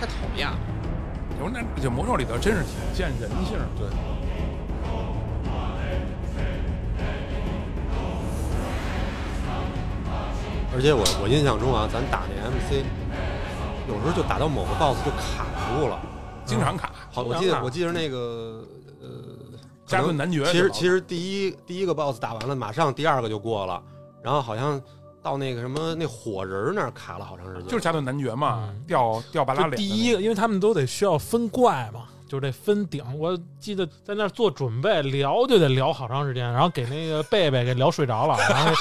C: 太讨厌了！
D: 你说那这魔兽里头真是挺见人性的。
F: 对，
C: 而且我我印象中啊，咱打那 MC，有时候就打到某个 BOSS 就卡住了。
D: 经常卡，
C: 嗯好，我记得我记得那个呃，
D: 加
C: 可能
D: 顿男爵
C: 其
D: 是
C: 实
D: 吧
C: 其实第一第一个 boss 打完了，马上第二个就过了，然后好像到那个什么那火人儿那儿卡了好长时间，
D: 就是
C: 是
D: 夹断男爵嘛
E: 嗯，
D: 掉掉半拉
E: 就
D: 脸。
E: 第一个，因为他们都得需要分怪嘛，就是得分顶。我记得在那儿做准备聊，就得聊好长时间，然后给那个贝贝给聊睡着 了，然后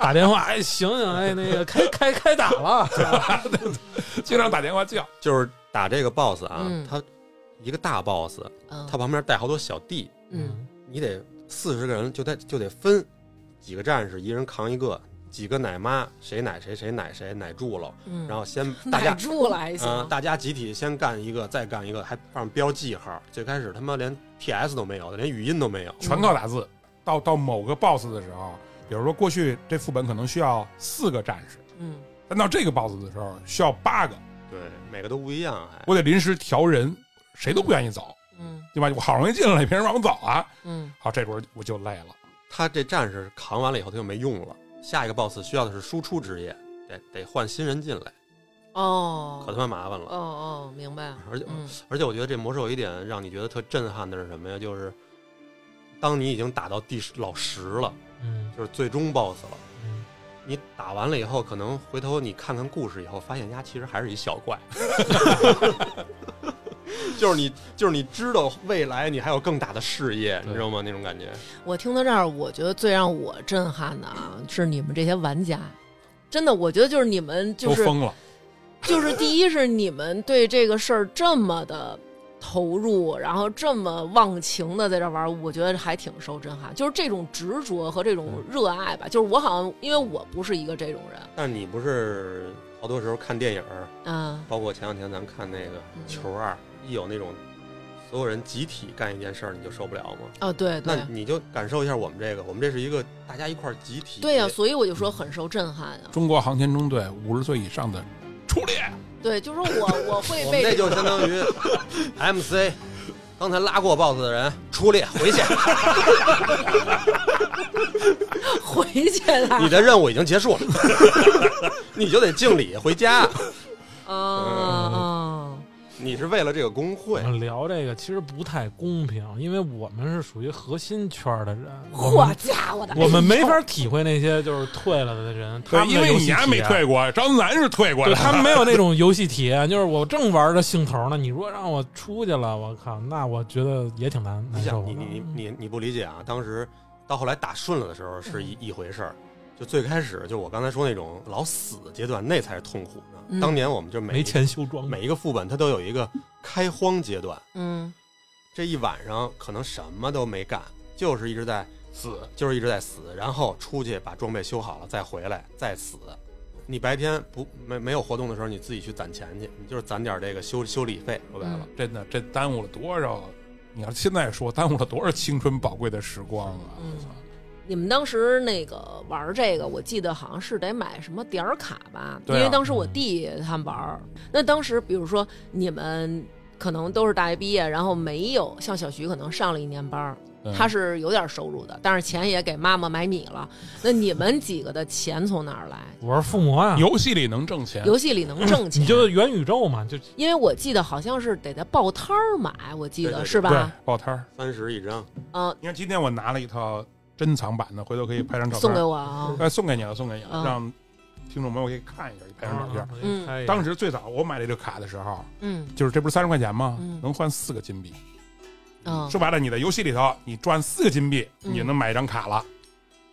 E: 打电话，哎，醒醒，哎，那个 开开开打了，
D: 经常打电话叫，
C: 就是打这个 boss 啊，
B: 嗯
C: 他一个大 boss，
B: 嗯
C: 他旁边带好多小弟，
B: 嗯，
C: 你得四十个人就得就得分几个战士，一人扛一个，几个奶妈谁奶谁谁奶谁奶住了，
B: 嗯
C: 然后先 大
B: 耐
C: 家
B: 住了还行
C: 嗯，，大家集体先干一个，再干一个，还上标记号。最开始他妈连 T S 都没有，连语音都没有。
B: 嗯
D: 全靠打字。到到某个 boss 的时候，比如说过去这副本可能需要四个战士，
B: 嗯，
D: 但到这个 boss 的时候需要八个，
C: 对，每个都不一样，还
D: 我得临时调人，谁都不愿意走，
B: 嗯
D: 对吧？我好容易进来，你凭什么让我走啊？
B: 嗯
D: 好，这波我就累了。
C: 他这战士扛完了以后他就没用了。下一个 boss 需要的是输出职业，得得换新人进来，
B: 哦，
C: 可他妈麻烦
B: 哦
C: 了。
B: 哦，明白，
C: 而且
B: 嗯
C: 而且我觉得这魔兽有一点让你觉得特震撼的是什么呀？就是当你已经打到第十老十了，
E: 嗯
C: 就是最终 boss 了，
E: 嗯，
C: 你打完了以后，可能回头你看看故事以后，发现它其实还是一小怪， 就是你就是你知道未来你还有更大的事业，你知道吗？那种感觉，
B: 我听到这儿，我觉得最让我震撼的啊，是你们这些玩家。真的，我觉得就是你们，就
D: 都
B: 是
D: 疯了，
B: 就是第一是你们对这个事儿这么的投入，然后这么忘情的在这玩儿，我觉得还挺受震撼。就是这种执着和这
C: 嗯
B: 种热爱吧。就是我好像因为我不是一个这种人，
C: 但你不是好多时候看电影儿，
B: 嗯
C: 包括前两天咱们看那个
B: 嗯
C: 《球二》，一有那种所有人集体干一件事儿，你就受不了吗？
B: 啊，对
C: 那
B: 对
C: 你就感受一下我们这个，我们这是一个大家一块儿集体，
B: 对呀、所以我就说很受震撼啊。
D: 中国航天中队五十岁以上的初恋，
B: 对，就是 我我会
C: 我
B: 被
C: 们这就相当于 MC，刚 才拉过 boss 的人出列 回去。
B: 回去了
C: 你的任务已经结束了， 你就得敬礼回家。
B: 啊
C: 嗯
B: 啊
C: 你是为了这个工
E: 我
C: 会，
E: 们聊这个其实不太公平，因为我们是属于核心圈儿的人，我
B: 嚯
E: 们
B: 家伙的，
E: 我们没法体会那些就是退了的人，他
D: 对，
E: 们的
D: 因为
E: 游
D: 你
E: 戏
D: 还
E: 体
D: 没
E: 验
D: 退过，张楠是退过
E: 对
D: 的，
E: 他们没有那种游戏体验，就是我正玩着兴头呢，你如果让我出去了，我靠，那我觉得也挺难
C: 你
E: 难受
C: 想，
E: 的。嗯
C: 你你你你你不理解啊？当时到后来打顺了的时候是一一回事儿，就最开始就我刚才说那种老死阶段，那才是痛
B: 嗯
C: 苦呢。当年我们就每
E: 没钱修装备，
C: 每一个副本它都有一个开荒阶段，
B: 嗯
C: 这一晚上可能什么都没干，就是一直在死，就是一直在死，然后出去把装备修好了再回来再死。你白天不没没有活动的时候，你自己去攒钱去，你就是攒点这个修修理费。说白
B: 嗯
C: 了，
D: 真的这耽误了多少？你要现在说，耽误了多少青春宝贵的时光啊！
B: 嗯，你们当时那个玩这个，我记得好像是得买什么点儿卡吧，因
D: 对啊
B: 为当时我弟他们玩儿。那当时比如说你们可能都是大学毕业，然后没有像小徐可能上了一年班儿，
D: 嗯
B: 他是有点收入的，但是钱也给妈妈买米了。那你们几个的钱从哪儿来？
E: 我是附魔呀，
D: 游戏里能挣钱，
B: 游戏里能挣 钱，
E: 你就元宇宙嘛，就
B: 因为我记得好像是得在报摊儿买，我记
C: 对
B: 得
C: 对
B: 是
D: 对
B: 吧？
D: 报摊儿。
C: 三十一张，
B: 嗯，
D: 你看今天我拿了一套珍藏版的，回头可以拍张照片
B: 送给我啊，
D: 哎，送给你了，送给你了，
B: 嗯
D: 让听众朋友可以看一下，拍张照片。
B: 嗯
E: 哎呀
D: 当时最早我买这个卡的时候，
B: 嗯
D: 就是这不是三十块钱吗
B: 嗯？
D: 能换四个金币。
B: 嗯，
D: 说白了，你在游戏里头你赚四个金币，
B: 嗯
D: 你就能买一张卡了。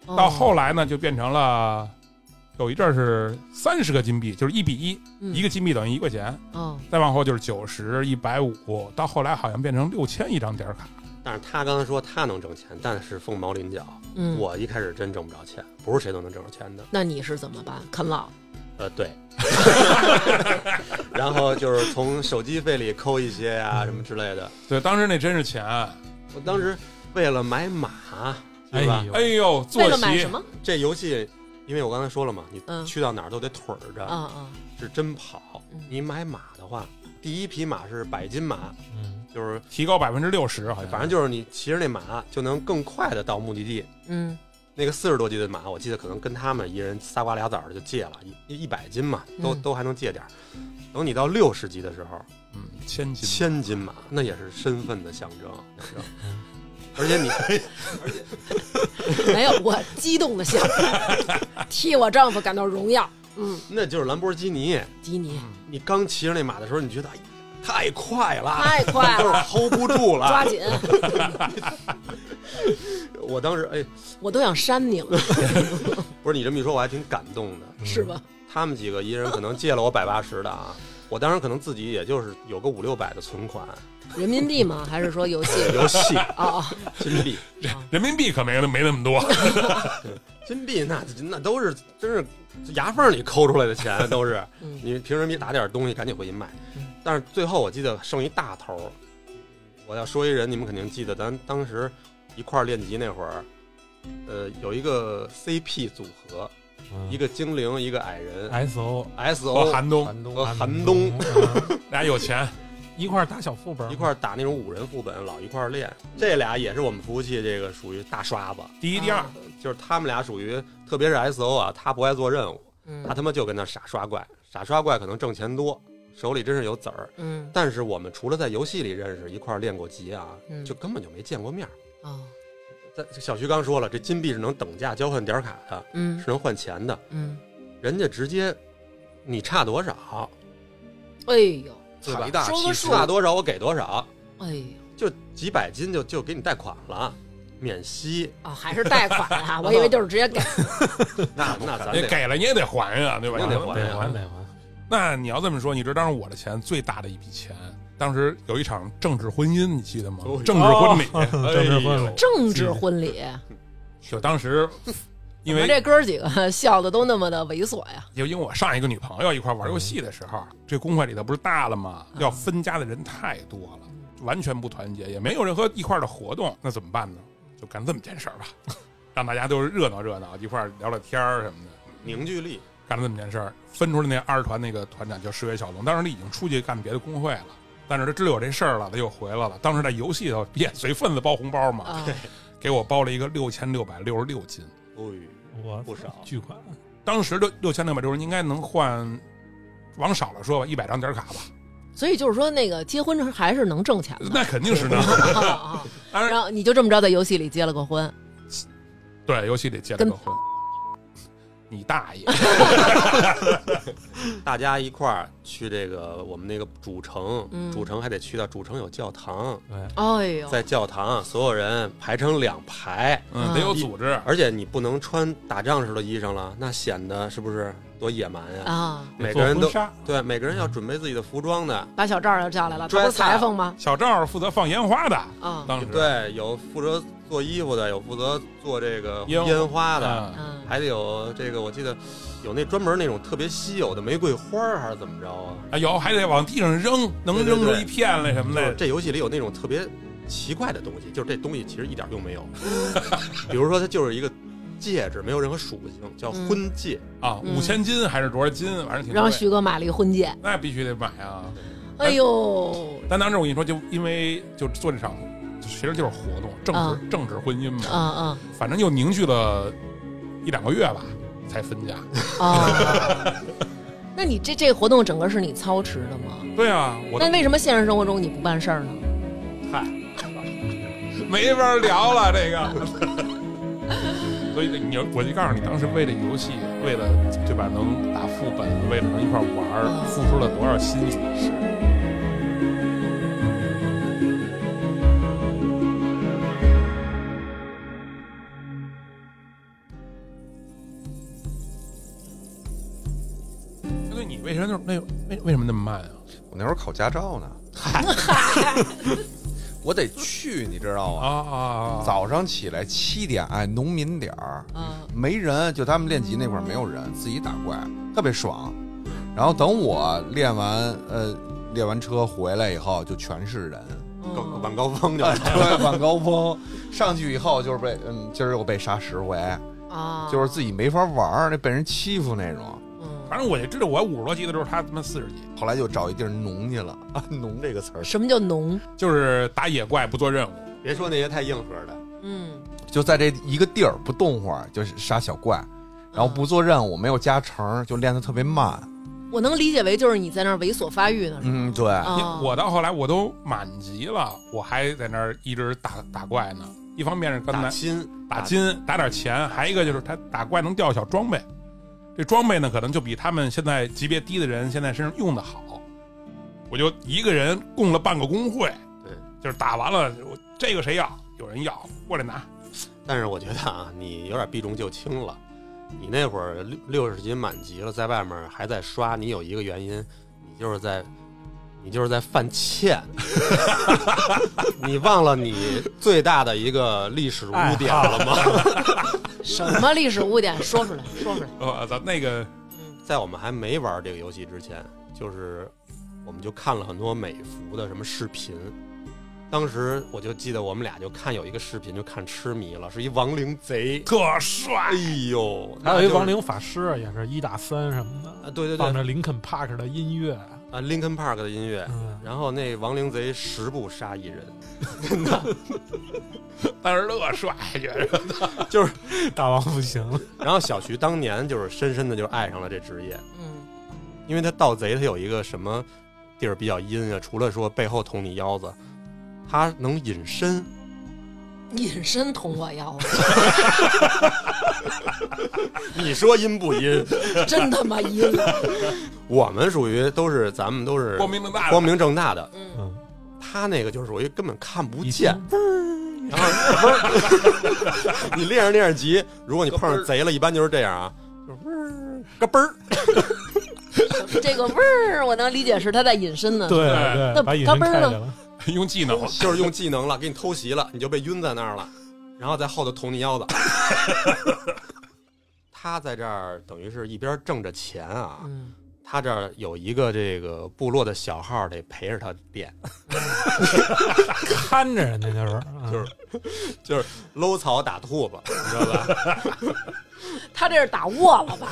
B: 哦
D: 到后来呢，就变成了有一阵儿是三十个金币，就是一比一，一个金币等于一块钱。
B: 嗯
D: 再往后就是九十、一百五，到后来好像变成六千一张点儿卡。
C: 但是他刚才说他能挣钱，但是凤毛麟角。
B: 嗯，
C: 我一开始真挣不着钱，不是谁都能挣着钱的。
B: 那你是怎么办？啃老？
C: 呃，对。然后就是从手机费里抠一些啊，什么之类的。
D: 对，当时那真是钱，
C: 我当时为了买马，
E: 哎
C: 对吧？
D: 哎
E: 呦，
D: 呦，
B: 为
D: 坐
B: 了嗯买
D: 席
B: 什么？
C: 这游戏，因为我刚才说了嘛，你
B: 嗯
C: 去到哪儿都得腿儿着，
B: 啊啊，
C: 是真跑
B: 嗯。
C: 你买马的话，第一匹马是百斤马，
E: 嗯，
C: 就是
D: 提高百分之六十，好像
C: 哎反正就是你骑着那马就能更快的到目的地。
B: 嗯
C: 那个四十多斤的马，我记得可能跟他们一人仨瓜俩枣的就借了一一百斤嘛，都、
B: 嗯
C: 都还能借点儿。等你到六十级的时候，
D: 嗯千金。
C: 千斤马那也是身份的象征，你知道吗而且你
B: 没有，我激动的笑，替我丈夫感到荣耀。嗯，
C: 那就是兰博基尼，
B: 基尼
C: 你刚骑上那马的时候，你觉得哎呀太快了，
B: 太快
C: 就是
B: 了，
C: hold 不住
B: 抓
C: 了。
B: 紧，
C: 我当时哎，
B: 我都想扇你了，
C: 不是你这么一说，我还挺感动的。
B: 是吧？
C: 他们几个一人可能借了我百八十的啊， 我当时可能自己也就是有个五六百的存款，
B: 人民币吗？还是说游戏？
C: 游戏
B: 哦，
C: 金币，
D: 人民币可没没那 么多，
C: 金币那那都是真是牙缝里抠出来的钱，都 是
B: 嗯
C: 你平时人民币打点东西赶紧回去卖，但是最后我记得剩一大头儿，我要说一人，你们肯定记得，咱当时一块儿练级那会儿，呃，有一个 CP 组合，一
E: 个
C: 个精灵，一个矮人
E: 嗯 S O 嗯
C: ，S
D: 和
C: O
D: 寒冬
F: 寒冬
C: 和寒冬
D: 俩有钱，
E: 一块儿打小副本，
C: 一块儿打那种五人副本，老一块儿练。这俩也是我们服务器这个属于大刷子，
D: 第一第二，
C: 就是他们俩属于，特别是 S O 啊，他不爱做任务，
B: 嗯
C: 他他妈就跟那傻刷怪，傻刷怪可能挣钱多，手里真是有子儿。
B: 嗯
C: 但是我们除了在游戏里认识，一块儿练过级啊，
B: 嗯
C: 就根本就没见过面儿。
B: 哦
C: 在小徐刚说了，这金币是能等价交换点儿卡的，
B: 嗯
C: 是能换钱的。
B: 嗯，
C: 人家直接，你差多少，
B: 哎呦
C: 对吧
F: 财？大
B: 说个
F: 气
B: 数
F: 粗，
C: 差多少我给多少，
B: 哎呦
C: 就几百金就就给你贷款了，免息。
B: 啊，还是贷款啊？我以为就是直接给。
C: 那那咱
D: 你
C: 得
D: 给了你也得还呀，对吧？
C: 肯定得还
E: 得还
D: 还
E: 得还，
D: 那你要这么说，你这当是我的钱最大的一笔钱。当时有一场政治婚姻，你记得吗
C: 哦？
D: 政治婚礼，
E: 政治婚
C: 哎
E: 礼
C: 呦
B: 政治婚礼，
D: 就当时因为
B: 我们这哥儿几个笑的都那么的猥琐呀。
D: 就因为我上一个女朋友一块玩游戏的时候，这公会里头不是大了吗？要分家的人太多了，完全不团结，也没有任何一块儿的活动，那怎么办呢？就干这么件事儿吧， 让大家都热闹热闹，一块儿聊聊天儿什么的。
C: 凝聚力。
D: 干了这么件事儿，分出来那二十团那个团长叫石月小龙，当时他已经出去干别的工会了，但是他知道有这事儿了，他又回来了。当时在游戏里头也随份子包红包嘛，
B: 啊，
D: 给我包了一个六千六百六十六金，
C: 哎，
E: 我
C: 不少
E: 巨款，
D: 当时六六千六百六十应该能换，往少了说吧，一百张点儿卡吧，
B: 所以就是说，那个结婚还是能挣钱的。
D: 那肯定是呢。
B: 啊啊
D: 当然，
B: 然后你就这么着在游戏里结了个婚，
D: 对，游戏里结了个婚，你大爷！
B: 嗯
C: 大家一块儿去这个我们那个主城，
B: 嗯
C: 主城还得去到主城有教堂，
B: 哎呦，
C: 在教堂所有人排成两排，
D: 嗯，得有组织。
C: 而且你不能穿打仗时的衣裳了，那显得是不是多野蛮呀？
B: 啊，
C: 每个人
D: 嗯做
C: 都
D: 婚纱
C: 对，每个人要准备自己的服装的。
B: 把小赵又叫来了，他不是
C: Dress
B: 裁
C: up
B: 缝吗？
D: 小赵负责放烟花的，
B: 啊，
D: 当时
C: 对，有负责做衣服的，有负责做这个
D: 烟
C: 烟花的，
D: 嗯
B: 嗯，
C: 还得有这个，我记得有那专门那种特别稀有的玫瑰花儿还是怎么着啊？
D: 啊，有还得往地上扔，能
C: 对对
D: 扔出
C: 对
D: 一片来什么
C: 就是
D: 的。
C: 这游戏里有那种特别奇怪的东西，就是这东西其实一点用没有。比如说，它就是一个戒指，没有任何属性，叫婚戒。
D: 啊，
B: 嗯
D: 五千斤还是多少斤，反正挺
B: 让
D: 贵。
B: 徐哥买了一个婚戒，
D: 那必须得买啊！
B: 哎呦，
D: 但当时我跟你说，就因为就做这场，其实就是活动，政治、政治婚姻嘛，
B: 嗯
D: 反正就凝聚了一两个月吧，才分家。
B: 嗯 啊，那你这这活动整个是你操持的吗？
D: 对啊，我都
B: 那为什么现实生活中你不办事儿呢？
D: 没法聊了这 个。所以你，我就告诉你，当时为了游戏，为了对吧，能打副本，为了能一块儿玩儿，付出了多少心血？对，你为什么那那为为什么那么慢啊？
F: 我那会儿考驾 照呢，我得去，你知道
D: 啊
F: 吗？
D: 啊啊！
F: 早上起来七点，哎，农民点儿，
B: 嗯，
F: 没人，就他们练级那块儿没有人，自己打怪，特别爽。然后等我练完，呃，练完车回来以后，就全是 人，
B: 嗯哦
C: 高晚高峰
F: 哎
C: 就
F: 对，晚高峰上去以后就是被，嗯，今儿又被杀十回，
B: 啊，
F: 就是自己没法玩儿，那被人欺负那种。
B: 嗯
D: 反正我就知道，我五十多级的时候，他他妈四十级，
F: 后来就找一地儿农去了 啊，农这个词儿，
B: 什么叫浓？
D: 就是打野怪不做任务。
C: 别说那些太硬核的，
B: 嗯，
F: 就在这一个地儿不动会儿，就是杀小怪，然后不做任务，没有加成，就练得特别慢。
B: 我能理解为就是你在那儿猥琐发育呢，是吧
F: 嗯，对，
B: 啊，
D: 我到后来我都满级了，我还在那儿一直打打怪呢。一方面是刚才
C: 打亲
D: 打金打点钱，还一个就是他打怪能掉小装备，这装备呢可能就比他们现在级别低的人现在身上用的好。我就一个人供了半个工会，
C: 对，
D: 就是打完了，我这个谁要？有人要，过来拿。
C: 但是我觉得啊，你有点避重就轻了。你那会儿六六十级满级了，在外面还在刷，你有一个原因，你就是在，你就是在犯欠。你忘了你最大的一个历史污点了吗？
B: 什么历史污点说出来，说出来，嗯
D: 呃，咱那个
C: 在我们还没玩这个游戏之前，就是我们就看了很多美服的什么视频。当时我就记得我们俩就看有一个视频，就看痴迷了，是一亡灵贼。
D: 特帅
C: 哎，呦，
E: 还有一亡
C: 灵
E: 灵法师也是一打三什么的，
C: 啊，对对对
E: 放着林肯帕克的音乐，
C: 啊，Linkin Park 的音乐，
E: 嗯，
C: 然后那亡灵贼十步杀一人，
D: 但是特帅，觉着
E: 大王 不行了，
C: 然后小徐当年就是深深的就爱上了这职业，
B: 嗯，
C: 因为他盗贼他有一个什么地儿比较阴啊，除了说背后捅你腰子，他能隐身，
B: 隐身捅我腰，
C: 你说阴不阴？
B: 真他妈阴，
C: 我们属于都是咱们都是
D: 光明正大的。
C: 光明正大的，
B: 嗯，
C: 他那个就是属于根本看不
E: 一
C: 见，然后不是 你练着练着急，如果你碰上贼了，一般就是这样啊，就是咯嘣儿，
B: 这个味儿我能理解是他在隐身呢，
E: 对
D: 对
E: 对，把隐身
B: 那嘎嘣
E: 开
B: 儿呢
E: 开了，
D: 用技能，
C: 就是用技能了，给你偷袭了，你就被晕在那儿了，然后在后头捅你 腰子。他在这儿等于是一边挣着钱啊，
B: 嗯，
C: 他这儿有一个这个部落的小号得陪着他练，
E: 看着人家就是，嗯
C: 就是就是搂草打兔子，你知道吧？
B: 他这是打卧了吧？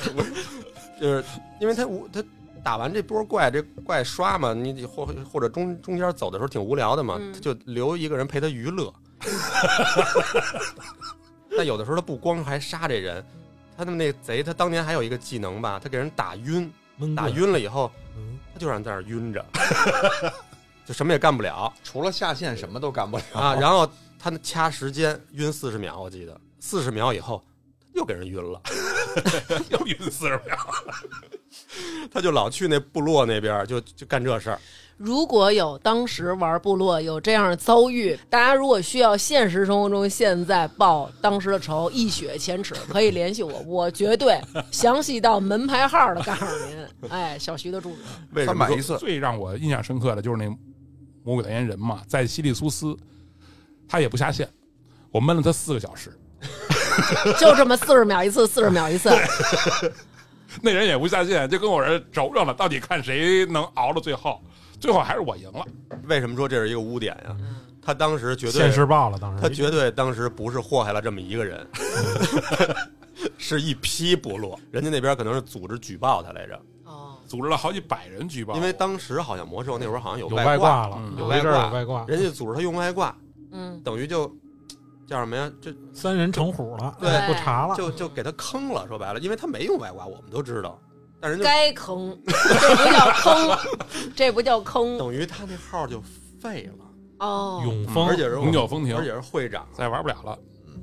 C: 就是因为他无他打完这波怪，这怪刷嘛，你或或者中中间走的时候挺无聊的嘛，
B: 嗯
C: 他就留一个人陪他娱乐。但有的时候他不光还杀这人，他们那贼他当年还有一个技能吧，他给人打晕，
E: 闷
C: 打
E: 棍，
C: 晕了以后，
E: 嗯
C: 他就让人在那儿晕着，就什么也干不了
F: 除了下线什么都干不了
C: 啊。然后他掐时间晕四十秒，我记得四十秒以后又给人晕了。
D: 又晕四十秒。
C: 他就老去那部落那边儿，就就干这事儿。
B: 如果有当时玩部落有这样的遭遇，大家如果需要现实生活中现在报当时的仇，一雪前耻，可以联系我，我绝对详细到门牌号的告诉您。哎，小徐的住址，
C: 为什
F: 他
C: 么
F: 买
C: 说
F: 一次，
D: 最让我印象深刻的就是那魔鬼代言人嘛，在西利苏斯，他也不下线，我闷了他四个小时，
B: 就这么四十秒一次，四十秒一次，
D: 那人也不下线，就跟我这轴上了，到底看谁能熬到最后。最后还是我赢了，
C: 为什么说这是一个污点
B: 嗯
C: 呀、他当时绝对
E: 现，世报了，当时
C: 他绝对当时不是祸害了这么一个人，是一批部落，人家那边可能是组织举报他来着，
B: 哦，
D: 组织了好几百人举报我，
C: 因为当时好像魔兽那会儿好像有
E: 有
C: 外
E: 挂了
D: 嗯，
E: 有
C: 外
E: 一阵儿有
C: 挂
E: 外挂，
C: 人家组织他用外挂，
B: 嗯，
C: 等于就叫什么呀？这
E: 三人成虎了，哎
C: 对
E: 不查了，
C: 就就给他坑了。说白了，因为他没用外挂，我们都知道，但人家
B: 该坑，这不叫坑，这不叫坑
C: 等于他那号就废了，
B: 哦，
E: 永丰
C: 而且是
D: 永久封停
C: 而，且是会长。
D: 再玩不了了。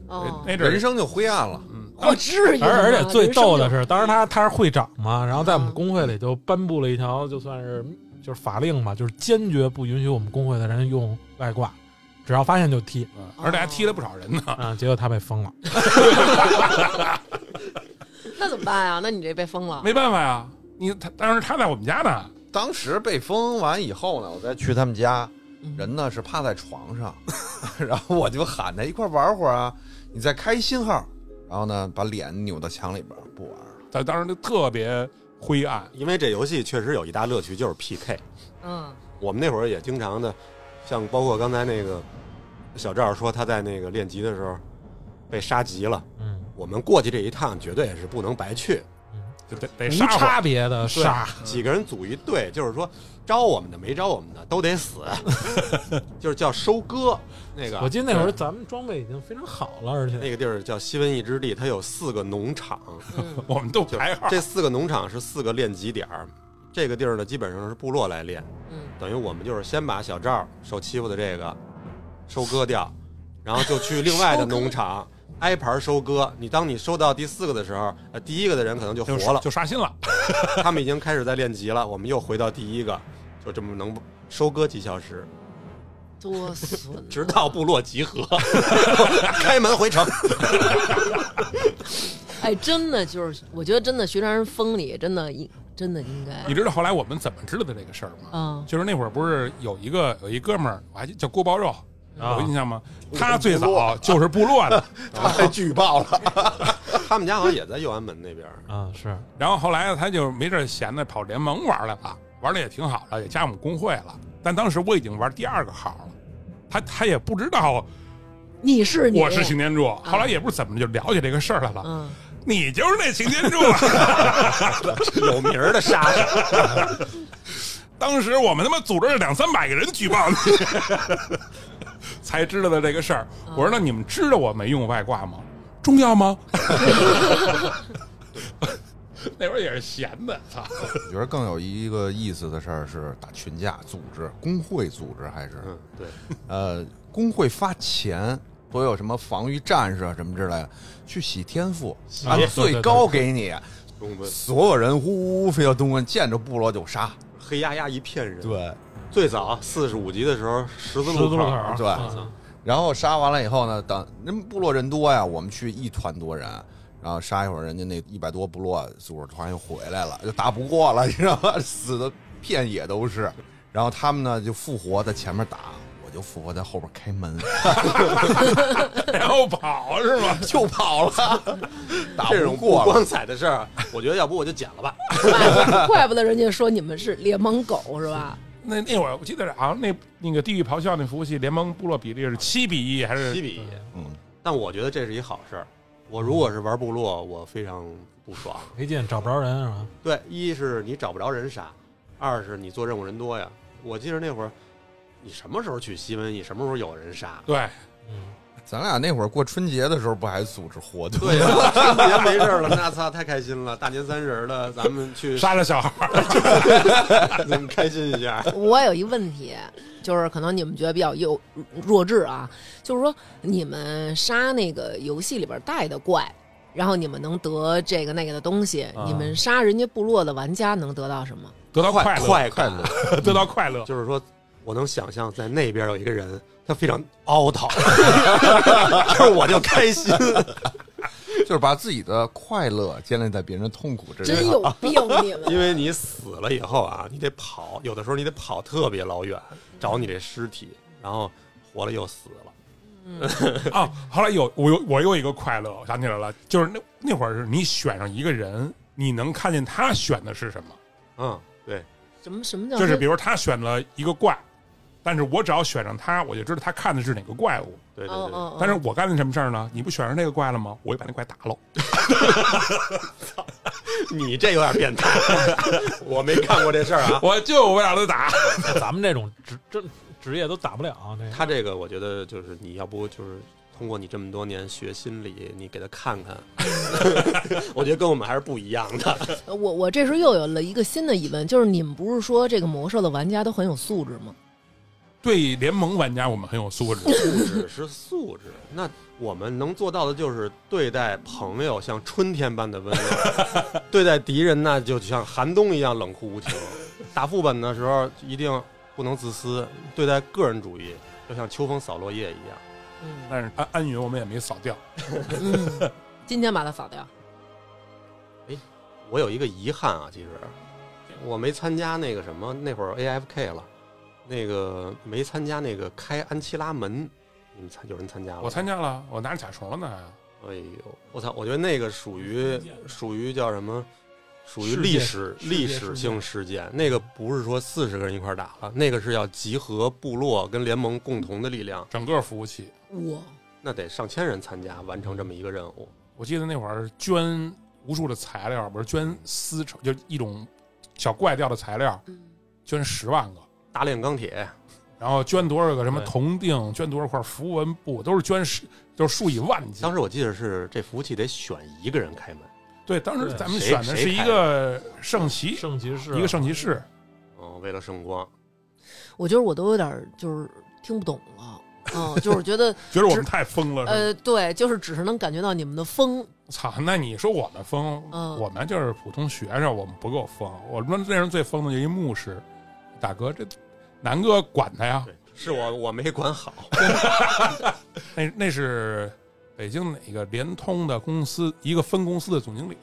B: 哦
D: 那阵
F: 人
D: 儿，
F: 生就灰暗了。
D: 嗯，
B: 我至于吗
E: 而而且最逗的，
B: 嗯人
E: 是，当时他他是会长嘛，然后在我
B: 嗯
E: 们工会里就颁布了一条，就算是就是法令嘛，就是坚决不允许我们工会的人用外挂，只要发现就踢
D: 嗯而且还踢了不少人呢。
E: 啊、结果他被封了，
B: 生就那怎么办呀？那你这被封了，
D: 没办法呀，你他当时他在我们家呢，
F: 当时被封完以后呢，我再去他们家，
B: 嗯
F: 人呢是趴在床上， 然后我就喊他一块儿玩会儿啊，你再开新号，然后呢把脸扭到墙里边儿不 玩了。
D: 他当时就特别灰暗，
C: 因为这游戏确实有一大乐趣，就是 PK。
B: 嗯，
C: 我们那会儿也经常的，像包括刚才那个小赵说他在那个练级的时候被杀急了，
E: 嗯，
C: 我们过去这一趟绝对是不能白去。
D: 就得
E: 无
D: 得杀我。
E: 差别的
C: 对
E: 杀，
C: 几个人组一队，就是说招我们的没招我们的都得 死，就是叫收割那个。
E: 我记得那会儿咱们装备已经非常好了，而且
C: 那个地儿叫西瘟疫之地， 它有四个农场，
B: 嗯
D: 我们都
C: 就
D: 排号，
C: 这四个农场是四个练级点儿，这个地儿呢，基本上是部落来练，
B: 嗯，
C: 等于我们就是先把小赵受欺负的这个收割掉，然后就去另外的农场挨盘收割。你当你收到第四个的时候，呃，第一个的人可能就
D: 就
C: 活了，
D: 就刷新了，
C: 他们已经开始在练级了，我们又回到第一个，就这么能收割几小时，
B: 多损啊，
C: 直到部落集合， 开门回城。
B: 哎，真的就是，我觉得真的学长人封你，真的应真的应该
D: 你知道后来我们怎么知道的这个事儿吗？
B: 啊，
D: 就是那会儿不是有一个有一哥们儿，我还记叫锅包肉，
E: 啊
D: 有印象吗？他最早就是部落 的，
F: 太巨爆了，
C: 他们家好像也在右安门那边儿，
E: 啊，是
D: 然后后来他就没事儿闲的跑联盟玩来了，玩的也挺好了，也加入我们工会了。但当时我已经玩第二个号了，他他也不知道
B: 你是你，
D: 我是擎天柱，后来也不知怎么就了解这个事儿来了。
B: 嗯，
D: 你就是那擎天柱，啊
C: 有名儿的杀手。
D: 当时我们他妈组织了两三百个人举报你， 才知道的这个事儿。
B: 嗯
D: 我说那你们知道我没用外挂吗？重要吗？ 那会儿也是闲的，操！
F: 我觉得更有一个意思的事儿是打群架组织、工会组织，还是
C: 嗯，对，
F: 呃工会发钱，所有什么防御战士啊什么之类的，去洗天赋，按最高给你，
C: 东奔
F: 所有人呜呜飞到东关，见着部落就杀。
C: 黑压压一片人。，
F: 对
C: 最早四十五级的时候，十字
E: 十字
C: 路
E: 路口
C: 口
E: 儿，
F: 对
E: 啊
F: 然后杀完了以后呢，等人部落人多呀，我们去一团多人，然后杀一会儿，人家那一百多部落组织团又回来了，就打不过了，你知道吗？死的遍野都是。然后他们呢就复活在前面打，我就复活在后边开门
D: 然后跑是吗？
F: 就跑了，打
C: 这
F: 不
C: 种不
F: 过
C: 光
F: 了。
C: 彩的事儿， 我觉得要不我就剪了吧。
B: 怪怪不得人家说你们是联盟狗是吧？
D: 那那会儿我记得好像那那个地狱咆哮那服务器联盟部落比例是七比一还
C: 七
D: 是？
C: 比一，
F: 嗯，
C: 但我觉得这是一好事儿。我如果是玩部落，我非常不爽。
E: 没劲，找不着人是吧？
C: 对，一是你找不着人杀，二是你做任务人多呀。我记得那会儿，你什么时候去西瘟疫，什么时候有人杀？
D: 对，
E: 嗯，
F: 咱俩那会儿过春节的时候不还组织活动？
C: 对呀、春节没事儿了，那操太开心了！大年三十儿的，咱们 去
D: 杀了小孩儿，
C: 咱们开心一下。
B: 我有一问题，就是可能你们觉得比较幼弱智啊，就是说你们杀那个游戏里边带的怪，然后你们能得这个那个的东西，
E: 啊
B: 你们杀人家部落的玩家能得到什么？
D: 得到快乐，
C: 快快乐，
D: 得到快乐。
C: 就是说，我能想象在那边有一个人，他非常懊 恼，就是我就开心。
F: 就是把自己的快乐建立在别人的痛苦之上。
B: 真有病，你 们！
C: 因为你死了以后啊，你得跑，有的时候你得跑特别老远找你这尸体，然后活了又死了。
D: 啊，后来有我有我有一个快乐，我想起来了，就是那那会儿是你选上一个人，你能看见他选的是什么，
C: 嗯，对，
B: 什么什么叫
D: 就是比如他选了一个怪，但是我只要选上他，我就知道他看的是哪个怪物。
C: 对对对，
B: 哦哦，
D: 但是我干了什么事儿呢？你不选上那个怪了吗？我就把那怪打了。
C: 你这有点变态，我没干过这事儿 啊。
D: 我就为了他打。
E: 咱们这种职这职业都打不了啊这个。
C: 他这个我觉得就是你要不就是通过你这么多年学心理，你给他看看， 我觉得跟我们还是不一样的。
B: 我我这时候又有了一个新的疑问，就是你们不是说这个魔兽的玩家都很有素质吗？
D: 对联盟玩家，我们很有素质。
C: 素质是素质，那我们能做到的就是对待朋友像春天般的温柔， 对待敌人那就像寒冬一样冷酷无情。打副本的时候一定不能自私，对待个人主义就像秋风扫落叶一样。
B: 嗯
D: 但是安安云我们也没扫掉，
B: 嗯，今天把它扫掉。
C: 我有一个遗憾啊，其实我没参加那个什么，那会儿 AFK 了，那个没参加那个开安琪拉门，你们参有人参加了吗？
D: 我参加了，我拿着甲虫了呢。
C: 哎呦，我操！我觉得那个属于属于叫什么？属于
E: 事件
C: 历史
E: 事件
C: 历史性事件，那个不是说四十个人一块儿打了，那个是要集合部落跟联盟共同的力量，
D: 整个服务器，
B: 哇，
C: 那得上千人参加完成这么一个任务。
D: 我记得那会儿捐无数的材料，不是捐丝绸，就一种小怪调的材料，
B: 嗯
D: 捐十万个，
C: 大炼钢铁，
D: 然后捐多少个什么
E: 对
D: 铜锭，捐多少块符文布，都是捐十，就是数以万计
C: 当。时我记得是这服务器得选一个人开门，
D: 对，当时
E: 对
D: 咱们
C: 谁
D: 选的啊是
C: 谁
D: 一
C: 开的
D: 个圣骑，
E: 圣骑士
D: 一个圣骑士，
C: 哦，为了圣光，
B: 我觉得我都有点儿就是听不懂了，嗯，就是觉 得
D: 觉得我们太疯了，是吧？
B: 呃，对，就是只是能感觉到你们的风，
D: 操，那你说我们疯，
B: 嗯
D: 我们就是普通学生，我们不够疯。我们那人最疯的就一牧师，大哥，这南哥管他呀，
C: 对，是我我没管好，
D: 那那是北京哪个联通的公司一个分公司的总经理，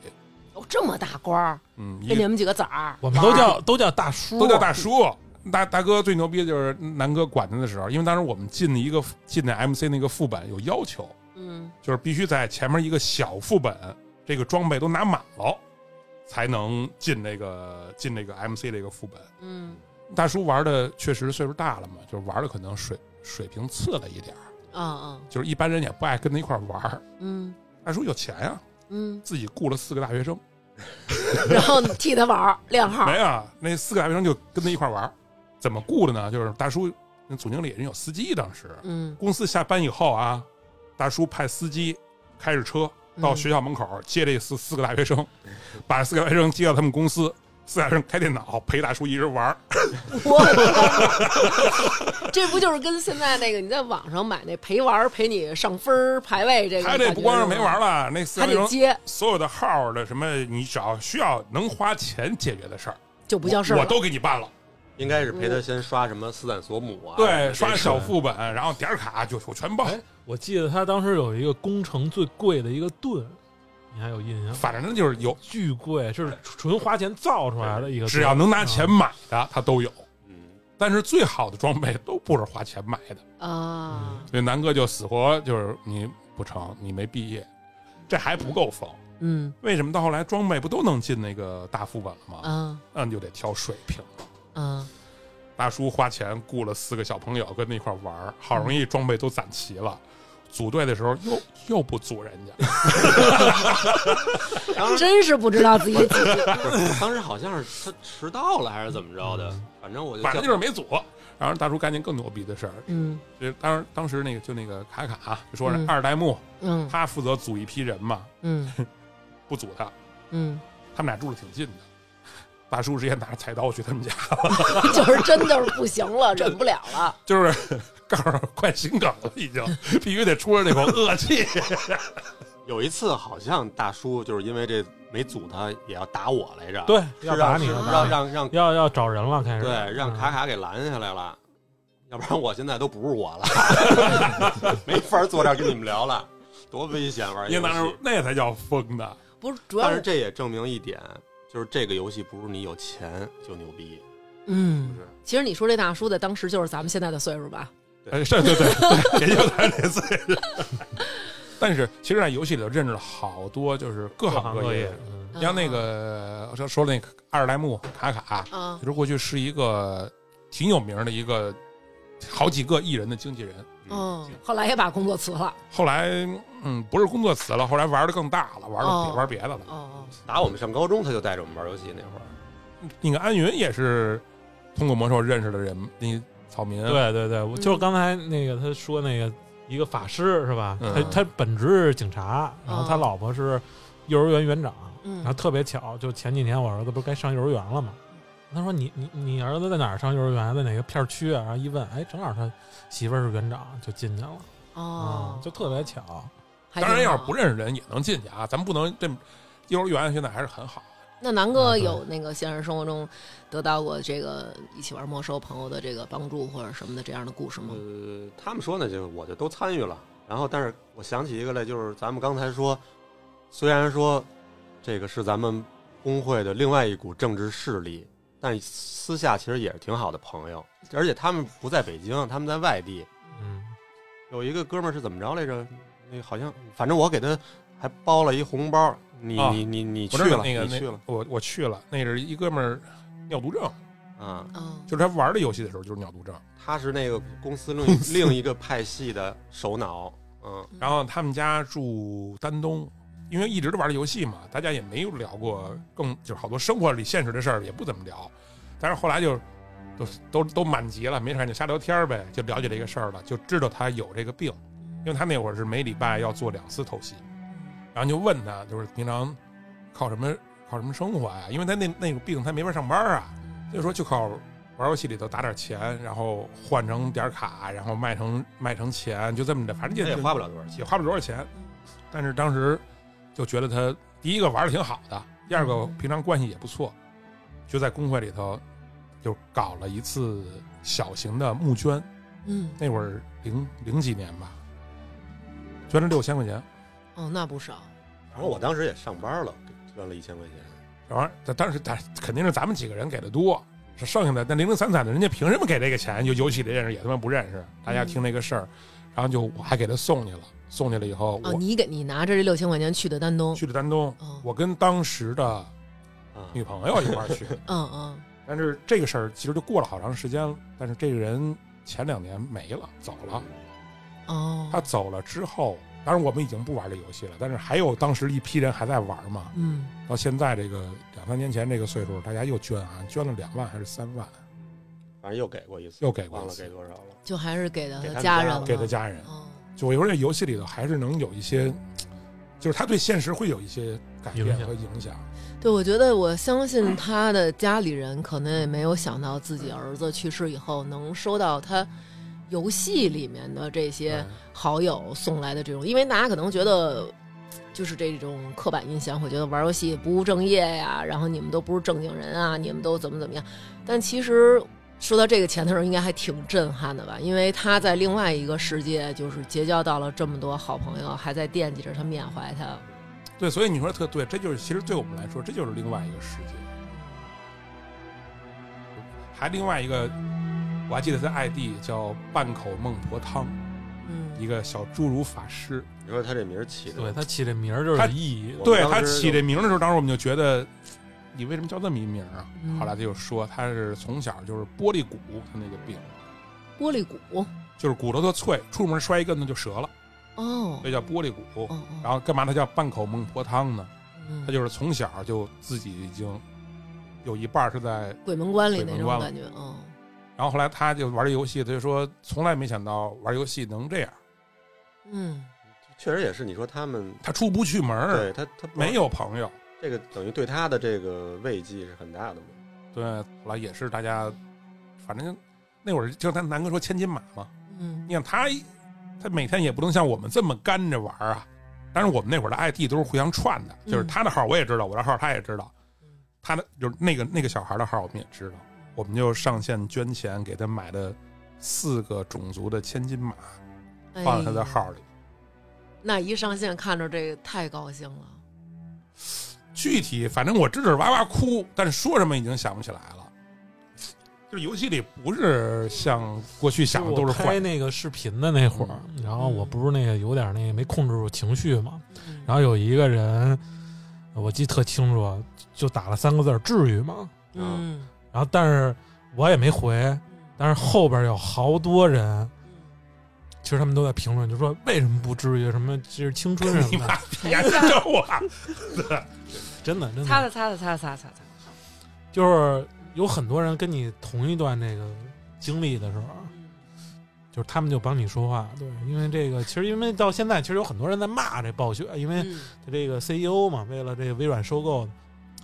B: 哦，这么大官儿，
D: 嗯，一
B: 被你们几个崽儿，
E: 我们都叫都叫大叔，
D: 都叫大叔。大大哥最牛逼的就是南哥管他的时候，因为当时我们进的一个进的 MC 那个副本有要求，
B: 嗯，
D: 就是必须在前面一个小副本，这个装备都拿满了，才能进这个进这个 MC 这个副本。
B: 嗯
D: 大叔玩的确实岁数大了嘛，就是玩的可能水水平次了一点儿，
B: 啊
D: 就是一般人也不爱跟他一块儿玩儿。
B: 嗯嗯
D: 大叔有钱呀、啊
B: 嗯，
D: 自己雇了四个大学生，
B: 然后替他玩儿练号
D: 没，啊，那四个大学生就跟他一块儿玩儿。怎么雇的呢？就是大叔那总经理人有司机，当时
B: 嗯
D: 公司下班以后啊，大叔派司机开着车
B: 嗯
D: 到学校门口接这四四个大学生，把四个大学生接到他们公司。四个大学生开电脑陪大叔一人玩儿，
B: 我靠这不就是跟现在那个你在网上买那陪玩儿陪你上分儿排位这个
D: 他
B: 感觉是吗，
D: 这不光是没玩儿了，那四个
B: 还
D: 大学
B: 得
D: 生
B: 接，
D: 所有的号儿的什么，你只要需要能花钱解决的事儿，
B: 就不叫事儿
D: 我
B: 了
D: 我。都给你办了。
C: 应该是陪他先刷什么斯坦索姆啊，
D: 对，刷小副本，然后点儿卡就我全报，
B: 哎
E: 我记得他当时有一个工程最贵的一个盾，你还有印象？
D: 反正就是有，
E: 巨贵，就是纯花钱造出来的一个盾，嗯啊
D: 只要能拿钱买的他都有。
C: 嗯，
D: 但是最好的装备都不是花钱买的，
B: 啊，
D: 所以南哥就死活就是你不成，你没毕业，这还不够疯。
B: 嗯
D: 为什么到后来装备不都能进那个大副本了吗？
B: 啊
D: 那你就得挑水平了。
B: 啊，
D: 大叔花钱雇了四个小朋友跟那一块儿玩儿，好容易装备都攒齐了。组队的时候又又不组人家，
B: 真是不知道自己几
C: 不是，当时好像是他迟到了还是怎么着的，反正我就
D: 反正
C: 叫
D: 就是没组。然后大叔干件更牛逼的事儿，
B: 嗯
D: 就是当时当时那个就那个卡卡就说
B: 嗯
D: 二代目
B: 嗯
D: 他负责组一批人嘛，
B: 嗯
D: 不组他，
B: 嗯，
D: 他们俩住的挺近的。大叔直接拿着菜刀去他们家，
B: 就是真就是不行了，忍不了了。
D: 就是告诉我快心梗了，已经必须得出来那口恶气。
C: 有一次好像大叔就是因为这没组他也要打我来着，，
E: 对，
C: 是
E: 要
C: 让
E: 打你
C: 是
E: 了，
C: 让让让
E: 要要找人了，开始
C: 对让
E: 嗯
C: 卡卡给拦下来了，要不然我现在都不是我了， 没法坐这儿跟你们聊了，多危险玩儿
D: 因为
C: 游
D: 当时
C: 戏。
D: 那才叫疯呢，
B: 不是，主要
C: 但是
B: 是
C: 这也证明一点，就是这个游戏不是你有钱就牛逼，
B: 嗯
C: 是，
B: 其实你说这大叔在当时就是咱们现在的岁数吧？
D: 呃，是对对对，也就咱这岁数。 但是其实，在游戏里头认识了好多，就是各
E: 各
D: 行
E: 行
D: 各
E: 各
D: 业
E: 业
D: 的。，
E: 嗯
D: 你像那个嗯说说那个阿尔代木卡卡，
B: 啊
D: 其实过去是一个挺有名的一个好几个艺人的经纪人。
B: 嗯，后来也把工作辞了。
D: 后来，嗯，不是工作辞了，后来玩的更大了，玩的、
B: 哦
D: 玩别的了。
B: 哦
C: 打我们上高中他就带着我们玩游戏那会儿，
D: 那个安云也是通过魔兽认识的人，那草民，
E: 对对对，我就是刚才那个他说那个一个法师是吧？
D: 嗯
E: 他他本职是警察，然后他
B: 嗯
E: 老婆是幼儿园园长，
B: 嗯
E: 然后特别巧，就前几年我儿子不是该上幼儿园了吗？
B: 嗯
E: 他说你你你儿子在哪儿上幼儿园，在哪个片儿区啊？然后一问，哎，正好他媳妇儿是园长，就进去了，
B: 哦
E: 嗯，就特别巧。
B: 还
D: 当然
B: 挺好
D: 要是不认识人也能进去啊，咱们不能这幼儿园现在还是很好。
B: 那南哥
E: 啊对
B: 有那个现实生活中得到过这个一起玩魔兽朋友的这个帮助或者什么的这样的故事吗？
C: 呃，他们说呢，就是我就都参与了。然后，但是我想起一个来，就是咱们刚才说，虽然说这个是咱们工会的另外一股政治势力，但私下其实也是挺好的朋友。而且他们不在北京，他们在外地。
E: 嗯，
C: 有一个哥们儿是怎么着来着？那个好像，反正我给他还包了一红包。你、
D: 啊
C: 你你你去
D: 我知道
C: 了，
D: 那个
C: 你去了
D: 那我我去了，那是一哥们儿尿毒症，
C: 啊！
B: 哦
D: 就是他玩的游戏的时候就是尿毒症。
C: 他是那个公司 另一另一个派系的首脑，嗯，
D: 然后他们家住丹东，因为一直都玩的游戏嘛，大家也没有聊过更就是好多生活里现实的事儿也不怎么聊。但是后来就都都都满级了，没事儿就瞎聊天儿呗，就了解这个事儿了，就知道他有这个病，因为他那会儿是每礼拜要做两次透析，然后就问他，就是平常靠什么靠什么生活呀、因为他那那个病他没法上班啊，所以说就靠玩游戏里头打点钱，然后换成点卡，然后卖成卖成钱，就这么着，反正
C: 那
D: 也
C: 也
D: 挺
C: 花不了多少
D: 也
C: 钱。
D: 花不了多少钱。但是当时就觉得他第一个玩的挺好的，第二个平常关系也不错，就在工会里头就搞了一次小型的募捐，
B: 嗯，
D: 那会儿零零几年吧，捐了六千块钱。
B: 哦，那不少。
C: 然后我当时也上班了，捐了一千块钱。
D: 这玩意儿，但当时但肯定是咱们几个人给的多，是剩下的那零零散散的，人家凭什么给这个钱？就尤其里认识也他妈不认识，大家听那个事儿，然后就我还给他送去了，送去了以后，
B: 哦，
D: 我
B: 你给你拿着这六千块钱去的丹东，
D: 去了丹东，
B: 哦
D: 我跟当时的
C: 啊，
D: 女朋友一块儿去，
B: 嗯嗯，
D: 但是这个事儿其实就过了好长时间了，但是这个人前两年没了，走了。
B: 哦，
D: 他走了之后，当然我们已经不玩这游戏了，但是还有当时一批人还在玩嘛，
B: 嗯，
D: 到现在这个两三年前这个岁数，大家又捐啊，捐了两万还是三万，
C: 反正又给过一次，
D: 又给过
C: 忘
D: 一
C: 了
D: 次
C: 给多少了。
B: 就还是给到
C: 给
B: 他
C: 他
B: 家
C: 家
B: 人了，
D: 给他家人。
B: 哦，
D: 就我觉得这游戏里头还是能有一些，就是他对现实会有一些改变
E: 影响
D: 和影响。
B: 对，我觉得我相信他的家里人可能也没有想到自己儿子去世以后能收到他游戏里面的这
D: 嗯
B: 些好友送来的这种，因为大家可能觉得。就是这种刻板印象，会觉得玩游戏不务正业呀，然后你们都不是正经人啊，你们都怎么怎么样。但其实说到这个钱的时候，应该还挺震撼的吧？因为他在另外一个世界，就是结交到了这么多好朋友，还在惦记着他，缅怀他。
D: 对，所以你说得特对，这就是其实对我们来说，这就是另外一个世界。还另外一个，我还记得在爱地叫半口孟婆汤，
B: 嗯，
D: 一个小侏儒法师。
C: 你说他这名儿起的，
E: 对他起这名儿就是
D: 他
E: 有意义。
C: 我
D: 对
C: 当
D: 他
C: 时
D: 起
C: 就
D: 这名儿的时候，当时我们就觉得，你为什么叫这么一名儿啊？后来他就说，他是从小就是玻璃骨，他那个病
B: 嗯玻璃骨，
D: 就是骨头特脆，出门摔一跟头就折了，
B: 哦，
D: 所以叫玻璃骨。
B: 哦哦
D: 然后干嘛他叫半口孟婆汤呢？
B: 嗯
D: 他就是从小就自己已经有一半儿是在，
B: 鬼门关里那
D: 鬼门
B: 种
D: 关
B: 感觉，嗯，
D: 然后后来他就玩这游戏，他就说从来没想到玩游戏能这样，
B: 嗯，
C: 确实也是。你说他们，
D: 他出不去门儿，
C: 对他他不
D: 没有朋友，
C: 这个等于对他的这个慰藉是很大的嘛。
D: 对，后来也是大家，反正那会儿就咱南哥说千金马嘛，
B: 嗯，
D: 你看他他每天也不能像我们这么干着玩儿啊，但是我们那会儿的 ID 都是互相串的，就是
B: 嗯
D: 他的号我也知道，我的号他也知道，他的就是那个那个小孩的号我们也知道，我们就上线捐钱给他买的四个种族的千金马
B: 哎
D: 放在他的
B: 呀
D: 号里。
B: 那一上线看着这个太高兴了，
D: 具体反正我知道是哇哇哭，但是说什么已经想不起来了。就是游戏里不是像过去想的都
E: 我
D: 是
E: 拍
D: 坏
E: 那个视频的那会儿，
B: 嗯
E: 然后我不是那个有点那个没控制住情绪嘛，
B: 嗯
E: 然后有一个人，我记得特清楚，就打了三个字儿“至于吗
B: 嗯，”，
E: 然后但是我也没回，但是后边有好多人，其实他们都在评论，就说为什么不至于，什么这是青春 什
D: 你
E: 么
D: 妈
E: 的，
D: 逼呀！叫我，
E: 真的
D: 嗯
E: 真
B: 擦
E: 的
B: 擦擦擦擦擦擦，
E: 就是有很多人跟你同一段这个经历的时候。就是他们就帮你说话，对，因为这个其实因为到现在，其实有很多人在骂这暴雪，因为
B: 嗯
E: 这个 CEO 嘛，为了这个微软收购，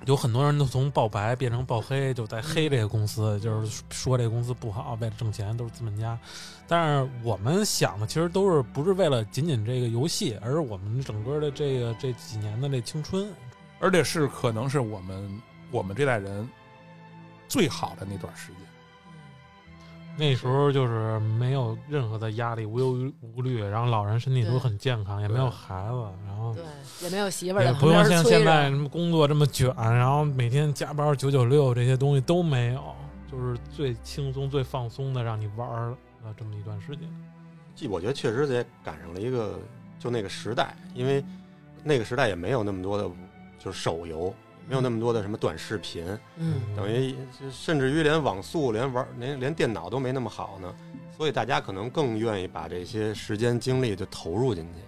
E: 有很多人都从爆白变成爆黑，就在黑这个公司，就是说这个公司不好，为了挣钱都是资本家。但是我们想的其实都是不是为了仅仅这个游戏，而是我们整个的这个这几年的这青春。
D: 而且是可能是我们我们这代人最好的那段时间。
E: 那时候就是没有任何的压力，无忧无虑，然后老人身体都很健康，也没有孩子，然后
B: 对，也没有媳妇儿
E: 也
B: 在旁
E: 不用
B: 边
E: 像
B: 催
E: 现
B: 着
E: 在，什么工作这么卷，然后每天加班九九六这些东西都没有，就是最轻松、最放松的，让你玩儿了这么一段时间。
C: 这我觉得确实也赶上了一个就那个时代，因为那个时代也没有那么多的，就是手游，没有那么多的什么短视频，
B: 嗯，
C: 等于甚至于连网速、连玩、连连电脑都没那么好呢，所以大家可能更愿意把这些时间精力就投入进去，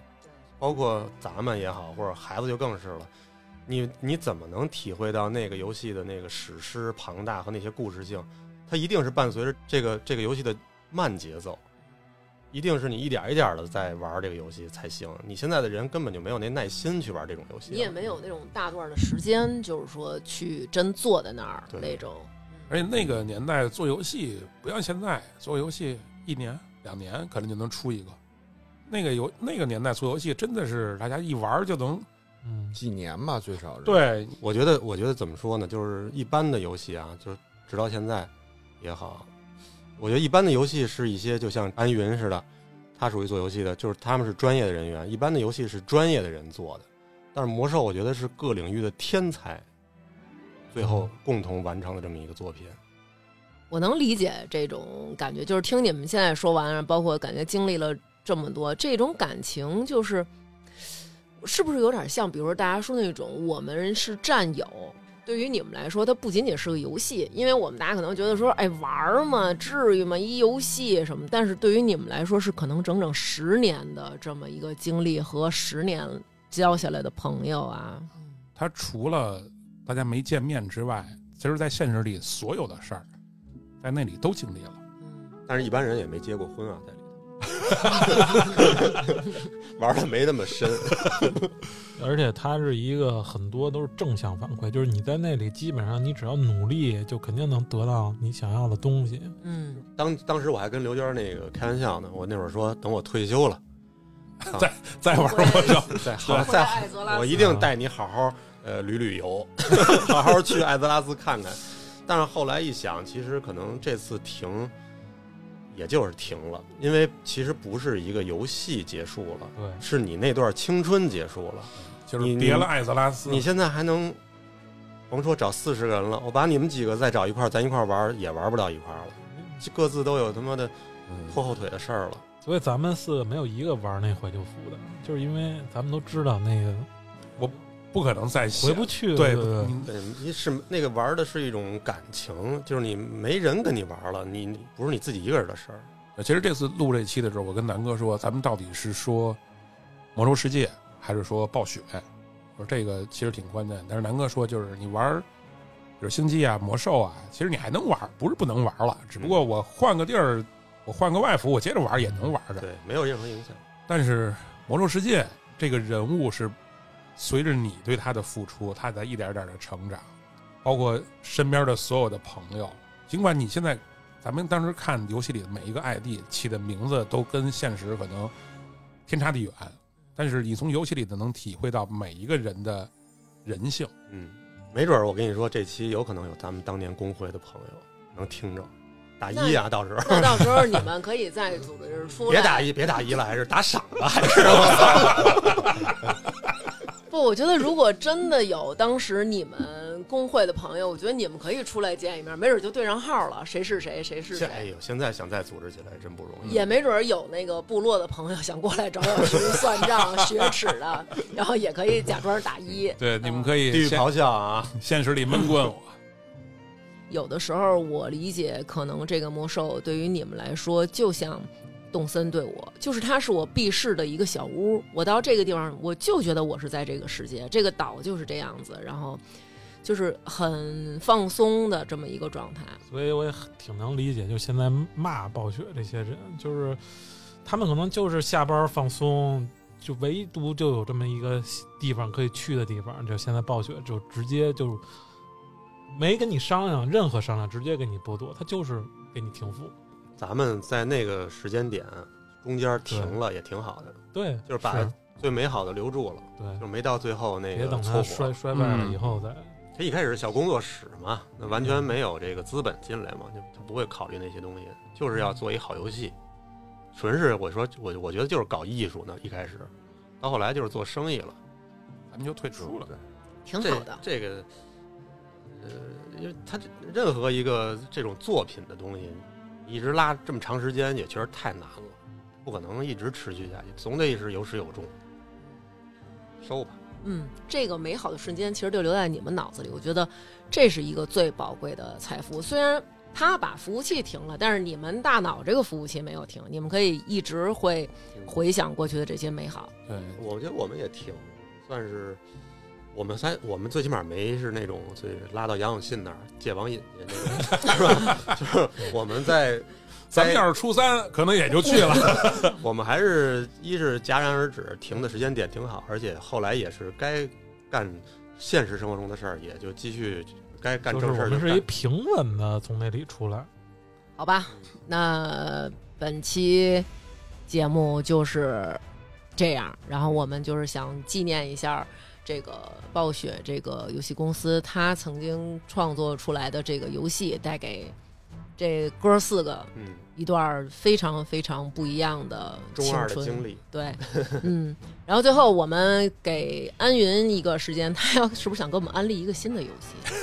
C: 包括咱们也好，或者孩子就更是了。你你怎么能体会到那个游戏的那个史诗庞大和那些故事性？它一定是伴随着这个这个游戏的慢节奏，一定是你一点一点的在玩这个游戏才行。你现在的人根本就没有那耐心去玩这种游戏了，
B: 你也没有那种大段的时间，就是说去真坐在那儿
C: 对
B: 那种。
D: 而且那个年代做游戏不像现在做游戏一年两年可能就能出一个，那个游那个年代做游戏真的是大家一玩儿就能
E: 嗯，
F: 几年吧，最少是。，
D: 对
C: 我觉得，我觉得怎么说呢？就是一般的游戏啊，就是直到现在也好，我觉得一般的游戏是一些就像安云似的，他属于做游戏的，就是他们是专业的人员。一般的游戏是专业的人做的，但是魔兽我觉得是各领域的天才，最后共同完成的这么一个作品。
B: 我能理解这种感觉，就是听你们现在说完，包括感觉经历了这么多，这种感情就是是不是有点像，比如说大家说那种我们是战友。对于你们来说，它不仅仅是个游戏，因为我们大家可能觉得说，哎，玩儿嘛，至于吗？一游戏什么？但是对于你们来说，是可能整整十年的这么一个经历和十年交下来的朋友啊。
D: 他除了大家没见面之外，其实在现实里所有的事儿，在那里都经历了。
B: 嗯
C: 但是一般人也没结过婚啊，在里头 玩的没那么深。
E: 而且它是一个很多都是正向反馈，就是你在那里基本上你只要努力，就肯定能得到你想要的东西。
B: 嗯，
C: 当当时我还跟刘娟那个开玩笑呢，我那会儿说等我退休了，
D: 再玩儿魔 兽，
C: 再好
B: 回
C: 嗯再
B: 来
C: 好
B: 艾泽拉斯
C: 我一定带你好好呃旅旅游， 好好去艾泽拉斯看看。但是后来一想，其实可能这次停，也就是停了，因为其实不是一个游戏结束了，
E: 对，
C: 是你那段青春结束了。
D: 就是叠了艾泽拉斯，
C: 你现在还能，甭说找四十个人了，我把你们几个再找一块儿，咱一块儿玩儿也玩不到一块儿了，各自都有他妈的拖后腿的事儿了。
E: 所以咱们四个没有一个玩那怀旧服的，就是因为咱们都知道那个
D: 不可能再写
E: 回不去了。嗯
D: 对
E: 对对
D: 你
C: 对，你是那个玩的是一种感情，就是你没人跟你玩了，你你不是你自己一个人的事儿。
D: 其实这次录这期的时候，我跟南哥说，咱们到底是说《魔兽世界》还是说暴雪？我说这个其实挺关键。但是南哥说，就是你玩儿，比如星际啊、魔兽啊，其实你还能玩儿，不是不能玩儿了，只不过我换个地儿，我换个外服，我接着玩儿也能玩儿的。
C: 对，没有任何影响。
D: 但是《魔兽世界》这个人物是随着你对他的付出，他在一点点的成长，包括身边的所有的朋友。尽管你现在，咱们当时看游戏里的每一个 ID 起的名字都跟现实可能天差地远，但是你从游戏里头能体会到每一个人的人性。
C: 嗯，没准儿我跟你说，这期有可能有咱们当年工会的朋友能听着，打一啊，到时候
B: 那到时候你们可以再组织出来。
C: 别打一，别打一了，还是打赏吧，还是
B: 不，我觉得如果真的有当时你们工会的朋友，我觉得你们可以出来见一面，没准就对上号了，谁是谁，谁是
C: 现哎
B: 谁。
C: 呦，现在想再组织起来真不容易。
B: 也没准有那个部落的朋友想过来找我 去算账、学尺的，然后也可以假装打一。
D: 对，你们可
C: 地狱
D: 以现
C: 咆哮啊，
D: 现实里闷棍 我。
B: 有的时候我理解，可能这个魔兽对于你们来说，就像动森对我，就是它是我避世的一个小屋。我到这个地方，我就觉得我是在这个世界，这个岛就是这样子，然后就是很放松的这么一个状态。
E: 所以我也挺能理解，就现在骂暴雪这些人，就是他们可能就是下班放松，就唯独就有这么一个地方可以去的地方，就现在暴雪就直接就没跟你商量任何商量，直接给你剥夺，他就是给你停服。
C: 咱们在那个时间点中间停了也挺好的，
E: 对，
C: 就是把最美好的留住了，
E: 对
C: 就，没到最后那
E: 别
C: 个
E: 等
C: 凑
E: 他
C: 合
E: 摔。摔败了
D: 嗯
E: 以后再。
C: 他一开始是小工作室嘛，那完全没有这个资本进来嘛，就他不会考虑那些东西，就是要做一好游戏，纯是我说我我觉得就是搞艺术呢，一开始，到后来就是做生意了，
D: 咱们就退出了，
B: 挺
C: 这
B: 好的。
C: 这个，呃，因为他这任何一个这种作品的东西，一直拉这么长时间也确实太难了，不可能一直持续下去，总得是有始有终，收吧，
B: 嗯，这个美好的瞬间其实就留在你们脑子里。我觉得这是一个最宝贵的财富。虽然他把服务器停了，但是你们大脑这个服务器没有停，你们可以一直会回想过去的这些美好。
D: 对，
C: 我觉得我们也挺算是，我们三我们最起码没是那种 最拉到杨永信那儿戒网瘾去那种，是吧？就是我们在
D: 咱们要是初三，可能也就去了。
C: 我们还是一是戛然而止，停的时间点挺好，而且后来也是该干现实生活中的事儿，也就继续该干
E: 就是
C: 正事
E: 我
C: 儿
E: 们
C: 就是
E: 一
C: 干。
E: 平稳的从那里出来。
B: 好吧，那本期节目就是这样。然后我们就是想纪念一下这个暴雪这个游戏公司，它曾经创作出来的这个游戏，带给这哥四个
C: 嗯，
B: 一段非常非常不一样的
C: 中二的
B: 青春
C: 经历，
B: 对，嗯，然后最后我们给安云一个时间，他要是不是想给我们安利一个新的游戏？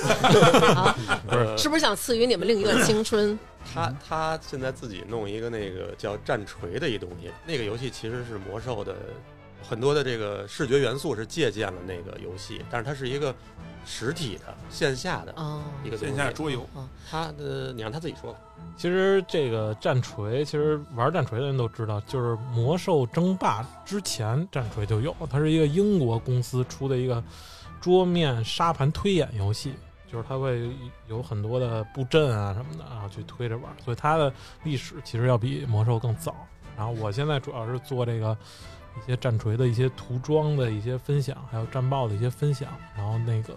B: 啊，
C: 呃
B: 是不是想赐予你们另一个青 春？
C: 他他现在自己弄一个那个叫战锤的一东西，那个游戏其实是魔兽的很多的这个视觉元素是借鉴了那个游戏，但是它是一个实体的线下的
B: 哦，
C: 一个东西
D: 线下桌游，
C: 他的你让他自己说吧。
E: 其实这个战锤，其实玩战锤的人都知道，就是魔兽争霸之前战锤就有，它是一个英国公司出的一个桌面沙盘推演游戏，就是它会有很多的布阵啊什么的啊去推着玩，所以它的历史其实要比魔兽更早。然后我现在主要是做这个一些战锤的一些涂装的一些分享，还有战报的一些分享，然后那个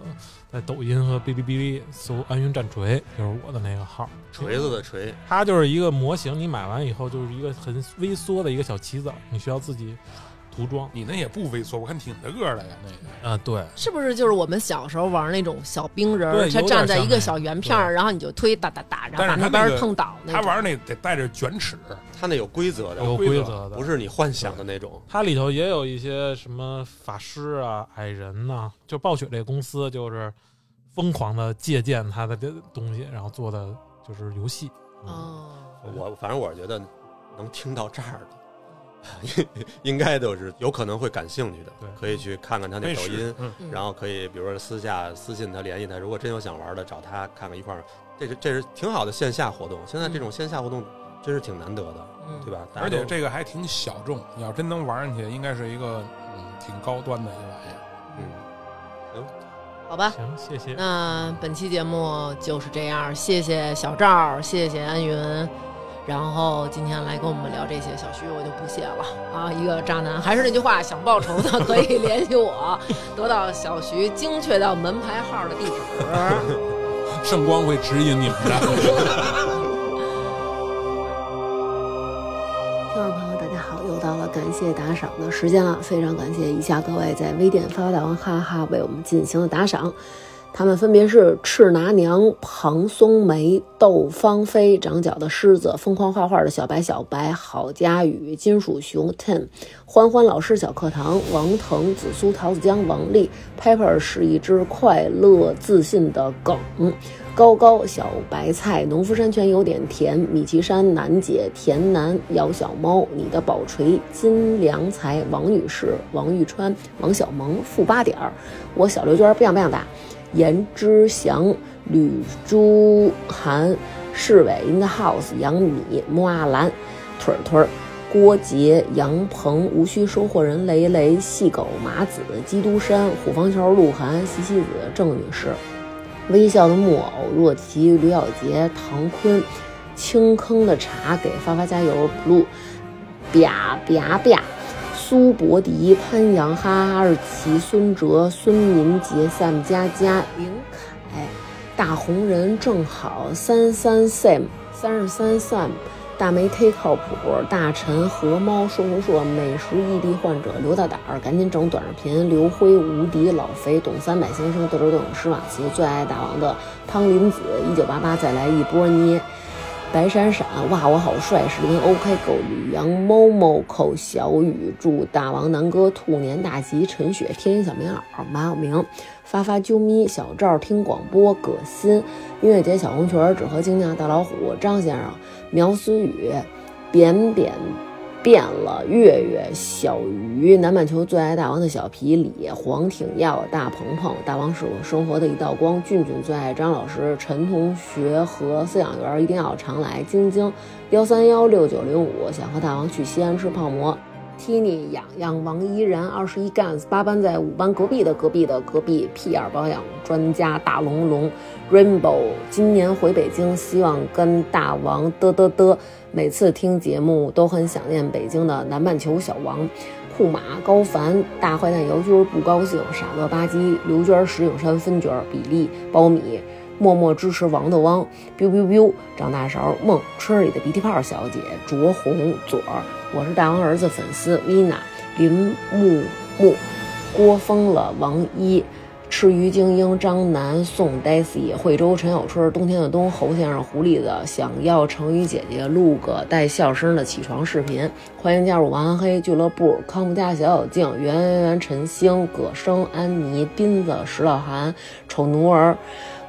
E: 在抖音和哔哩哔哩搜“安云战锤”就是我的那个号。
C: 锤子的锤，
E: 它就是一个模型，你买完以后就是一个很微缩的一个小棋子，你需要自己涂装。
D: 你那也不猥琐，我看挺大个儿的呀，那个。
E: 啊，对，
B: 是不是就是我们小时候玩那种小冰人儿，
E: 对
B: 他
E: 有点
B: 站在一
E: 像
B: 个
E: 那
B: 小
E: 个
B: 圆片儿，然后你就推打打打，然后
D: 但是
B: 把
D: 他
B: 那边
D: 那
B: 儿
D: 个
B: 碰倒那
D: 他
B: 种。
D: 玩那得带着卷尺，
C: 他那有规则的，
E: 有
D: 规
E: 规
D: 则
E: 则的，
C: 不是你幻想的那种。
E: 它里头也有一些什么法师啊、矮人呐、就暴雪这个公司就是疯狂的借鉴它的这东西，然后做的就是游戏。嗯，
B: 哦，
C: 我反正我觉得能听到这儿的， 应该都是有可能会感兴趣的
E: 对，
C: 可以去看看他那
D: 那
C: 抖音
D: 是，，嗯，
B: 嗯
C: 然后可以比如说私下私信他联系他，如果真有想玩的，找他看看一块儿。这是这是挺好的线下活动，现在这种线下活动真是挺难得的，
B: 嗯
C: 对吧？大家
D: 嗯而且
C: 都
D: 这个还挺小众，你要真能玩上去，应该是一个嗯挺高端的一个玩意儿。
C: 嗯，
B: 嗯好吧，
E: 嗯行，谢谢。
B: 那本期节目就是这样，谢谢小赵，谢谢安云，然后今天来跟我们聊这些，小徐我就不谢了啊，一个渣男，还是那句话，想报仇的可以联系我，得到小徐精确到门牌号的地址。
D: 圣光会指引你们的。
G: 听众朋友，大家好！又到了感谢打赏的时间了，非常感谢以下各位在微店发发大王哈哈为我们进行的打赏，他们分别是赤拿娘、庞松梅、窦芳菲、长角的狮子、疯狂画画的小白、小白、郝佳宇、金属熊 Tim、欢欢老师小课堂、王腾、紫苏、桃子江、王丽、Pepper 是一只快乐自信的梗。高高、小白菜、农夫山泉有点甜、米奇山、楠姐、田楠、姚小猫、你的宝锤、金良才、王女士、王玉川、王小萌、负八点儿、我小刘娟不想不想打、严之祥、吕朱涵、市委 in the house、杨米、莫阿兰、腿儿腿儿。郭杰、杨鹏、无需收货人雷雷、细狗、马子、基督山、虎坊桥、鹿晗、西西子、郑女士、微笑的木偶、若琪、吕小杰、唐坤、青坑的茶给发发加油，blue，啪啪啪，苏博迪、潘阳、哈哈二奇、孙哲、孙民杰、Sam 佳佳、林凯、大红人正好、三三 Sam、三十三 Sam。大梅忒靠谱，大陈河猫硕硕硕，美食异地患者刘大胆儿，赶紧整短视频。刘辉无敌老肥，董三百先生，豆豆豆，施瓦奇最爱大王的汤林子，一九八八再来一波捏。白闪闪，哇，我好帅！史林 OK 狗吕阳猫猫口小雨祝大王南哥兔年大吉！陈雪天音小棉袄马小明发发啾咪小赵听广播葛鑫音乐节小红裙儿纸鹤精酿大老虎张先生苗思雨扁扁变了月月小鱼南半球最爱大王的小皮李黄挺耀大鹏鹏大王是我生活的一道光俊俊最爱张老师陈同学和饲养员一定要常来晶晶幺三幺六九零五想和大王去西安吃泡馍。 Tini、痒痒、王怡然、二十一 Gans 八班在五班隔壁的隔壁的隔壁 P 二保养专家大龙龙 Rainbow 今年回北京，希望跟大王嘚嘚嘚。每次听节目都很想念北京的南半球小王。库马、高凡、大坏蛋姚军不高兴、傻乐吧唧、刘娟、石景山、分卷、比利、苞米、默默支持王的汪、biu biu biu、张大勺、梦、春里的鼻涕泡小姐、卓红、左儿，我是大王儿子粉丝 Vina、林木木、郭疯了、王一。赤鱼精英、张楠、宋 Daisy、惠州陈小春、冬天的冬、侯先生、狐狸的想要成语姐姐录个带笑声的起床视频，欢迎加入晚安黑俱乐部。康复家小小静、圆圆圆、陈星、葛生、安妮、斌子、石老韩、丑奴儿、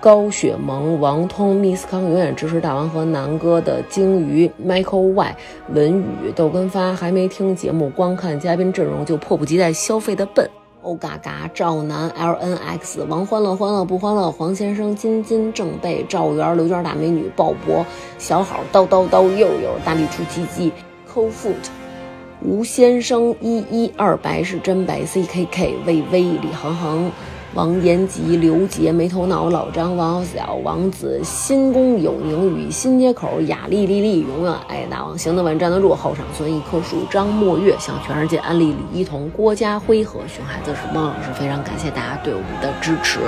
G: 高雪萌、王通、Miss 康永远支持大王和南哥的鲸鱼、Michael Y、文宇、豆根发，还没听节目，光看嘉宾阵容就迫不及待消费的笨。欧嘎嘎、赵楠、L N X、王欢乐、欢乐不欢乐、黄先生、金金、郑贝、赵源、刘娟大美女、鲍勃、小好、叨叨叨、佑佑、大力出奇迹、Co Foot、吴先生、一一二白是真白、C K K、魏巍、李航航、王延吉、刘杰、没头脑、老张、王小小、王子、新宫有宁宇、新街口、雅丽丽丽、永远爱大王、行得稳站得住、后场村一棵树、张墨月，向全世界安利李一桐、郭家辉和熊孩子是猫老师，非常感谢大家对我们的支持。